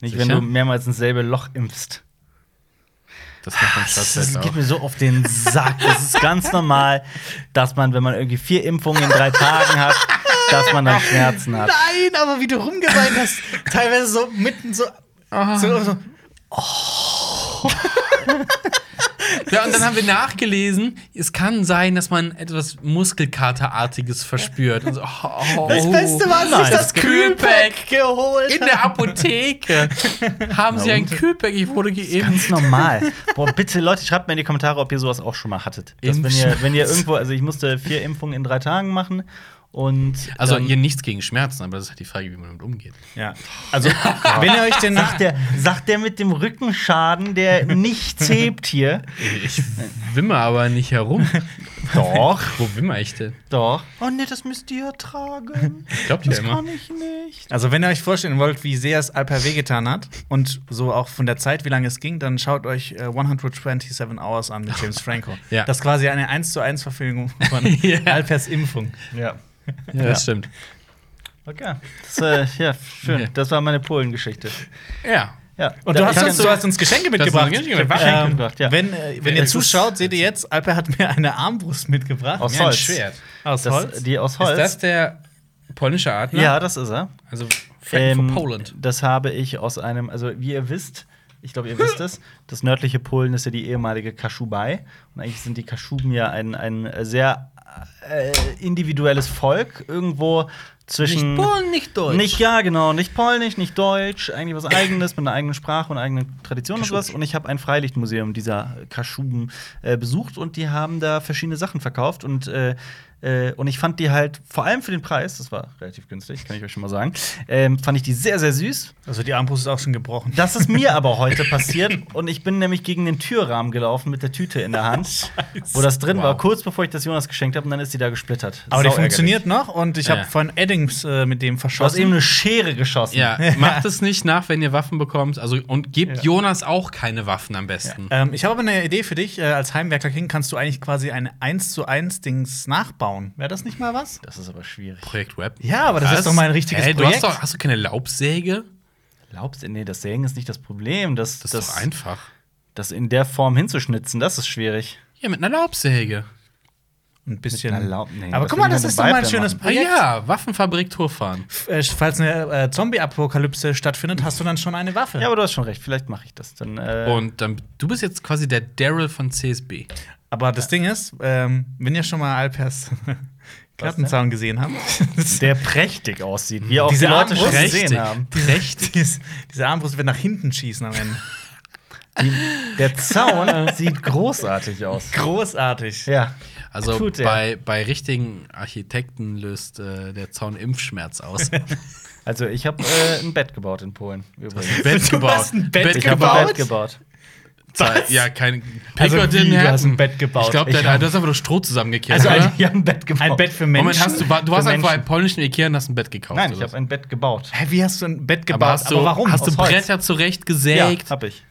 [SPEAKER 1] Nicht,
[SPEAKER 2] Sicher?
[SPEAKER 1] wenn du mehrmals ins selbe Loch impfst.
[SPEAKER 2] Das macht man
[SPEAKER 1] Ah, Das,
[SPEAKER 2] Schatz
[SPEAKER 1] geht mir so auf den Sack. Das ist ganz normal, dass man, wenn man irgendwie vier Impfungen in drei Tagen hat, dass man dann Schmerzen hat.
[SPEAKER 3] Nein, aber wie du rumgeweint hast, teilweise so mitten so.
[SPEAKER 1] Ah.
[SPEAKER 3] so, so.
[SPEAKER 2] Ja, und dann haben wir nachgelesen, es kann sein, dass man etwas Muskelkaterartiges verspürt. Und so, oh, oh,
[SPEAKER 3] Das Beste war, als
[SPEAKER 1] nein,
[SPEAKER 3] ich
[SPEAKER 1] das
[SPEAKER 3] das Kühlpack geholt
[SPEAKER 2] in der Apotheke haben sie ein Kühlpack, ich wurde
[SPEAKER 1] Ganz
[SPEAKER 2] geimpft.
[SPEAKER 1] normal. Boah, bitte Leute, schreibt mir in die Kommentare, ob ihr sowas auch schon mal hattet. Dass, wenn, ihr, wenn ihr irgendwo, also ich musste vier Impfungen in drei Tagen machen und ähm,
[SPEAKER 2] Also
[SPEAKER 1] dann-
[SPEAKER 2] ihr nichts gegen Schmerzen, aber das ist halt die Frage, wie man damit umgeht.
[SPEAKER 3] Ja. Also, wenn ihr euch den nach
[SPEAKER 1] sagt der, sagt der mit dem Rückenschaden, der nichts hebt hier.
[SPEAKER 2] Ich wimmer aber nicht herum.
[SPEAKER 1] Doch.
[SPEAKER 2] Wo wimmer ich denn?
[SPEAKER 1] Doch. Oh ne, das müsst ihr tragen.
[SPEAKER 2] Ich glaub dir
[SPEAKER 1] das
[SPEAKER 2] immer.
[SPEAKER 1] kann ich nicht.
[SPEAKER 3] Also, wenn ihr euch vorstellen wollt, wie sehr es Alper wehgetan hat und so auch von der Zeit, wie lange es ging, dann schaut euch äh, 127 Hours an mit James Franco.
[SPEAKER 2] Ja.
[SPEAKER 3] Das ist quasi eine 1 zu 1 Verfilmung von
[SPEAKER 2] Ja.
[SPEAKER 3] Alpers Impfung.
[SPEAKER 1] Ja.
[SPEAKER 2] Ja, das stimmt.
[SPEAKER 1] Okay. Das, äh, ja, schön.
[SPEAKER 2] Okay.
[SPEAKER 1] Das war meine Polen-Geschichte.
[SPEAKER 2] Ja.
[SPEAKER 1] Ja.
[SPEAKER 3] Und du hast,
[SPEAKER 1] ich
[SPEAKER 3] uns, du hast uns Geschenke mitgebracht.
[SPEAKER 2] Geschenke mitgebracht.
[SPEAKER 3] Ähm,
[SPEAKER 1] Geschenke mitgebracht, ja. also
[SPEAKER 3] Wenn, äh, wenn
[SPEAKER 2] Ja,
[SPEAKER 3] ihr
[SPEAKER 2] das
[SPEAKER 3] zuschaut,
[SPEAKER 2] ist-
[SPEAKER 3] seht ihr jetzt, Alper hat mir eine Armbrust mitgebracht.
[SPEAKER 1] Aus
[SPEAKER 2] Mir ein
[SPEAKER 1] Holz.
[SPEAKER 2] Schwert.
[SPEAKER 3] Aus
[SPEAKER 1] das, die aus Holz.
[SPEAKER 2] Ist das der polnische Adler?
[SPEAKER 1] ja, das ist er.
[SPEAKER 2] Also Frank
[SPEAKER 1] Ähm,
[SPEAKER 2] for Poland.
[SPEAKER 1] Das habe ich aus einem, also wie ihr wisst, ich glaube, ihr wisst es, das nördliche Polen ist ja die ehemalige Kaschubei. Und eigentlich sind die Kaschuben ja ein, ein sehr äh, individuelles Volk, irgendwo zwischen.
[SPEAKER 2] nicht
[SPEAKER 1] Nicht, ja, genau. Nicht polnisch, nicht deutsch, eigentlich was eigenes mit einer eigenen Sprache und eigenen Tradition und sowas. Und ich habe ein Freilichtmuseum dieser Kaschuben äh, besucht und die haben da verschiedene Sachen verkauft und äh, äh, und ich fand die halt, vor allem für den Preis, das war relativ günstig, kann ich euch schon mal sagen, ähm, fand ich die sehr, sehr süß.
[SPEAKER 3] Also die Armbrust ist auch schon gebrochen.
[SPEAKER 1] Das ist mir aber heute passiert und ich bin nämlich gegen den Türrahmen gelaufen mit der Tüte in der Hand, wo das drin
[SPEAKER 2] Wow.
[SPEAKER 1] war, kurz bevor ich das Jonas geschenkt habe und dann ist die da gesplittert.
[SPEAKER 3] Aber die
[SPEAKER 1] Sauärgerlich.
[SPEAKER 3] funktioniert noch und ich habe
[SPEAKER 2] Ja.
[SPEAKER 3] von Eddings äh, mit dem
[SPEAKER 1] Du hast eben
[SPEAKER 3] verschossen.
[SPEAKER 1] eine Schere geschossen.
[SPEAKER 2] Ja, macht es nicht nach, wenn ihr Waffen bekommt. Also und gebt Jonas auch keine Waffen am besten.
[SPEAKER 3] Ähm, ich habe aber eine Idee für dich. Äh, als Heimwerker King kannst du eigentlich quasi ein 1 zu 1 Dings nachbauen. Wäre das nicht mal was?
[SPEAKER 1] Das ist aber schwierig.
[SPEAKER 2] Projekt Web.
[SPEAKER 3] Ja, aber das ist doch mal ein richtiges
[SPEAKER 2] Hey, du hast,
[SPEAKER 3] Projekt.
[SPEAKER 2] doch, hast du keine Laubsäge?
[SPEAKER 1] Laubsäge, nee, das Sägen ist nicht das Problem. Das, das,
[SPEAKER 2] Das, ist doch einfach.
[SPEAKER 1] das in der Form hinzuschnitzen, das ist schwierig.
[SPEAKER 2] Ja, mit einer Laubsäge.
[SPEAKER 3] Ein bisschen.
[SPEAKER 1] Mit einer Laub- nee,
[SPEAKER 3] aber
[SPEAKER 1] was
[SPEAKER 3] guck mal,
[SPEAKER 1] will ich
[SPEAKER 3] das
[SPEAKER 1] mit
[SPEAKER 3] ist doch
[SPEAKER 1] einem
[SPEAKER 3] mal ein
[SPEAKER 1] Vibe
[SPEAKER 3] schönes
[SPEAKER 1] denn
[SPEAKER 2] Ah
[SPEAKER 3] Projekt.
[SPEAKER 2] ja, Waffenfabrik Tourfahren.
[SPEAKER 3] Äh, falls eine äh, Zombie-Apokalypse stattfindet, hast du dann schon eine Waffe.
[SPEAKER 1] Ja, aber du hast schon recht, vielleicht mache ich das. Dann, äh,
[SPEAKER 2] Und dann, du bist jetzt quasi der Daryl von CSB.
[SPEAKER 3] Aber das Ding ist, ähm, wenn ihr schon mal Alpers Gartenzaun gesehen habt,
[SPEAKER 1] der prächtig aussieht, wie auch
[SPEAKER 3] Diese
[SPEAKER 1] die Leute schon
[SPEAKER 3] Armbrust-
[SPEAKER 1] gesehen haben.
[SPEAKER 2] Recht.
[SPEAKER 3] diese, diese Armbrust wird nach hinten schießen am Ende.
[SPEAKER 1] Der Zaun sieht großartig aus.
[SPEAKER 3] Großartig.
[SPEAKER 1] Ja.
[SPEAKER 2] Also
[SPEAKER 1] Tut er.
[SPEAKER 2] bei, bei richtigen Architekten löst äh, der Zaun Impfschmerz aus.
[SPEAKER 1] Also, ich habe äh, ein Bett gebaut in Polen. Übrigens.
[SPEAKER 2] Bett
[SPEAKER 3] Du hast ein Bett
[SPEAKER 1] Ich habe ein Bett gebaut.
[SPEAKER 2] Zeit. Ja, kein
[SPEAKER 3] Also
[SPEAKER 2] Pickert
[SPEAKER 3] wie,
[SPEAKER 2] in
[SPEAKER 3] du
[SPEAKER 2] Herzen.
[SPEAKER 3] hast ein Bett gebaut?
[SPEAKER 2] Ich glaube,
[SPEAKER 1] Ich hab-
[SPEAKER 2] du hast einfach nur Stroh zusammengekehrt.
[SPEAKER 3] Also,
[SPEAKER 2] oder?
[SPEAKER 3] ein-
[SPEAKER 1] Ich habe ein Bett gebaut.
[SPEAKER 3] Ein Bett für Menschen.
[SPEAKER 2] Moment, hast du, wa- du hast
[SPEAKER 1] Für
[SPEAKER 2] einfach
[SPEAKER 1] Menschen.
[SPEAKER 2] einen polnischen Ikea und hast ein Bett gekauft.
[SPEAKER 1] Nein, ich
[SPEAKER 2] oder
[SPEAKER 1] habe ein Bett gebaut.
[SPEAKER 3] Hä, wie hast du ein Bett gebaut?
[SPEAKER 2] aber, hast du,
[SPEAKER 3] warum?
[SPEAKER 2] Hast du
[SPEAKER 1] Aus Holz.
[SPEAKER 2] Bretter zurechtgesägt?
[SPEAKER 1] habe ich.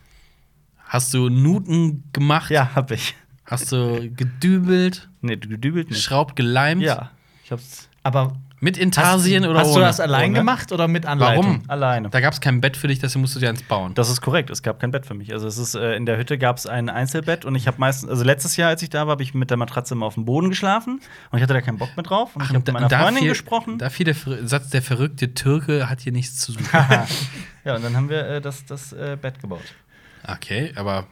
[SPEAKER 2] Hast du Nuten gemacht?
[SPEAKER 1] Ja, hab ich.
[SPEAKER 2] Hast du gedübelt,
[SPEAKER 1] Nee, du gedübelt nicht.
[SPEAKER 2] geschraubt, geleimt?
[SPEAKER 1] Ja, ich hab's
[SPEAKER 3] Aber
[SPEAKER 2] Mit Intarsien oder
[SPEAKER 3] hast
[SPEAKER 2] ohne?
[SPEAKER 3] du das allein
[SPEAKER 1] Ohne.
[SPEAKER 3] gemacht oder mit Anleitung?
[SPEAKER 2] Warum?
[SPEAKER 1] alleine.
[SPEAKER 2] Da gab es kein Bett für dich, deswegen musst du dir eins bauen.
[SPEAKER 1] Das ist korrekt. Es gab kein Bett für mich. Also es ist äh, in der Hütte gab es ein Einzelbett und ich habe meistens, also letztes Jahr, als ich da war, habe ich mit der Matratze immer auf dem Boden geschlafen und ich hatte da keinen Bock mehr drauf und ich habe mit
[SPEAKER 2] da-
[SPEAKER 1] meiner Freundin
[SPEAKER 2] fiel-
[SPEAKER 1] gesprochen.
[SPEAKER 2] Da fiel der Ver- Satz, der verrückte Türke hat hier nichts zu suchen.
[SPEAKER 1] ja, und dann haben wir äh, das, das äh, Bett gebaut.
[SPEAKER 2] okay, aber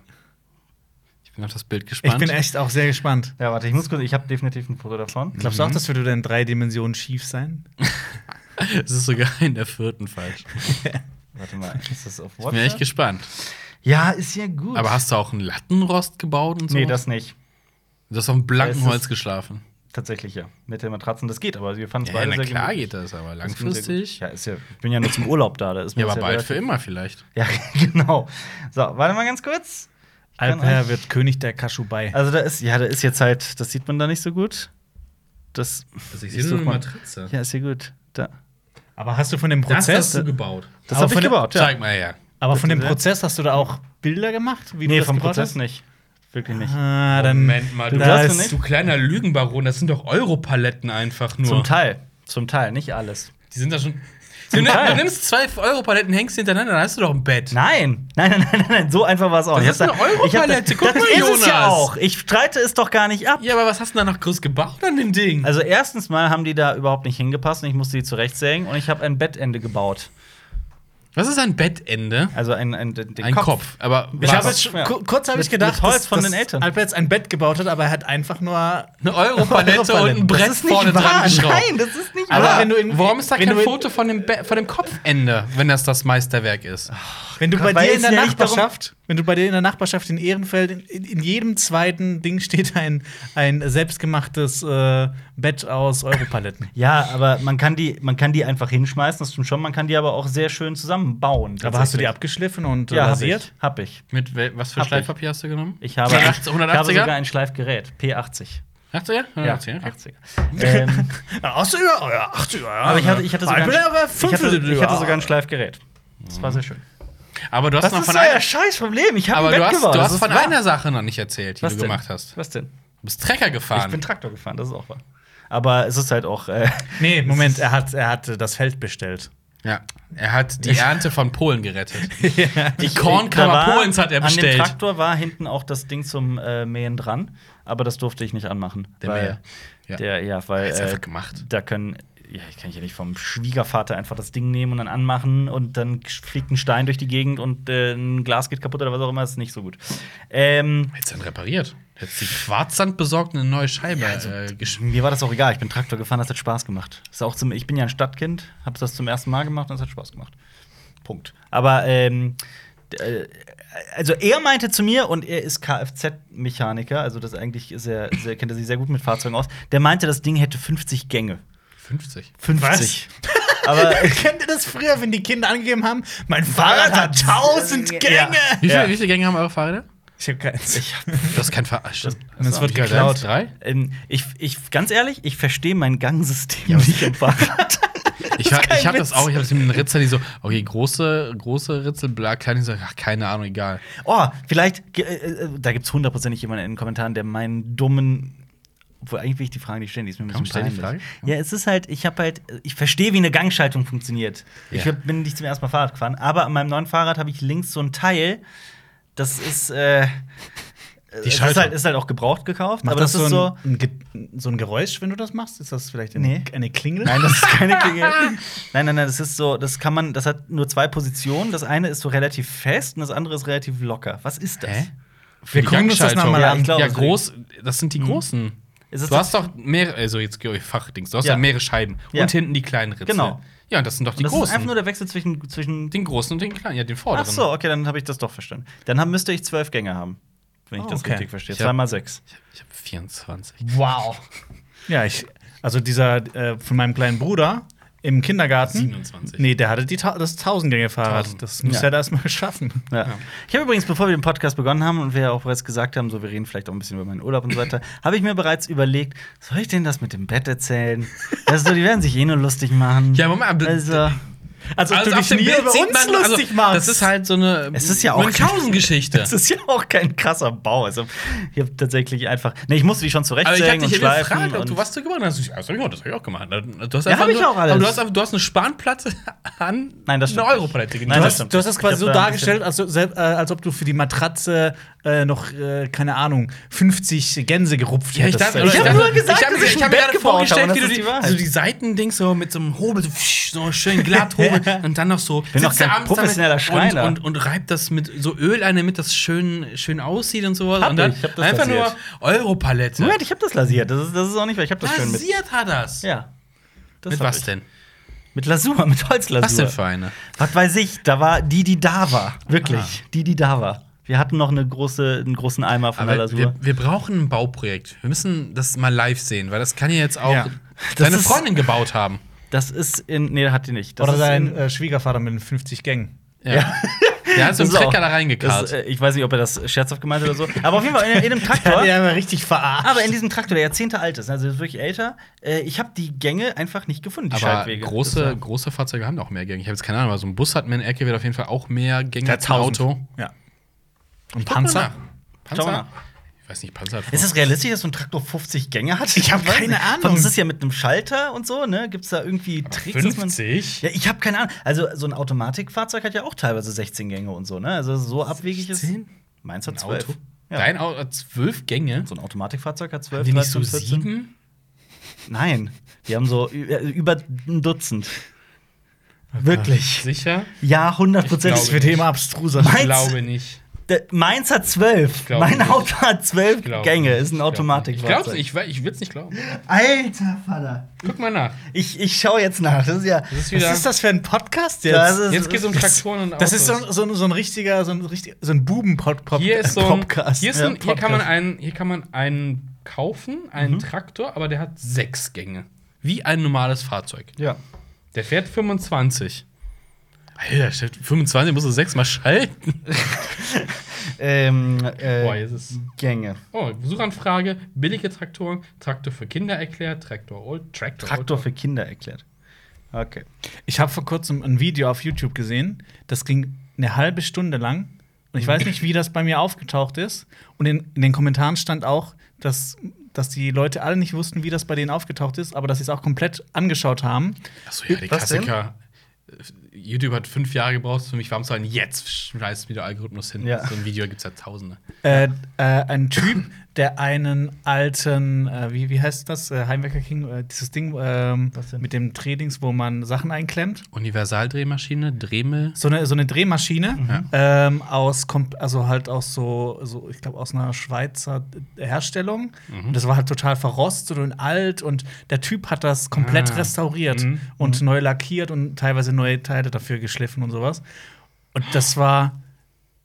[SPEAKER 2] ich bin auf das Bild
[SPEAKER 3] Ich
[SPEAKER 2] gespannt.
[SPEAKER 3] bin echt auch sehr gespannt.
[SPEAKER 1] Ja, warte, ich muss kurz, ich habe definitiv ein Foto
[SPEAKER 2] Mhm.
[SPEAKER 1] davon.
[SPEAKER 3] Glaubst du auch, das würde dann in drei Dimensionen schief sein?
[SPEAKER 2] Es ist sogar in der vierten falsch. Ich
[SPEAKER 1] Warte mal, ist das auf
[SPEAKER 2] bin echt
[SPEAKER 1] WhatsApp?
[SPEAKER 2] gespannt.
[SPEAKER 1] Ja, ist ja gut.
[SPEAKER 2] Aber hast du auch einen Lattenrost gebaut und so?
[SPEAKER 1] nee, das nicht.
[SPEAKER 2] du hast auf einem
[SPEAKER 1] Es
[SPEAKER 2] blanken
[SPEAKER 1] ist-
[SPEAKER 2] Holz geschlafen.
[SPEAKER 1] Tatsächlich ja. Mit den Matratzen, das geht, aber wir fanden es
[SPEAKER 2] Ja,
[SPEAKER 1] beide
[SPEAKER 2] na
[SPEAKER 1] sehr
[SPEAKER 2] klar
[SPEAKER 1] gemütlich.
[SPEAKER 2] geht das, aber
[SPEAKER 1] Das ging sehr gut.
[SPEAKER 2] langfristig.
[SPEAKER 1] Ja, ist ja, ich bin ja nur zum Urlaub da, da ist mir
[SPEAKER 2] Ja,
[SPEAKER 1] das
[SPEAKER 2] aber bald für
[SPEAKER 1] relativ-
[SPEAKER 2] immer vielleicht.
[SPEAKER 1] Ja, genau. So, warte mal ganz kurz. kann
[SPEAKER 3] Alper
[SPEAKER 1] euch-
[SPEAKER 3] wird König der Kaschubai.
[SPEAKER 1] Also da ist, ja, da ist jetzt halt, das sieht man da nicht so gut. Das,
[SPEAKER 2] Also
[SPEAKER 1] Ich such mal.
[SPEAKER 2] Matratze.
[SPEAKER 1] ja, ist ja gut. Da.
[SPEAKER 3] Aber hast du von dem
[SPEAKER 2] Das
[SPEAKER 3] Prozess,
[SPEAKER 2] hast du gebaut.
[SPEAKER 1] Das
[SPEAKER 3] Aber
[SPEAKER 1] habe ich
[SPEAKER 3] von der-
[SPEAKER 1] gebaut, ja.
[SPEAKER 2] Zeig mal her.
[SPEAKER 3] aber von dem
[SPEAKER 1] Bitte sehr.
[SPEAKER 3] Prozess hast du da auch Bilder gemacht? Wie
[SPEAKER 1] Nee,
[SPEAKER 3] du das
[SPEAKER 1] vom
[SPEAKER 3] gebaut
[SPEAKER 1] Prozess
[SPEAKER 3] hast?
[SPEAKER 1] nicht. Wirklich nicht.
[SPEAKER 3] Ah, dann
[SPEAKER 2] Moment mal, du,
[SPEAKER 1] Ähm, Da
[SPEAKER 3] da
[SPEAKER 1] hast du
[SPEAKER 3] ist,
[SPEAKER 1] nicht?
[SPEAKER 2] du kleiner Lügenbaron, das sind doch Europaletten einfach nur.
[SPEAKER 1] Zum Teil. Zum Teil, nicht alles.
[SPEAKER 2] Die sind da schon. Du, nimm-
[SPEAKER 1] Teil.
[SPEAKER 2] du nimmst zwei Europaletten, hängst sie hintereinander, dann hast du doch ein Bett.
[SPEAKER 1] Nein, nein, nein, nein, nein, so einfach war es auch.
[SPEAKER 2] Das
[SPEAKER 1] Ich
[SPEAKER 2] ist
[SPEAKER 1] hab da-
[SPEAKER 2] eine
[SPEAKER 1] ich hab da-
[SPEAKER 2] Europalette, guck
[SPEAKER 1] Das
[SPEAKER 2] mal,
[SPEAKER 1] ist es ja
[SPEAKER 2] Jonas.
[SPEAKER 1] auch. Ich streite es doch gar nicht ab.
[SPEAKER 2] Ja, aber was hast du denn da noch groß gebaut an dem Ding?
[SPEAKER 1] Also erstens mal haben die da überhaupt nicht hingepasst und ich musste die zurechtsägen und ich habe ein Bettende gebaut.
[SPEAKER 2] was ist ein Bettende?
[SPEAKER 1] Also ein, ein, den den
[SPEAKER 2] Ein Kopf. Aber
[SPEAKER 3] Ich habe
[SPEAKER 2] was?
[SPEAKER 3] jetzt schon-
[SPEAKER 1] Ja.
[SPEAKER 3] ku- kurz habe
[SPEAKER 1] Mit-
[SPEAKER 3] ich gedacht,
[SPEAKER 1] mit Holz
[SPEAKER 3] dass-
[SPEAKER 1] von den
[SPEAKER 3] dass
[SPEAKER 1] Eltern.
[SPEAKER 3] Alper jetzt ein Bett gebaut hat, aber er hat einfach nur.
[SPEAKER 2] eine Europalette und ein Brett
[SPEAKER 1] das ist nicht
[SPEAKER 2] vorne
[SPEAKER 1] wahr.
[SPEAKER 2] dran geschraubt.
[SPEAKER 1] Nein, das ist nicht
[SPEAKER 2] Aber
[SPEAKER 1] wahr.
[SPEAKER 3] wenn du in-
[SPEAKER 2] warum ist da
[SPEAKER 3] wenn
[SPEAKER 2] kein
[SPEAKER 3] du in-
[SPEAKER 2] Foto von dem, Be von dem Kopfende, wenn das das Meisterwerk ist?
[SPEAKER 3] Wenn du bei
[SPEAKER 1] Weil
[SPEAKER 3] dir in
[SPEAKER 1] es
[SPEAKER 3] der
[SPEAKER 1] ja nicht darum-
[SPEAKER 3] Nachbarschaft, wenn du bei dir in der Nachbarschaft in Ehrenfeld, in, in in jedem zweiten Ding steht ein, ein selbstgemachtes äh, Bett aus Europaletten.
[SPEAKER 1] Ja, aber man kann die, man kann die einfach hinschmeißen, das stimmt schon. Man kann die aber auch sehr schön zusammenbauen.
[SPEAKER 3] aber hast du die
[SPEAKER 1] ab
[SPEAKER 3] abgeschliffen und äh,
[SPEAKER 1] ja, hab ich.
[SPEAKER 3] rasiert?
[SPEAKER 1] Hab ich.
[SPEAKER 2] Mit wel- was für
[SPEAKER 1] Hab ich.
[SPEAKER 2] Schleifpapier hast du genommen?
[SPEAKER 1] Ich habe, ein, ich
[SPEAKER 2] 180er?
[SPEAKER 1] habe sogar ein Schleifgerät, P80.
[SPEAKER 2] 80er?
[SPEAKER 1] Ja,
[SPEAKER 2] 80er, okay.
[SPEAKER 1] 80er. ähm,
[SPEAKER 3] Ja, hast du ja, oh ja, ach du ja.
[SPEAKER 1] aber ich hatte, ich hatte sogar,
[SPEAKER 3] ich bin aber fünf
[SPEAKER 1] ich hatte, ich hatte sogar ein Schleifgerät. Das war sehr schön.
[SPEAKER 2] Aber du hast noch von
[SPEAKER 1] doch
[SPEAKER 2] einer.
[SPEAKER 1] scheiß Problem. Ich hab
[SPEAKER 2] Aber
[SPEAKER 1] ein
[SPEAKER 2] du
[SPEAKER 1] Bett
[SPEAKER 2] hast,
[SPEAKER 1] gebaut.
[SPEAKER 2] du
[SPEAKER 1] Das
[SPEAKER 2] hast
[SPEAKER 1] ist
[SPEAKER 2] von
[SPEAKER 1] wahr.
[SPEAKER 2] einer Sache noch nicht erzählt, die
[SPEAKER 1] Was
[SPEAKER 2] du
[SPEAKER 1] denn?
[SPEAKER 2] gemacht hast.
[SPEAKER 1] Was denn?
[SPEAKER 2] Du bist Trecker gefahren.
[SPEAKER 1] Ich bin Traktor gefahren, das ist auch wahr. Aber es ist halt auch. Äh,
[SPEAKER 3] Nee, Moment, er hat, er hat äh, das Feld bestellt.
[SPEAKER 2] Ja, er hat die Ernte von Polen gerettet. Die
[SPEAKER 1] da war-
[SPEAKER 2] Kornkammer Polens hat er
[SPEAKER 1] An dem
[SPEAKER 2] bestellt.
[SPEAKER 1] Traktor war hinten auch das Ding zum äh, Mähen dran, aber das durfte ich nicht anmachen.
[SPEAKER 2] Der
[SPEAKER 1] weil,
[SPEAKER 2] Mäher. Ja.
[SPEAKER 1] Ja. Der, ja, weil.
[SPEAKER 2] Hat's einfach
[SPEAKER 1] äh,
[SPEAKER 2] gemacht.
[SPEAKER 1] Da können. Ja, ich kann ja nicht vom Schwiegervater einfach das Ding nehmen und dann anmachen und dann fliegt ein Stein durch die Gegend und äh, ein Glas geht kaputt oder was auch immer, das ist nicht so gut. Ähm,
[SPEAKER 2] Hättest du dann repariert. Hättest du Quarzsand besorgt und eine neue Scheibe äh, geschmiert.
[SPEAKER 1] mir war das auch egal, ich bin Traktor gefahren, das hat Spaß gemacht. Ist auch zum, ich bin ja ein Stadtkind, habe das zum ersten Mal gemacht und es hat Spaß gemacht. Punkt. Aber ähm, d- äh, also er meinte zu mir und er ist Kfz-Mechaniker, also das eigentlich ist er, sehr, kennt er sich sehr gut mit Fahrzeugen aus. Der meinte, das Ding hätte 50 Gänge.
[SPEAKER 2] 50.
[SPEAKER 1] 50. Aber
[SPEAKER 3] Kennt ihr das früher, wenn die Kinder angegeben haben, mein Fahrrad hat 1000
[SPEAKER 1] Ja.
[SPEAKER 3] Gänge?
[SPEAKER 2] Wie viele,
[SPEAKER 1] Ja.
[SPEAKER 2] wie viele Gänge haben eure Fahrräder?
[SPEAKER 3] Ich hab keins.
[SPEAKER 2] Du hast kein Fahrrad. Das,
[SPEAKER 3] das wird geklaut.
[SPEAKER 2] Drei?
[SPEAKER 1] ähm, ich, ich ganz ehrlich, ich verstehe mein Gangsystem nicht am Fahrrad.
[SPEAKER 2] Ich, hab-
[SPEAKER 1] kein
[SPEAKER 2] ich habe das
[SPEAKER 1] Witz.
[SPEAKER 2] auch. Ich habe mit den Ritzer, die so, okay, große, große Ritzel, bla, kleine, ich so, ach, keine Ahnung, egal.
[SPEAKER 1] Oh, vielleicht, ge- äh, äh, da gibt es hundertprozentig jemanden in den Kommentaren, der meinen dummen. Obwohl, eigentlich will ich die Frage nicht stellen, die ist mir ein
[SPEAKER 2] Komm,
[SPEAKER 1] bisschen
[SPEAKER 2] stell die
[SPEAKER 1] peinlich.
[SPEAKER 2] Frage.
[SPEAKER 1] Ja, es ist halt, ich habe halt, ich verstehe, wie eine Gangschaltung funktioniert. Ich
[SPEAKER 2] Ja.
[SPEAKER 1] hab- bin nicht zum ersten Mal Fahrrad gefahren, aber an meinem neuen Fahrrad habe ich links so ein Teil, das ist, äh,
[SPEAKER 2] Die
[SPEAKER 1] es ist
[SPEAKER 2] Schaltung.
[SPEAKER 1] halt, ist halt auch gebraucht gekauft,
[SPEAKER 3] Macht
[SPEAKER 1] aber das, ist so.
[SPEAKER 3] ein, ein, Ge- so ein Geräusch, wenn du das machst? Ist das vielleicht eine,
[SPEAKER 1] Nee.
[SPEAKER 3] eine Klingel?
[SPEAKER 1] Nein, das ist keine Klingel. nein, nein, nein, das ist so, das kann man, das hat nur zwei Positionen. Das eine ist so relativ fest und das andere ist relativ locker. Was ist das?
[SPEAKER 2] Hä?
[SPEAKER 3] Wir
[SPEAKER 2] die
[SPEAKER 3] gucken uns das
[SPEAKER 2] Gangschaltung.
[SPEAKER 3] nochmal
[SPEAKER 1] Ja,
[SPEAKER 3] an.
[SPEAKER 1] ich glaub-
[SPEAKER 2] Ja,
[SPEAKER 1] so.
[SPEAKER 2] groß, das sind die großen.
[SPEAKER 1] Ist es
[SPEAKER 2] Du hast doch mehrere, also jetzt geh ich Fachdings, du hast
[SPEAKER 1] Ja.
[SPEAKER 2] ja mehrere Scheiben
[SPEAKER 1] Ja.
[SPEAKER 2] und hinten die kleinen Ritzel.
[SPEAKER 1] Genau.
[SPEAKER 2] Ja, und das sind doch die
[SPEAKER 1] das ist einfach
[SPEAKER 2] großen.
[SPEAKER 1] nur der Wechsel zwischen, zwischen
[SPEAKER 2] den großen und den kleinen, ja, den
[SPEAKER 1] Ach
[SPEAKER 2] vorderen.
[SPEAKER 1] so, okay, dann habe ich das doch verstanden. Dann haben, müsste ich zwölf Gänge haben, wenn ich
[SPEAKER 3] Oh,
[SPEAKER 1] das
[SPEAKER 3] okay.
[SPEAKER 1] richtig verstehe.
[SPEAKER 2] Ich hab-
[SPEAKER 1] Zwei mal sechs.
[SPEAKER 2] Ich habe 24.
[SPEAKER 3] Wow. Ja, ich. Also dieser äh, von meinem kleinen Bruder im Kindergarten.
[SPEAKER 2] 27.
[SPEAKER 3] Nee, der hatte die, Ta- das Tausendgänge-Fahrrad.
[SPEAKER 2] 1000.
[SPEAKER 3] Das muss
[SPEAKER 1] Ja.
[SPEAKER 3] er da erstmal schaffen.
[SPEAKER 1] Ja. Ich habe übrigens, bevor wir den Podcast begonnen haben und wir ja auch bereits gesagt haben, so wir reden vielleicht auch ein bisschen über meinen Urlaub und so weiter, habe ich mir bereits überlegt, soll ich denen das mit dem Bett erzählen? das ist so, die werden sich eh nur lustig machen.
[SPEAKER 2] Ja, Moment, aber-
[SPEAKER 1] also,
[SPEAKER 3] Also, ob du dich nie über uns lustig machst.
[SPEAKER 2] also Das ist halt so eine
[SPEAKER 1] Es ist ja auch-
[SPEAKER 2] Münchhausen-Geschichte.
[SPEAKER 1] Das ist ja auch kein krasser Bau. Also, ich habe tatsächlich einfach. Ne, ich musste die schon
[SPEAKER 2] Aber ich hab
[SPEAKER 1] zurechtsägen und
[SPEAKER 2] dich ja
[SPEAKER 1] schleifen.
[SPEAKER 2] gefragt, ob
[SPEAKER 1] und
[SPEAKER 2] du was du gewonnen hast. Ich, das hab ich auch, das hab ich auch gemacht. Du hast
[SPEAKER 1] Ja,
[SPEAKER 2] einfach
[SPEAKER 1] hab ich
[SPEAKER 2] nur-
[SPEAKER 1] auch alles.
[SPEAKER 2] Aber du hast, einfach- du hast eine Spanplatte an
[SPEAKER 1] Nein, das
[SPEAKER 2] eine
[SPEAKER 1] stimmt nicht.
[SPEAKER 2] Europalette
[SPEAKER 1] Nein,
[SPEAKER 3] Du
[SPEAKER 1] das
[SPEAKER 3] hast,
[SPEAKER 1] stimmt.
[SPEAKER 3] du hast das
[SPEAKER 1] Ich
[SPEAKER 3] quasi
[SPEAKER 1] hab
[SPEAKER 3] so
[SPEAKER 1] da ein
[SPEAKER 3] dargestellt, als, sel- äh, als ob du für die Matratze äh, noch, äh, keine Ahnung, 50 Gänse gerupft
[SPEAKER 2] Ja, ich dachte,
[SPEAKER 3] selbst.
[SPEAKER 1] Ich hab
[SPEAKER 2] dachte-
[SPEAKER 1] nur gesagt,
[SPEAKER 2] ich hab,
[SPEAKER 1] dass ich
[SPEAKER 2] ich hab
[SPEAKER 1] ein
[SPEAKER 2] mir
[SPEAKER 1] Bett
[SPEAKER 2] gerade
[SPEAKER 1] gebaut
[SPEAKER 2] vorgestellt,
[SPEAKER 1] habe,
[SPEAKER 2] wie
[SPEAKER 1] und
[SPEAKER 2] du
[SPEAKER 1] das
[SPEAKER 2] die,
[SPEAKER 1] ist die Wahrheit.
[SPEAKER 2] so die Seitendings so mit so einem Hobel, so, psch, so schön glatt Hobel und dann noch so. Ich
[SPEAKER 1] bin doch kein professioneller Schreiner.
[SPEAKER 2] Und, und, und reibt das mit so Öl ein, damit das schön, schön aussieht und sowas.
[SPEAKER 1] Hab
[SPEAKER 2] und dann
[SPEAKER 1] ich, ich hab das
[SPEAKER 2] einfach
[SPEAKER 1] lasiert.
[SPEAKER 2] nur Europalette.
[SPEAKER 1] Moment, ich habe das lasiert. Das ist, das ist auch nicht, weil ich habe
[SPEAKER 2] Ah,
[SPEAKER 1] das schön mit.
[SPEAKER 2] Rasiert hat das.
[SPEAKER 1] Ja. Das
[SPEAKER 2] mit
[SPEAKER 1] hab
[SPEAKER 2] was
[SPEAKER 1] ich.
[SPEAKER 2] denn?
[SPEAKER 1] Mit Lasur, mit Holzlasur.
[SPEAKER 2] Was denn für eine?
[SPEAKER 1] Was weiß ich, da war die, die da war. Wirklich,
[SPEAKER 2] Ah.
[SPEAKER 1] die, die da war. Wir hatten noch eine große, einen großen Eimer von der
[SPEAKER 2] Aber
[SPEAKER 1] Lasur.
[SPEAKER 2] wir, wir brauchen ein Bauprojekt. Wir müssen das mal live sehen, weil das kann ja jetzt auch
[SPEAKER 3] Ja.
[SPEAKER 1] Das
[SPEAKER 2] deine
[SPEAKER 1] ist-
[SPEAKER 2] Freundin gebaut haben.
[SPEAKER 1] das ist in. Nee, hat die nicht. Das
[SPEAKER 3] Oder
[SPEAKER 1] ist
[SPEAKER 3] dein
[SPEAKER 1] in-
[SPEAKER 3] äh, Schwiegervater mit den 50 Gängen.
[SPEAKER 2] Ja. Der hat so einen
[SPEAKER 1] Das ist
[SPEAKER 2] Trecker
[SPEAKER 1] auch-
[SPEAKER 2] da
[SPEAKER 1] das,
[SPEAKER 2] reingekarrt.
[SPEAKER 1] äh, ich weiß nicht, ob er das scherzhaft gemeint hat oder so. Aber auf jeden Fall in, in einem Traktor.
[SPEAKER 3] war richtig verarscht.
[SPEAKER 1] Aber in diesem Traktor, der Jahrzehnte alt ist, also wirklich älter, äh, ich habe die Gänge einfach nicht gefunden, die
[SPEAKER 2] Aber
[SPEAKER 1] Schaltwege.
[SPEAKER 2] große, große Fahrzeuge haben doch mehr Gänge. Ich habe jetzt keine Ahnung, aber so ein Bus hat mehr in Ecke, wird auf jeden Fall auch mehr Gänge
[SPEAKER 3] Der
[SPEAKER 2] als ein Auto.
[SPEAKER 3] Ja. Und
[SPEAKER 2] Guck mal
[SPEAKER 3] Panzer?
[SPEAKER 2] nach.
[SPEAKER 1] Schau mal
[SPEAKER 2] Panzer? Ich weiß nicht, Panzer. hat-
[SPEAKER 1] Ist es realistisch, dass so ein Traktor 50 Gänge hat?
[SPEAKER 3] Ich hab
[SPEAKER 1] weiß
[SPEAKER 3] keine
[SPEAKER 1] nicht.
[SPEAKER 3] Ahnung.
[SPEAKER 1] Vor allem ist es ja mit einem Schalter und so, ne? Gibt es da irgendwie Tricks? dass man-
[SPEAKER 2] 50?
[SPEAKER 1] Ja, ich habe keine Ahnung. Also, so ein Automatikfahrzeug hat ja auch teilweise 16 Gänge und so, ne? Also, so abwegig ist.
[SPEAKER 2] 16?
[SPEAKER 1] Meins hat
[SPEAKER 2] Ein
[SPEAKER 1] 12.
[SPEAKER 2] Auto?
[SPEAKER 1] Ja.
[SPEAKER 2] Dein Auto hat zwölf Gänge.
[SPEAKER 1] So ein Automatikfahrzeug hat 12,
[SPEAKER 2] Haben die nicht so
[SPEAKER 1] 13, 14.
[SPEAKER 2] sieben?
[SPEAKER 1] Nein, wir haben so ü- äh, über ein Dutzend. Wirklich.
[SPEAKER 2] Sicher?
[SPEAKER 1] Ja, 100 Prozent.
[SPEAKER 2] Ich
[SPEAKER 3] Das wird hier immer abstruser.
[SPEAKER 1] Meins-
[SPEAKER 2] Ich glaube nicht.
[SPEAKER 1] Der- Meins hat zwölf.
[SPEAKER 2] glaub
[SPEAKER 1] Mein
[SPEAKER 2] nicht.
[SPEAKER 1] Auto hat zwölf
[SPEAKER 2] Ich glaube
[SPEAKER 1] Gänge.
[SPEAKER 2] nicht.
[SPEAKER 1] Ist ein
[SPEAKER 2] Ich glaub
[SPEAKER 1] Automatik.
[SPEAKER 2] nicht. Ich glaub's nicht, ich, we- ich will's nicht glauben.
[SPEAKER 1] Alter Vater.
[SPEAKER 2] Guck mal nach.
[SPEAKER 1] Ich, ich schaue jetzt nach. Das ist ja.
[SPEAKER 2] Das ist wieder.
[SPEAKER 3] Was ist das für ein Podcast jetzt?
[SPEAKER 1] Das ist,
[SPEAKER 2] Jetzt geht's um Traktoren und Autos.
[SPEAKER 3] Das ist so, so, so ein richtiger, so ein, richtig, so ein Buben-Podcast.
[SPEAKER 2] Hier ist so ein, hier, ist ein,
[SPEAKER 1] Ja,
[SPEAKER 2] hier, kann man einen, hier kann man einen kaufen,
[SPEAKER 1] Mhm.
[SPEAKER 2] einen Traktor, aber der hat sechs Gänge. Wie ein normales Fahrzeug.
[SPEAKER 1] Ja.
[SPEAKER 2] Der fährt 25. Alter, shit, 25 musst du sechs mal schalten.
[SPEAKER 1] Ähm, äh,
[SPEAKER 2] Boah, jetzt ist-
[SPEAKER 1] Gänge.
[SPEAKER 2] Oh, Suchanfrage, billige Traktoren, Traktor für Kinder erklärt, Traktor Old, Traktor,
[SPEAKER 1] Traktor
[SPEAKER 2] Old.
[SPEAKER 1] für Kinder erklärt. Okay.
[SPEAKER 3] Ich habe vor kurzem ein Video auf YouTube gesehen, das ging eine halbe Stunde lang. Und ich weiß nicht, wie das bei mir aufgetaucht ist. Und in, in den Kommentaren stand auch, dass, dass die Leute alle nicht wussten, wie das bei denen aufgetaucht ist, aber dass sie es auch komplett angeschaut haben.
[SPEAKER 2] Achso, ja, die
[SPEAKER 1] Was denn?
[SPEAKER 2] Klassiker. Äh, YouTube hat fünf Jahre gebraucht, für mich warm zu halten. Jetzt schmeißt mir der Algorithmus hin.
[SPEAKER 1] Ja.
[SPEAKER 2] So ein Video gibt's ja tausende.
[SPEAKER 3] Äh, äh, ein Typ, der einen alten, äh, wie, wie heißt das? Äh, Heimwecker King, äh, dieses Ding ähm,
[SPEAKER 1] Was denn?
[SPEAKER 3] mit dem Trainings, wo man Sachen einklemmt.
[SPEAKER 2] Universaldrehmaschine, Dremel.
[SPEAKER 3] So eine, so eine Drehmaschine
[SPEAKER 2] Mhm.
[SPEAKER 3] ähm, aus, kom- also halt aus so, so ich glaube, aus einer Schweizer Herstellung.
[SPEAKER 2] Mhm.
[SPEAKER 3] Und das war halt total verrostet und alt und der Typ hat das komplett
[SPEAKER 2] Ah.
[SPEAKER 3] restauriert
[SPEAKER 2] Mhm.
[SPEAKER 3] und neu lackiert und teilweise neue Teile dafür geschliffen und sowas. Und das war.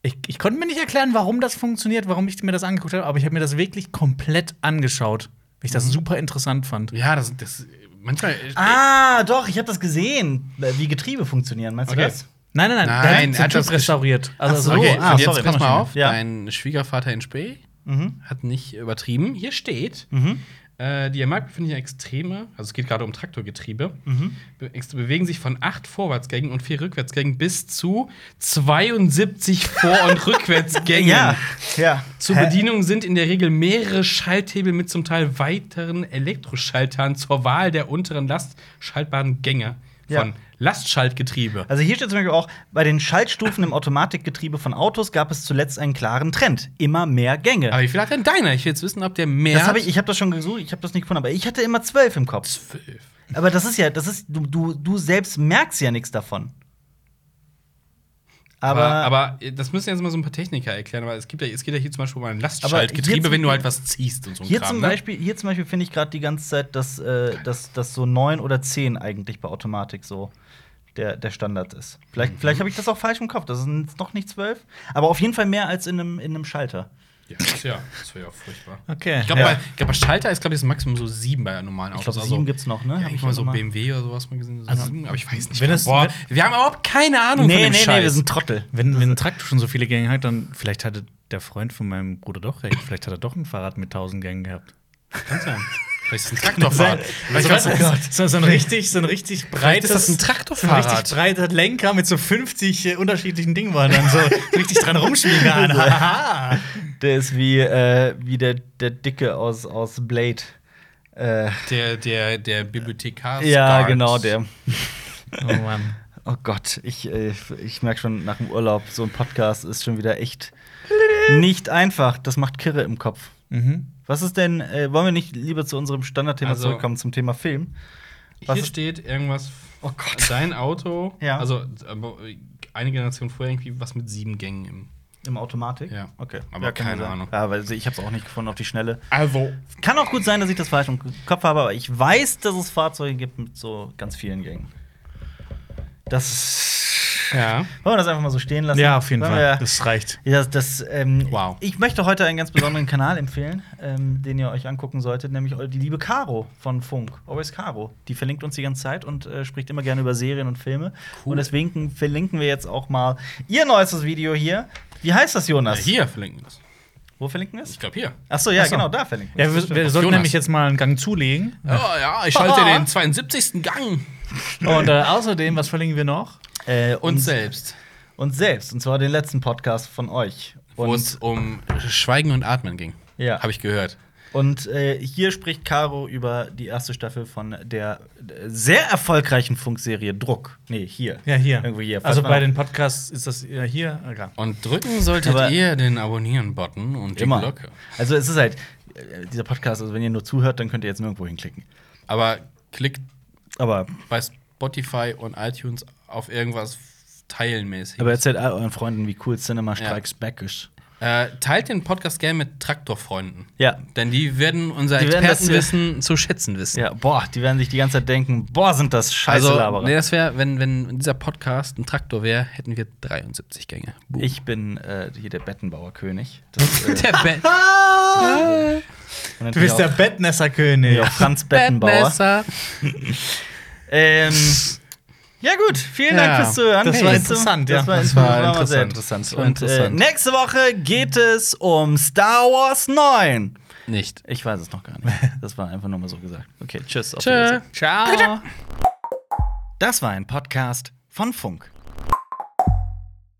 [SPEAKER 3] Ich, ich konnte mir nicht erklären, warum das funktioniert, warum ich mir das angeguckt habe, aber ich habe mir das wirklich komplett angeschaut, weil ich das super interessant fand.
[SPEAKER 2] Mhm. Ja, das, das manchmal. äh,
[SPEAKER 1] Ah, doch, ich habe das gesehen, äh, wie Getriebe funktionieren. Meinst du
[SPEAKER 2] Okay.
[SPEAKER 1] das?
[SPEAKER 3] Nein, nein, nein,
[SPEAKER 2] Nein,
[SPEAKER 3] der
[SPEAKER 2] hat
[SPEAKER 3] hat den
[SPEAKER 2] das
[SPEAKER 3] Typ
[SPEAKER 2] gesch-
[SPEAKER 3] restauriert.
[SPEAKER 1] Ach
[SPEAKER 3] Also
[SPEAKER 1] so,
[SPEAKER 3] so,
[SPEAKER 2] okay,
[SPEAKER 1] ah,
[SPEAKER 2] und jetzt
[SPEAKER 1] sorry,
[SPEAKER 2] pass mal
[SPEAKER 1] Waschmaschine.
[SPEAKER 2] auf.
[SPEAKER 1] Ja.
[SPEAKER 2] Dein Schwiegervater in Spee
[SPEAKER 1] Mhm.
[SPEAKER 2] hat nicht übertrieben. Hier steht,
[SPEAKER 1] Mhm.
[SPEAKER 2] äh, die Yamaha befinden sich extreme, also es geht gerade um Traktorgetriebe,
[SPEAKER 1] Mhm.
[SPEAKER 2] be ex- bewegen sich von 8 Vorwärtsgängen und 4 Rückwärtsgängen bis zu 72 Vor- und Rückwärtsgängen.
[SPEAKER 1] Ja, ja.
[SPEAKER 2] Zur
[SPEAKER 1] Hä?
[SPEAKER 2] Bedienung sind in der Regel mehrere Schalthebel mit zum Teil weiteren Elektroschaltern zur Wahl der unteren lastschaltbaren Gänge
[SPEAKER 1] Ja.
[SPEAKER 2] von Lastschaltgetriebe.
[SPEAKER 1] Also hier steht zum Beispiel auch, bei den Schaltstufen im Automatikgetriebe von Autos gab es zuletzt einen klaren Trend. Immer mehr Gänge.
[SPEAKER 2] Aber wie viel hat denn deiner? Ich will jetzt wissen, ob der mehr
[SPEAKER 1] Das hab ich ich habe das schon gesucht, ich habe das nicht gefunden, aber ich hatte immer zwölf im Kopf.
[SPEAKER 2] hat. Zwölf.
[SPEAKER 1] Aber das ist ja, das ist, du, du, du selbst merkst ja nichts davon. Aber,
[SPEAKER 2] Aber, aber das müssen jetzt mal so ein paar Techniker erklären, weil es gibt ja, es geht ja hier zum Beispiel um ein
[SPEAKER 1] Aber
[SPEAKER 2] Lastschaltgetriebe,
[SPEAKER 1] jetzt-
[SPEAKER 2] wenn du halt was ziehst und so ein
[SPEAKER 1] hier,
[SPEAKER 2] Kram.
[SPEAKER 1] zum
[SPEAKER 2] ne?
[SPEAKER 1] Beispiel, hier zum Beispiel finde ich gerade die ganze Zeit, dass, äh, dass, dass so neun oder zehn eigentlich bei Automatik so der, der Standard ist. Vielleicht,
[SPEAKER 2] Mhm.
[SPEAKER 1] vielleicht habe ich das auch falsch im Kopf, das sind noch nicht zwölf, aber auf jeden Fall mehr als in einem, in einem Schalter.
[SPEAKER 2] Ja, das wäre wär ja furchtbar.
[SPEAKER 3] okay.
[SPEAKER 2] Ich glaube,
[SPEAKER 1] Ja.
[SPEAKER 2] bei, ich glaub, bei Schalter ist, glaube ich, das Maximum so sieben bei normalen
[SPEAKER 1] Ich
[SPEAKER 2] Autos. Also
[SPEAKER 1] glaube, sieben gibt's noch, ne?
[SPEAKER 2] Ja,
[SPEAKER 1] Hab
[SPEAKER 2] ich
[SPEAKER 1] ich
[SPEAKER 2] mal
[SPEAKER 1] auch
[SPEAKER 2] so
[SPEAKER 1] noch mal.
[SPEAKER 2] BMW oder sowas mal gesehen. So
[SPEAKER 3] Also,
[SPEAKER 2] sieben, aber ich weiß nicht.
[SPEAKER 3] wenn es-
[SPEAKER 2] Boah, wir haben überhaupt keine Ahnung von dem Scheiß.
[SPEAKER 1] wir sind Trottel.
[SPEAKER 3] Wenn, wenn ein Traktor schon so viele Gänge hat, dann vielleicht hatte der Freund von meinem Bruder doch recht. Vielleicht hat er doch ein Fahrrad mit 1000 Gängen gehabt. Also
[SPEAKER 2] Kann sein. Vielleicht ist das ein Traktorfahrrad.
[SPEAKER 1] Also
[SPEAKER 2] Vielleicht
[SPEAKER 3] So,
[SPEAKER 2] ist das-
[SPEAKER 3] so, so ein richtig, so ein richtig
[SPEAKER 2] Vielleicht
[SPEAKER 3] breites,
[SPEAKER 2] ist das ein
[SPEAKER 3] so ein richtig
[SPEAKER 2] Traktorfahrrad.
[SPEAKER 3] breiter Lenker mit so 50 äh, unterschiedlichen Dingen, wo er dann so richtig dran rumschwingen kann. Haha.
[SPEAKER 1] Der ist wie, äh, wie der, der Dicke aus, aus Blade. Äh,
[SPEAKER 2] Der, der, der Bibliothekar.
[SPEAKER 1] ja, genau, der.
[SPEAKER 3] Oh Mann.
[SPEAKER 1] Oh Gott, ich, äh, ich merke schon nach dem Urlaub, so ein Podcast ist schon wieder echt nicht einfach. Das macht Kirre im Kopf.
[SPEAKER 3] Mhm.
[SPEAKER 1] Was ist denn, äh, wollen wir nicht lieber zu unserem Standardthema
[SPEAKER 2] Also-
[SPEAKER 1] zurückkommen, zum Thema Film? Was
[SPEAKER 2] Hier
[SPEAKER 1] ist-
[SPEAKER 2] steht irgendwas.
[SPEAKER 1] Oh Gott.
[SPEAKER 2] Dein Auto.
[SPEAKER 1] Ja.
[SPEAKER 2] Also aber eine Generation vorher irgendwie was mit sieben Gängen im.
[SPEAKER 1] Im Automatik?
[SPEAKER 2] Ja.
[SPEAKER 1] Okay.
[SPEAKER 2] Aber
[SPEAKER 1] kann
[SPEAKER 2] keine
[SPEAKER 1] sein.
[SPEAKER 2] Ahnung.
[SPEAKER 1] Ja, weil ich habe es auch nicht gefunden auf die Schnelle.
[SPEAKER 2] Also.
[SPEAKER 1] Kann auch gut sein, dass ich das falsch im Kopf habe, aber ich weiß, dass es Fahrzeuge gibt mit so ganz vielen Gängen. Das ist.
[SPEAKER 2] Ja.
[SPEAKER 1] Wollen wir das einfach mal so stehen lassen?
[SPEAKER 3] Ja, auf jeden
[SPEAKER 1] Wollen
[SPEAKER 3] Fall.
[SPEAKER 1] Wir,
[SPEAKER 3] Das reicht.
[SPEAKER 1] das, das, ähm,
[SPEAKER 2] Wow.
[SPEAKER 1] Ich möchte heute einen ganz besonderen Kanal empfehlen, ähm, den ihr euch angucken solltet, nämlich die liebe Caro von Funk, Always Caro. Die verlinkt uns die ganze Zeit und äh, spricht immer gerne über Serien und Filme.
[SPEAKER 2] Cool.
[SPEAKER 1] Und deswegen verlinken wir jetzt auch mal ihr neuestes Video hier. Wie heißt das,
[SPEAKER 2] Na,
[SPEAKER 1] Jonas?
[SPEAKER 2] hier verlinken wir es.
[SPEAKER 1] Wo verlinken wir es?
[SPEAKER 2] Ich glaube hier.
[SPEAKER 1] Ach so, ja,
[SPEAKER 3] Ach so.
[SPEAKER 1] genau, da verlinken
[SPEAKER 3] Ja,
[SPEAKER 1] wir
[SPEAKER 3] wir, wir sollten
[SPEAKER 2] Jonas.
[SPEAKER 3] nämlich jetzt mal einen Gang zulegen.
[SPEAKER 2] Ja, Oh, ja, ich schalte
[SPEAKER 1] Aha.
[SPEAKER 2] den 72. Gang.
[SPEAKER 3] Und äh, außerdem, was verlinken wir noch?
[SPEAKER 1] äh,
[SPEAKER 2] Uns
[SPEAKER 1] selbst.
[SPEAKER 2] selbst.
[SPEAKER 1] uns selbst, und zwar den letzten Podcast von euch.
[SPEAKER 2] Wo es
[SPEAKER 1] Und,
[SPEAKER 2] um Schweigen und Atmen ging.
[SPEAKER 1] Ja.
[SPEAKER 2] Habe ich gehört.
[SPEAKER 1] und äh, hier spricht Caro über die erste Staffel von der äh, sehr erfolgreichen Funkserie Druck. Nee, hier.
[SPEAKER 3] Ja, hier.
[SPEAKER 1] Irgendwie hier.
[SPEAKER 3] Also
[SPEAKER 1] Falls man-
[SPEAKER 3] bei den Podcasts ist das ja hier. Egal.
[SPEAKER 2] Und drücken solltet
[SPEAKER 1] Aber-
[SPEAKER 2] ihr den Abonnieren-Button und die
[SPEAKER 1] Immer.
[SPEAKER 2] Glocke.
[SPEAKER 1] Also es ist halt, äh, dieser Podcast, also wenn ihr nur zuhört, dann könnt ihr jetzt nirgendwo hinklicken.
[SPEAKER 2] Aber klickt
[SPEAKER 1] Aber,
[SPEAKER 2] bei Spotify und iTunes auf irgendwas teilenmäßig.
[SPEAKER 1] aber erzählt all euren Freunden, wie cool Cinema Strikes Back ist.
[SPEAKER 2] Äh, teilt den Podcast gerne mit Traktorfreunden.
[SPEAKER 1] Ja.
[SPEAKER 2] Denn die werden unser
[SPEAKER 1] Die werden das-
[SPEAKER 2] Expertenwissen zu schätzen wissen.
[SPEAKER 1] Ja, boah, die werden sich die ganze Zeit denken, boah, sind das scheiße
[SPEAKER 2] Also,
[SPEAKER 1] Laberer.
[SPEAKER 2] nee, das wäre, wenn, wenn dieser Podcast ein Traktor wäre, hätten wir 73 Gänge. Boom.
[SPEAKER 1] Ich bin äh, hier der Bettenbauerkönig. Das, äh,
[SPEAKER 2] Der Be
[SPEAKER 1] nennt
[SPEAKER 3] Du
[SPEAKER 1] mich
[SPEAKER 3] bist der
[SPEAKER 1] auch-
[SPEAKER 3] Bettnässerkönig.
[SPEAKER 1] ja, Franz Bettenbauer.
[SPEAKER 2] Bettmesser.
[SPEAKER 1] Ähm, ja, gut. Vielen Dank
[SPEAKER 2] Ja,
[SPEAKER 1] fürs Zuhören.
[SPEAKER 3] das
[SPEAKER 1] Hey.
[SPEAKER 3] war interessant, ja.
[SPEAKER 1] Das war,
[SPEAKER 3] Das
[SPEAKER 2] war
[SPEAKER 1] war
[SPEAKER 2] interessant.
[SPEAKER 1] sehr interessant.
[SPEAKER 2] Das war
[SPEAKER 1] Und äh,
[SPEAKER 2] interessant.
[SPEAKER 1] nächste Woche geht es um Star Wars 9.
[SPEAKER 2] Nicht.
[SPEAKER 1] Ich weiß es noch gar nicht. Das war einfach nur mal so gesagt. Okay, tschüss. Auf
[SPEAKER 2] Tschö.
[SPEAKER 1] Wiedersehen.
[SPEAKER 2] Ciao.
[SPEAKER 1] Das war ein Podcast von Funk.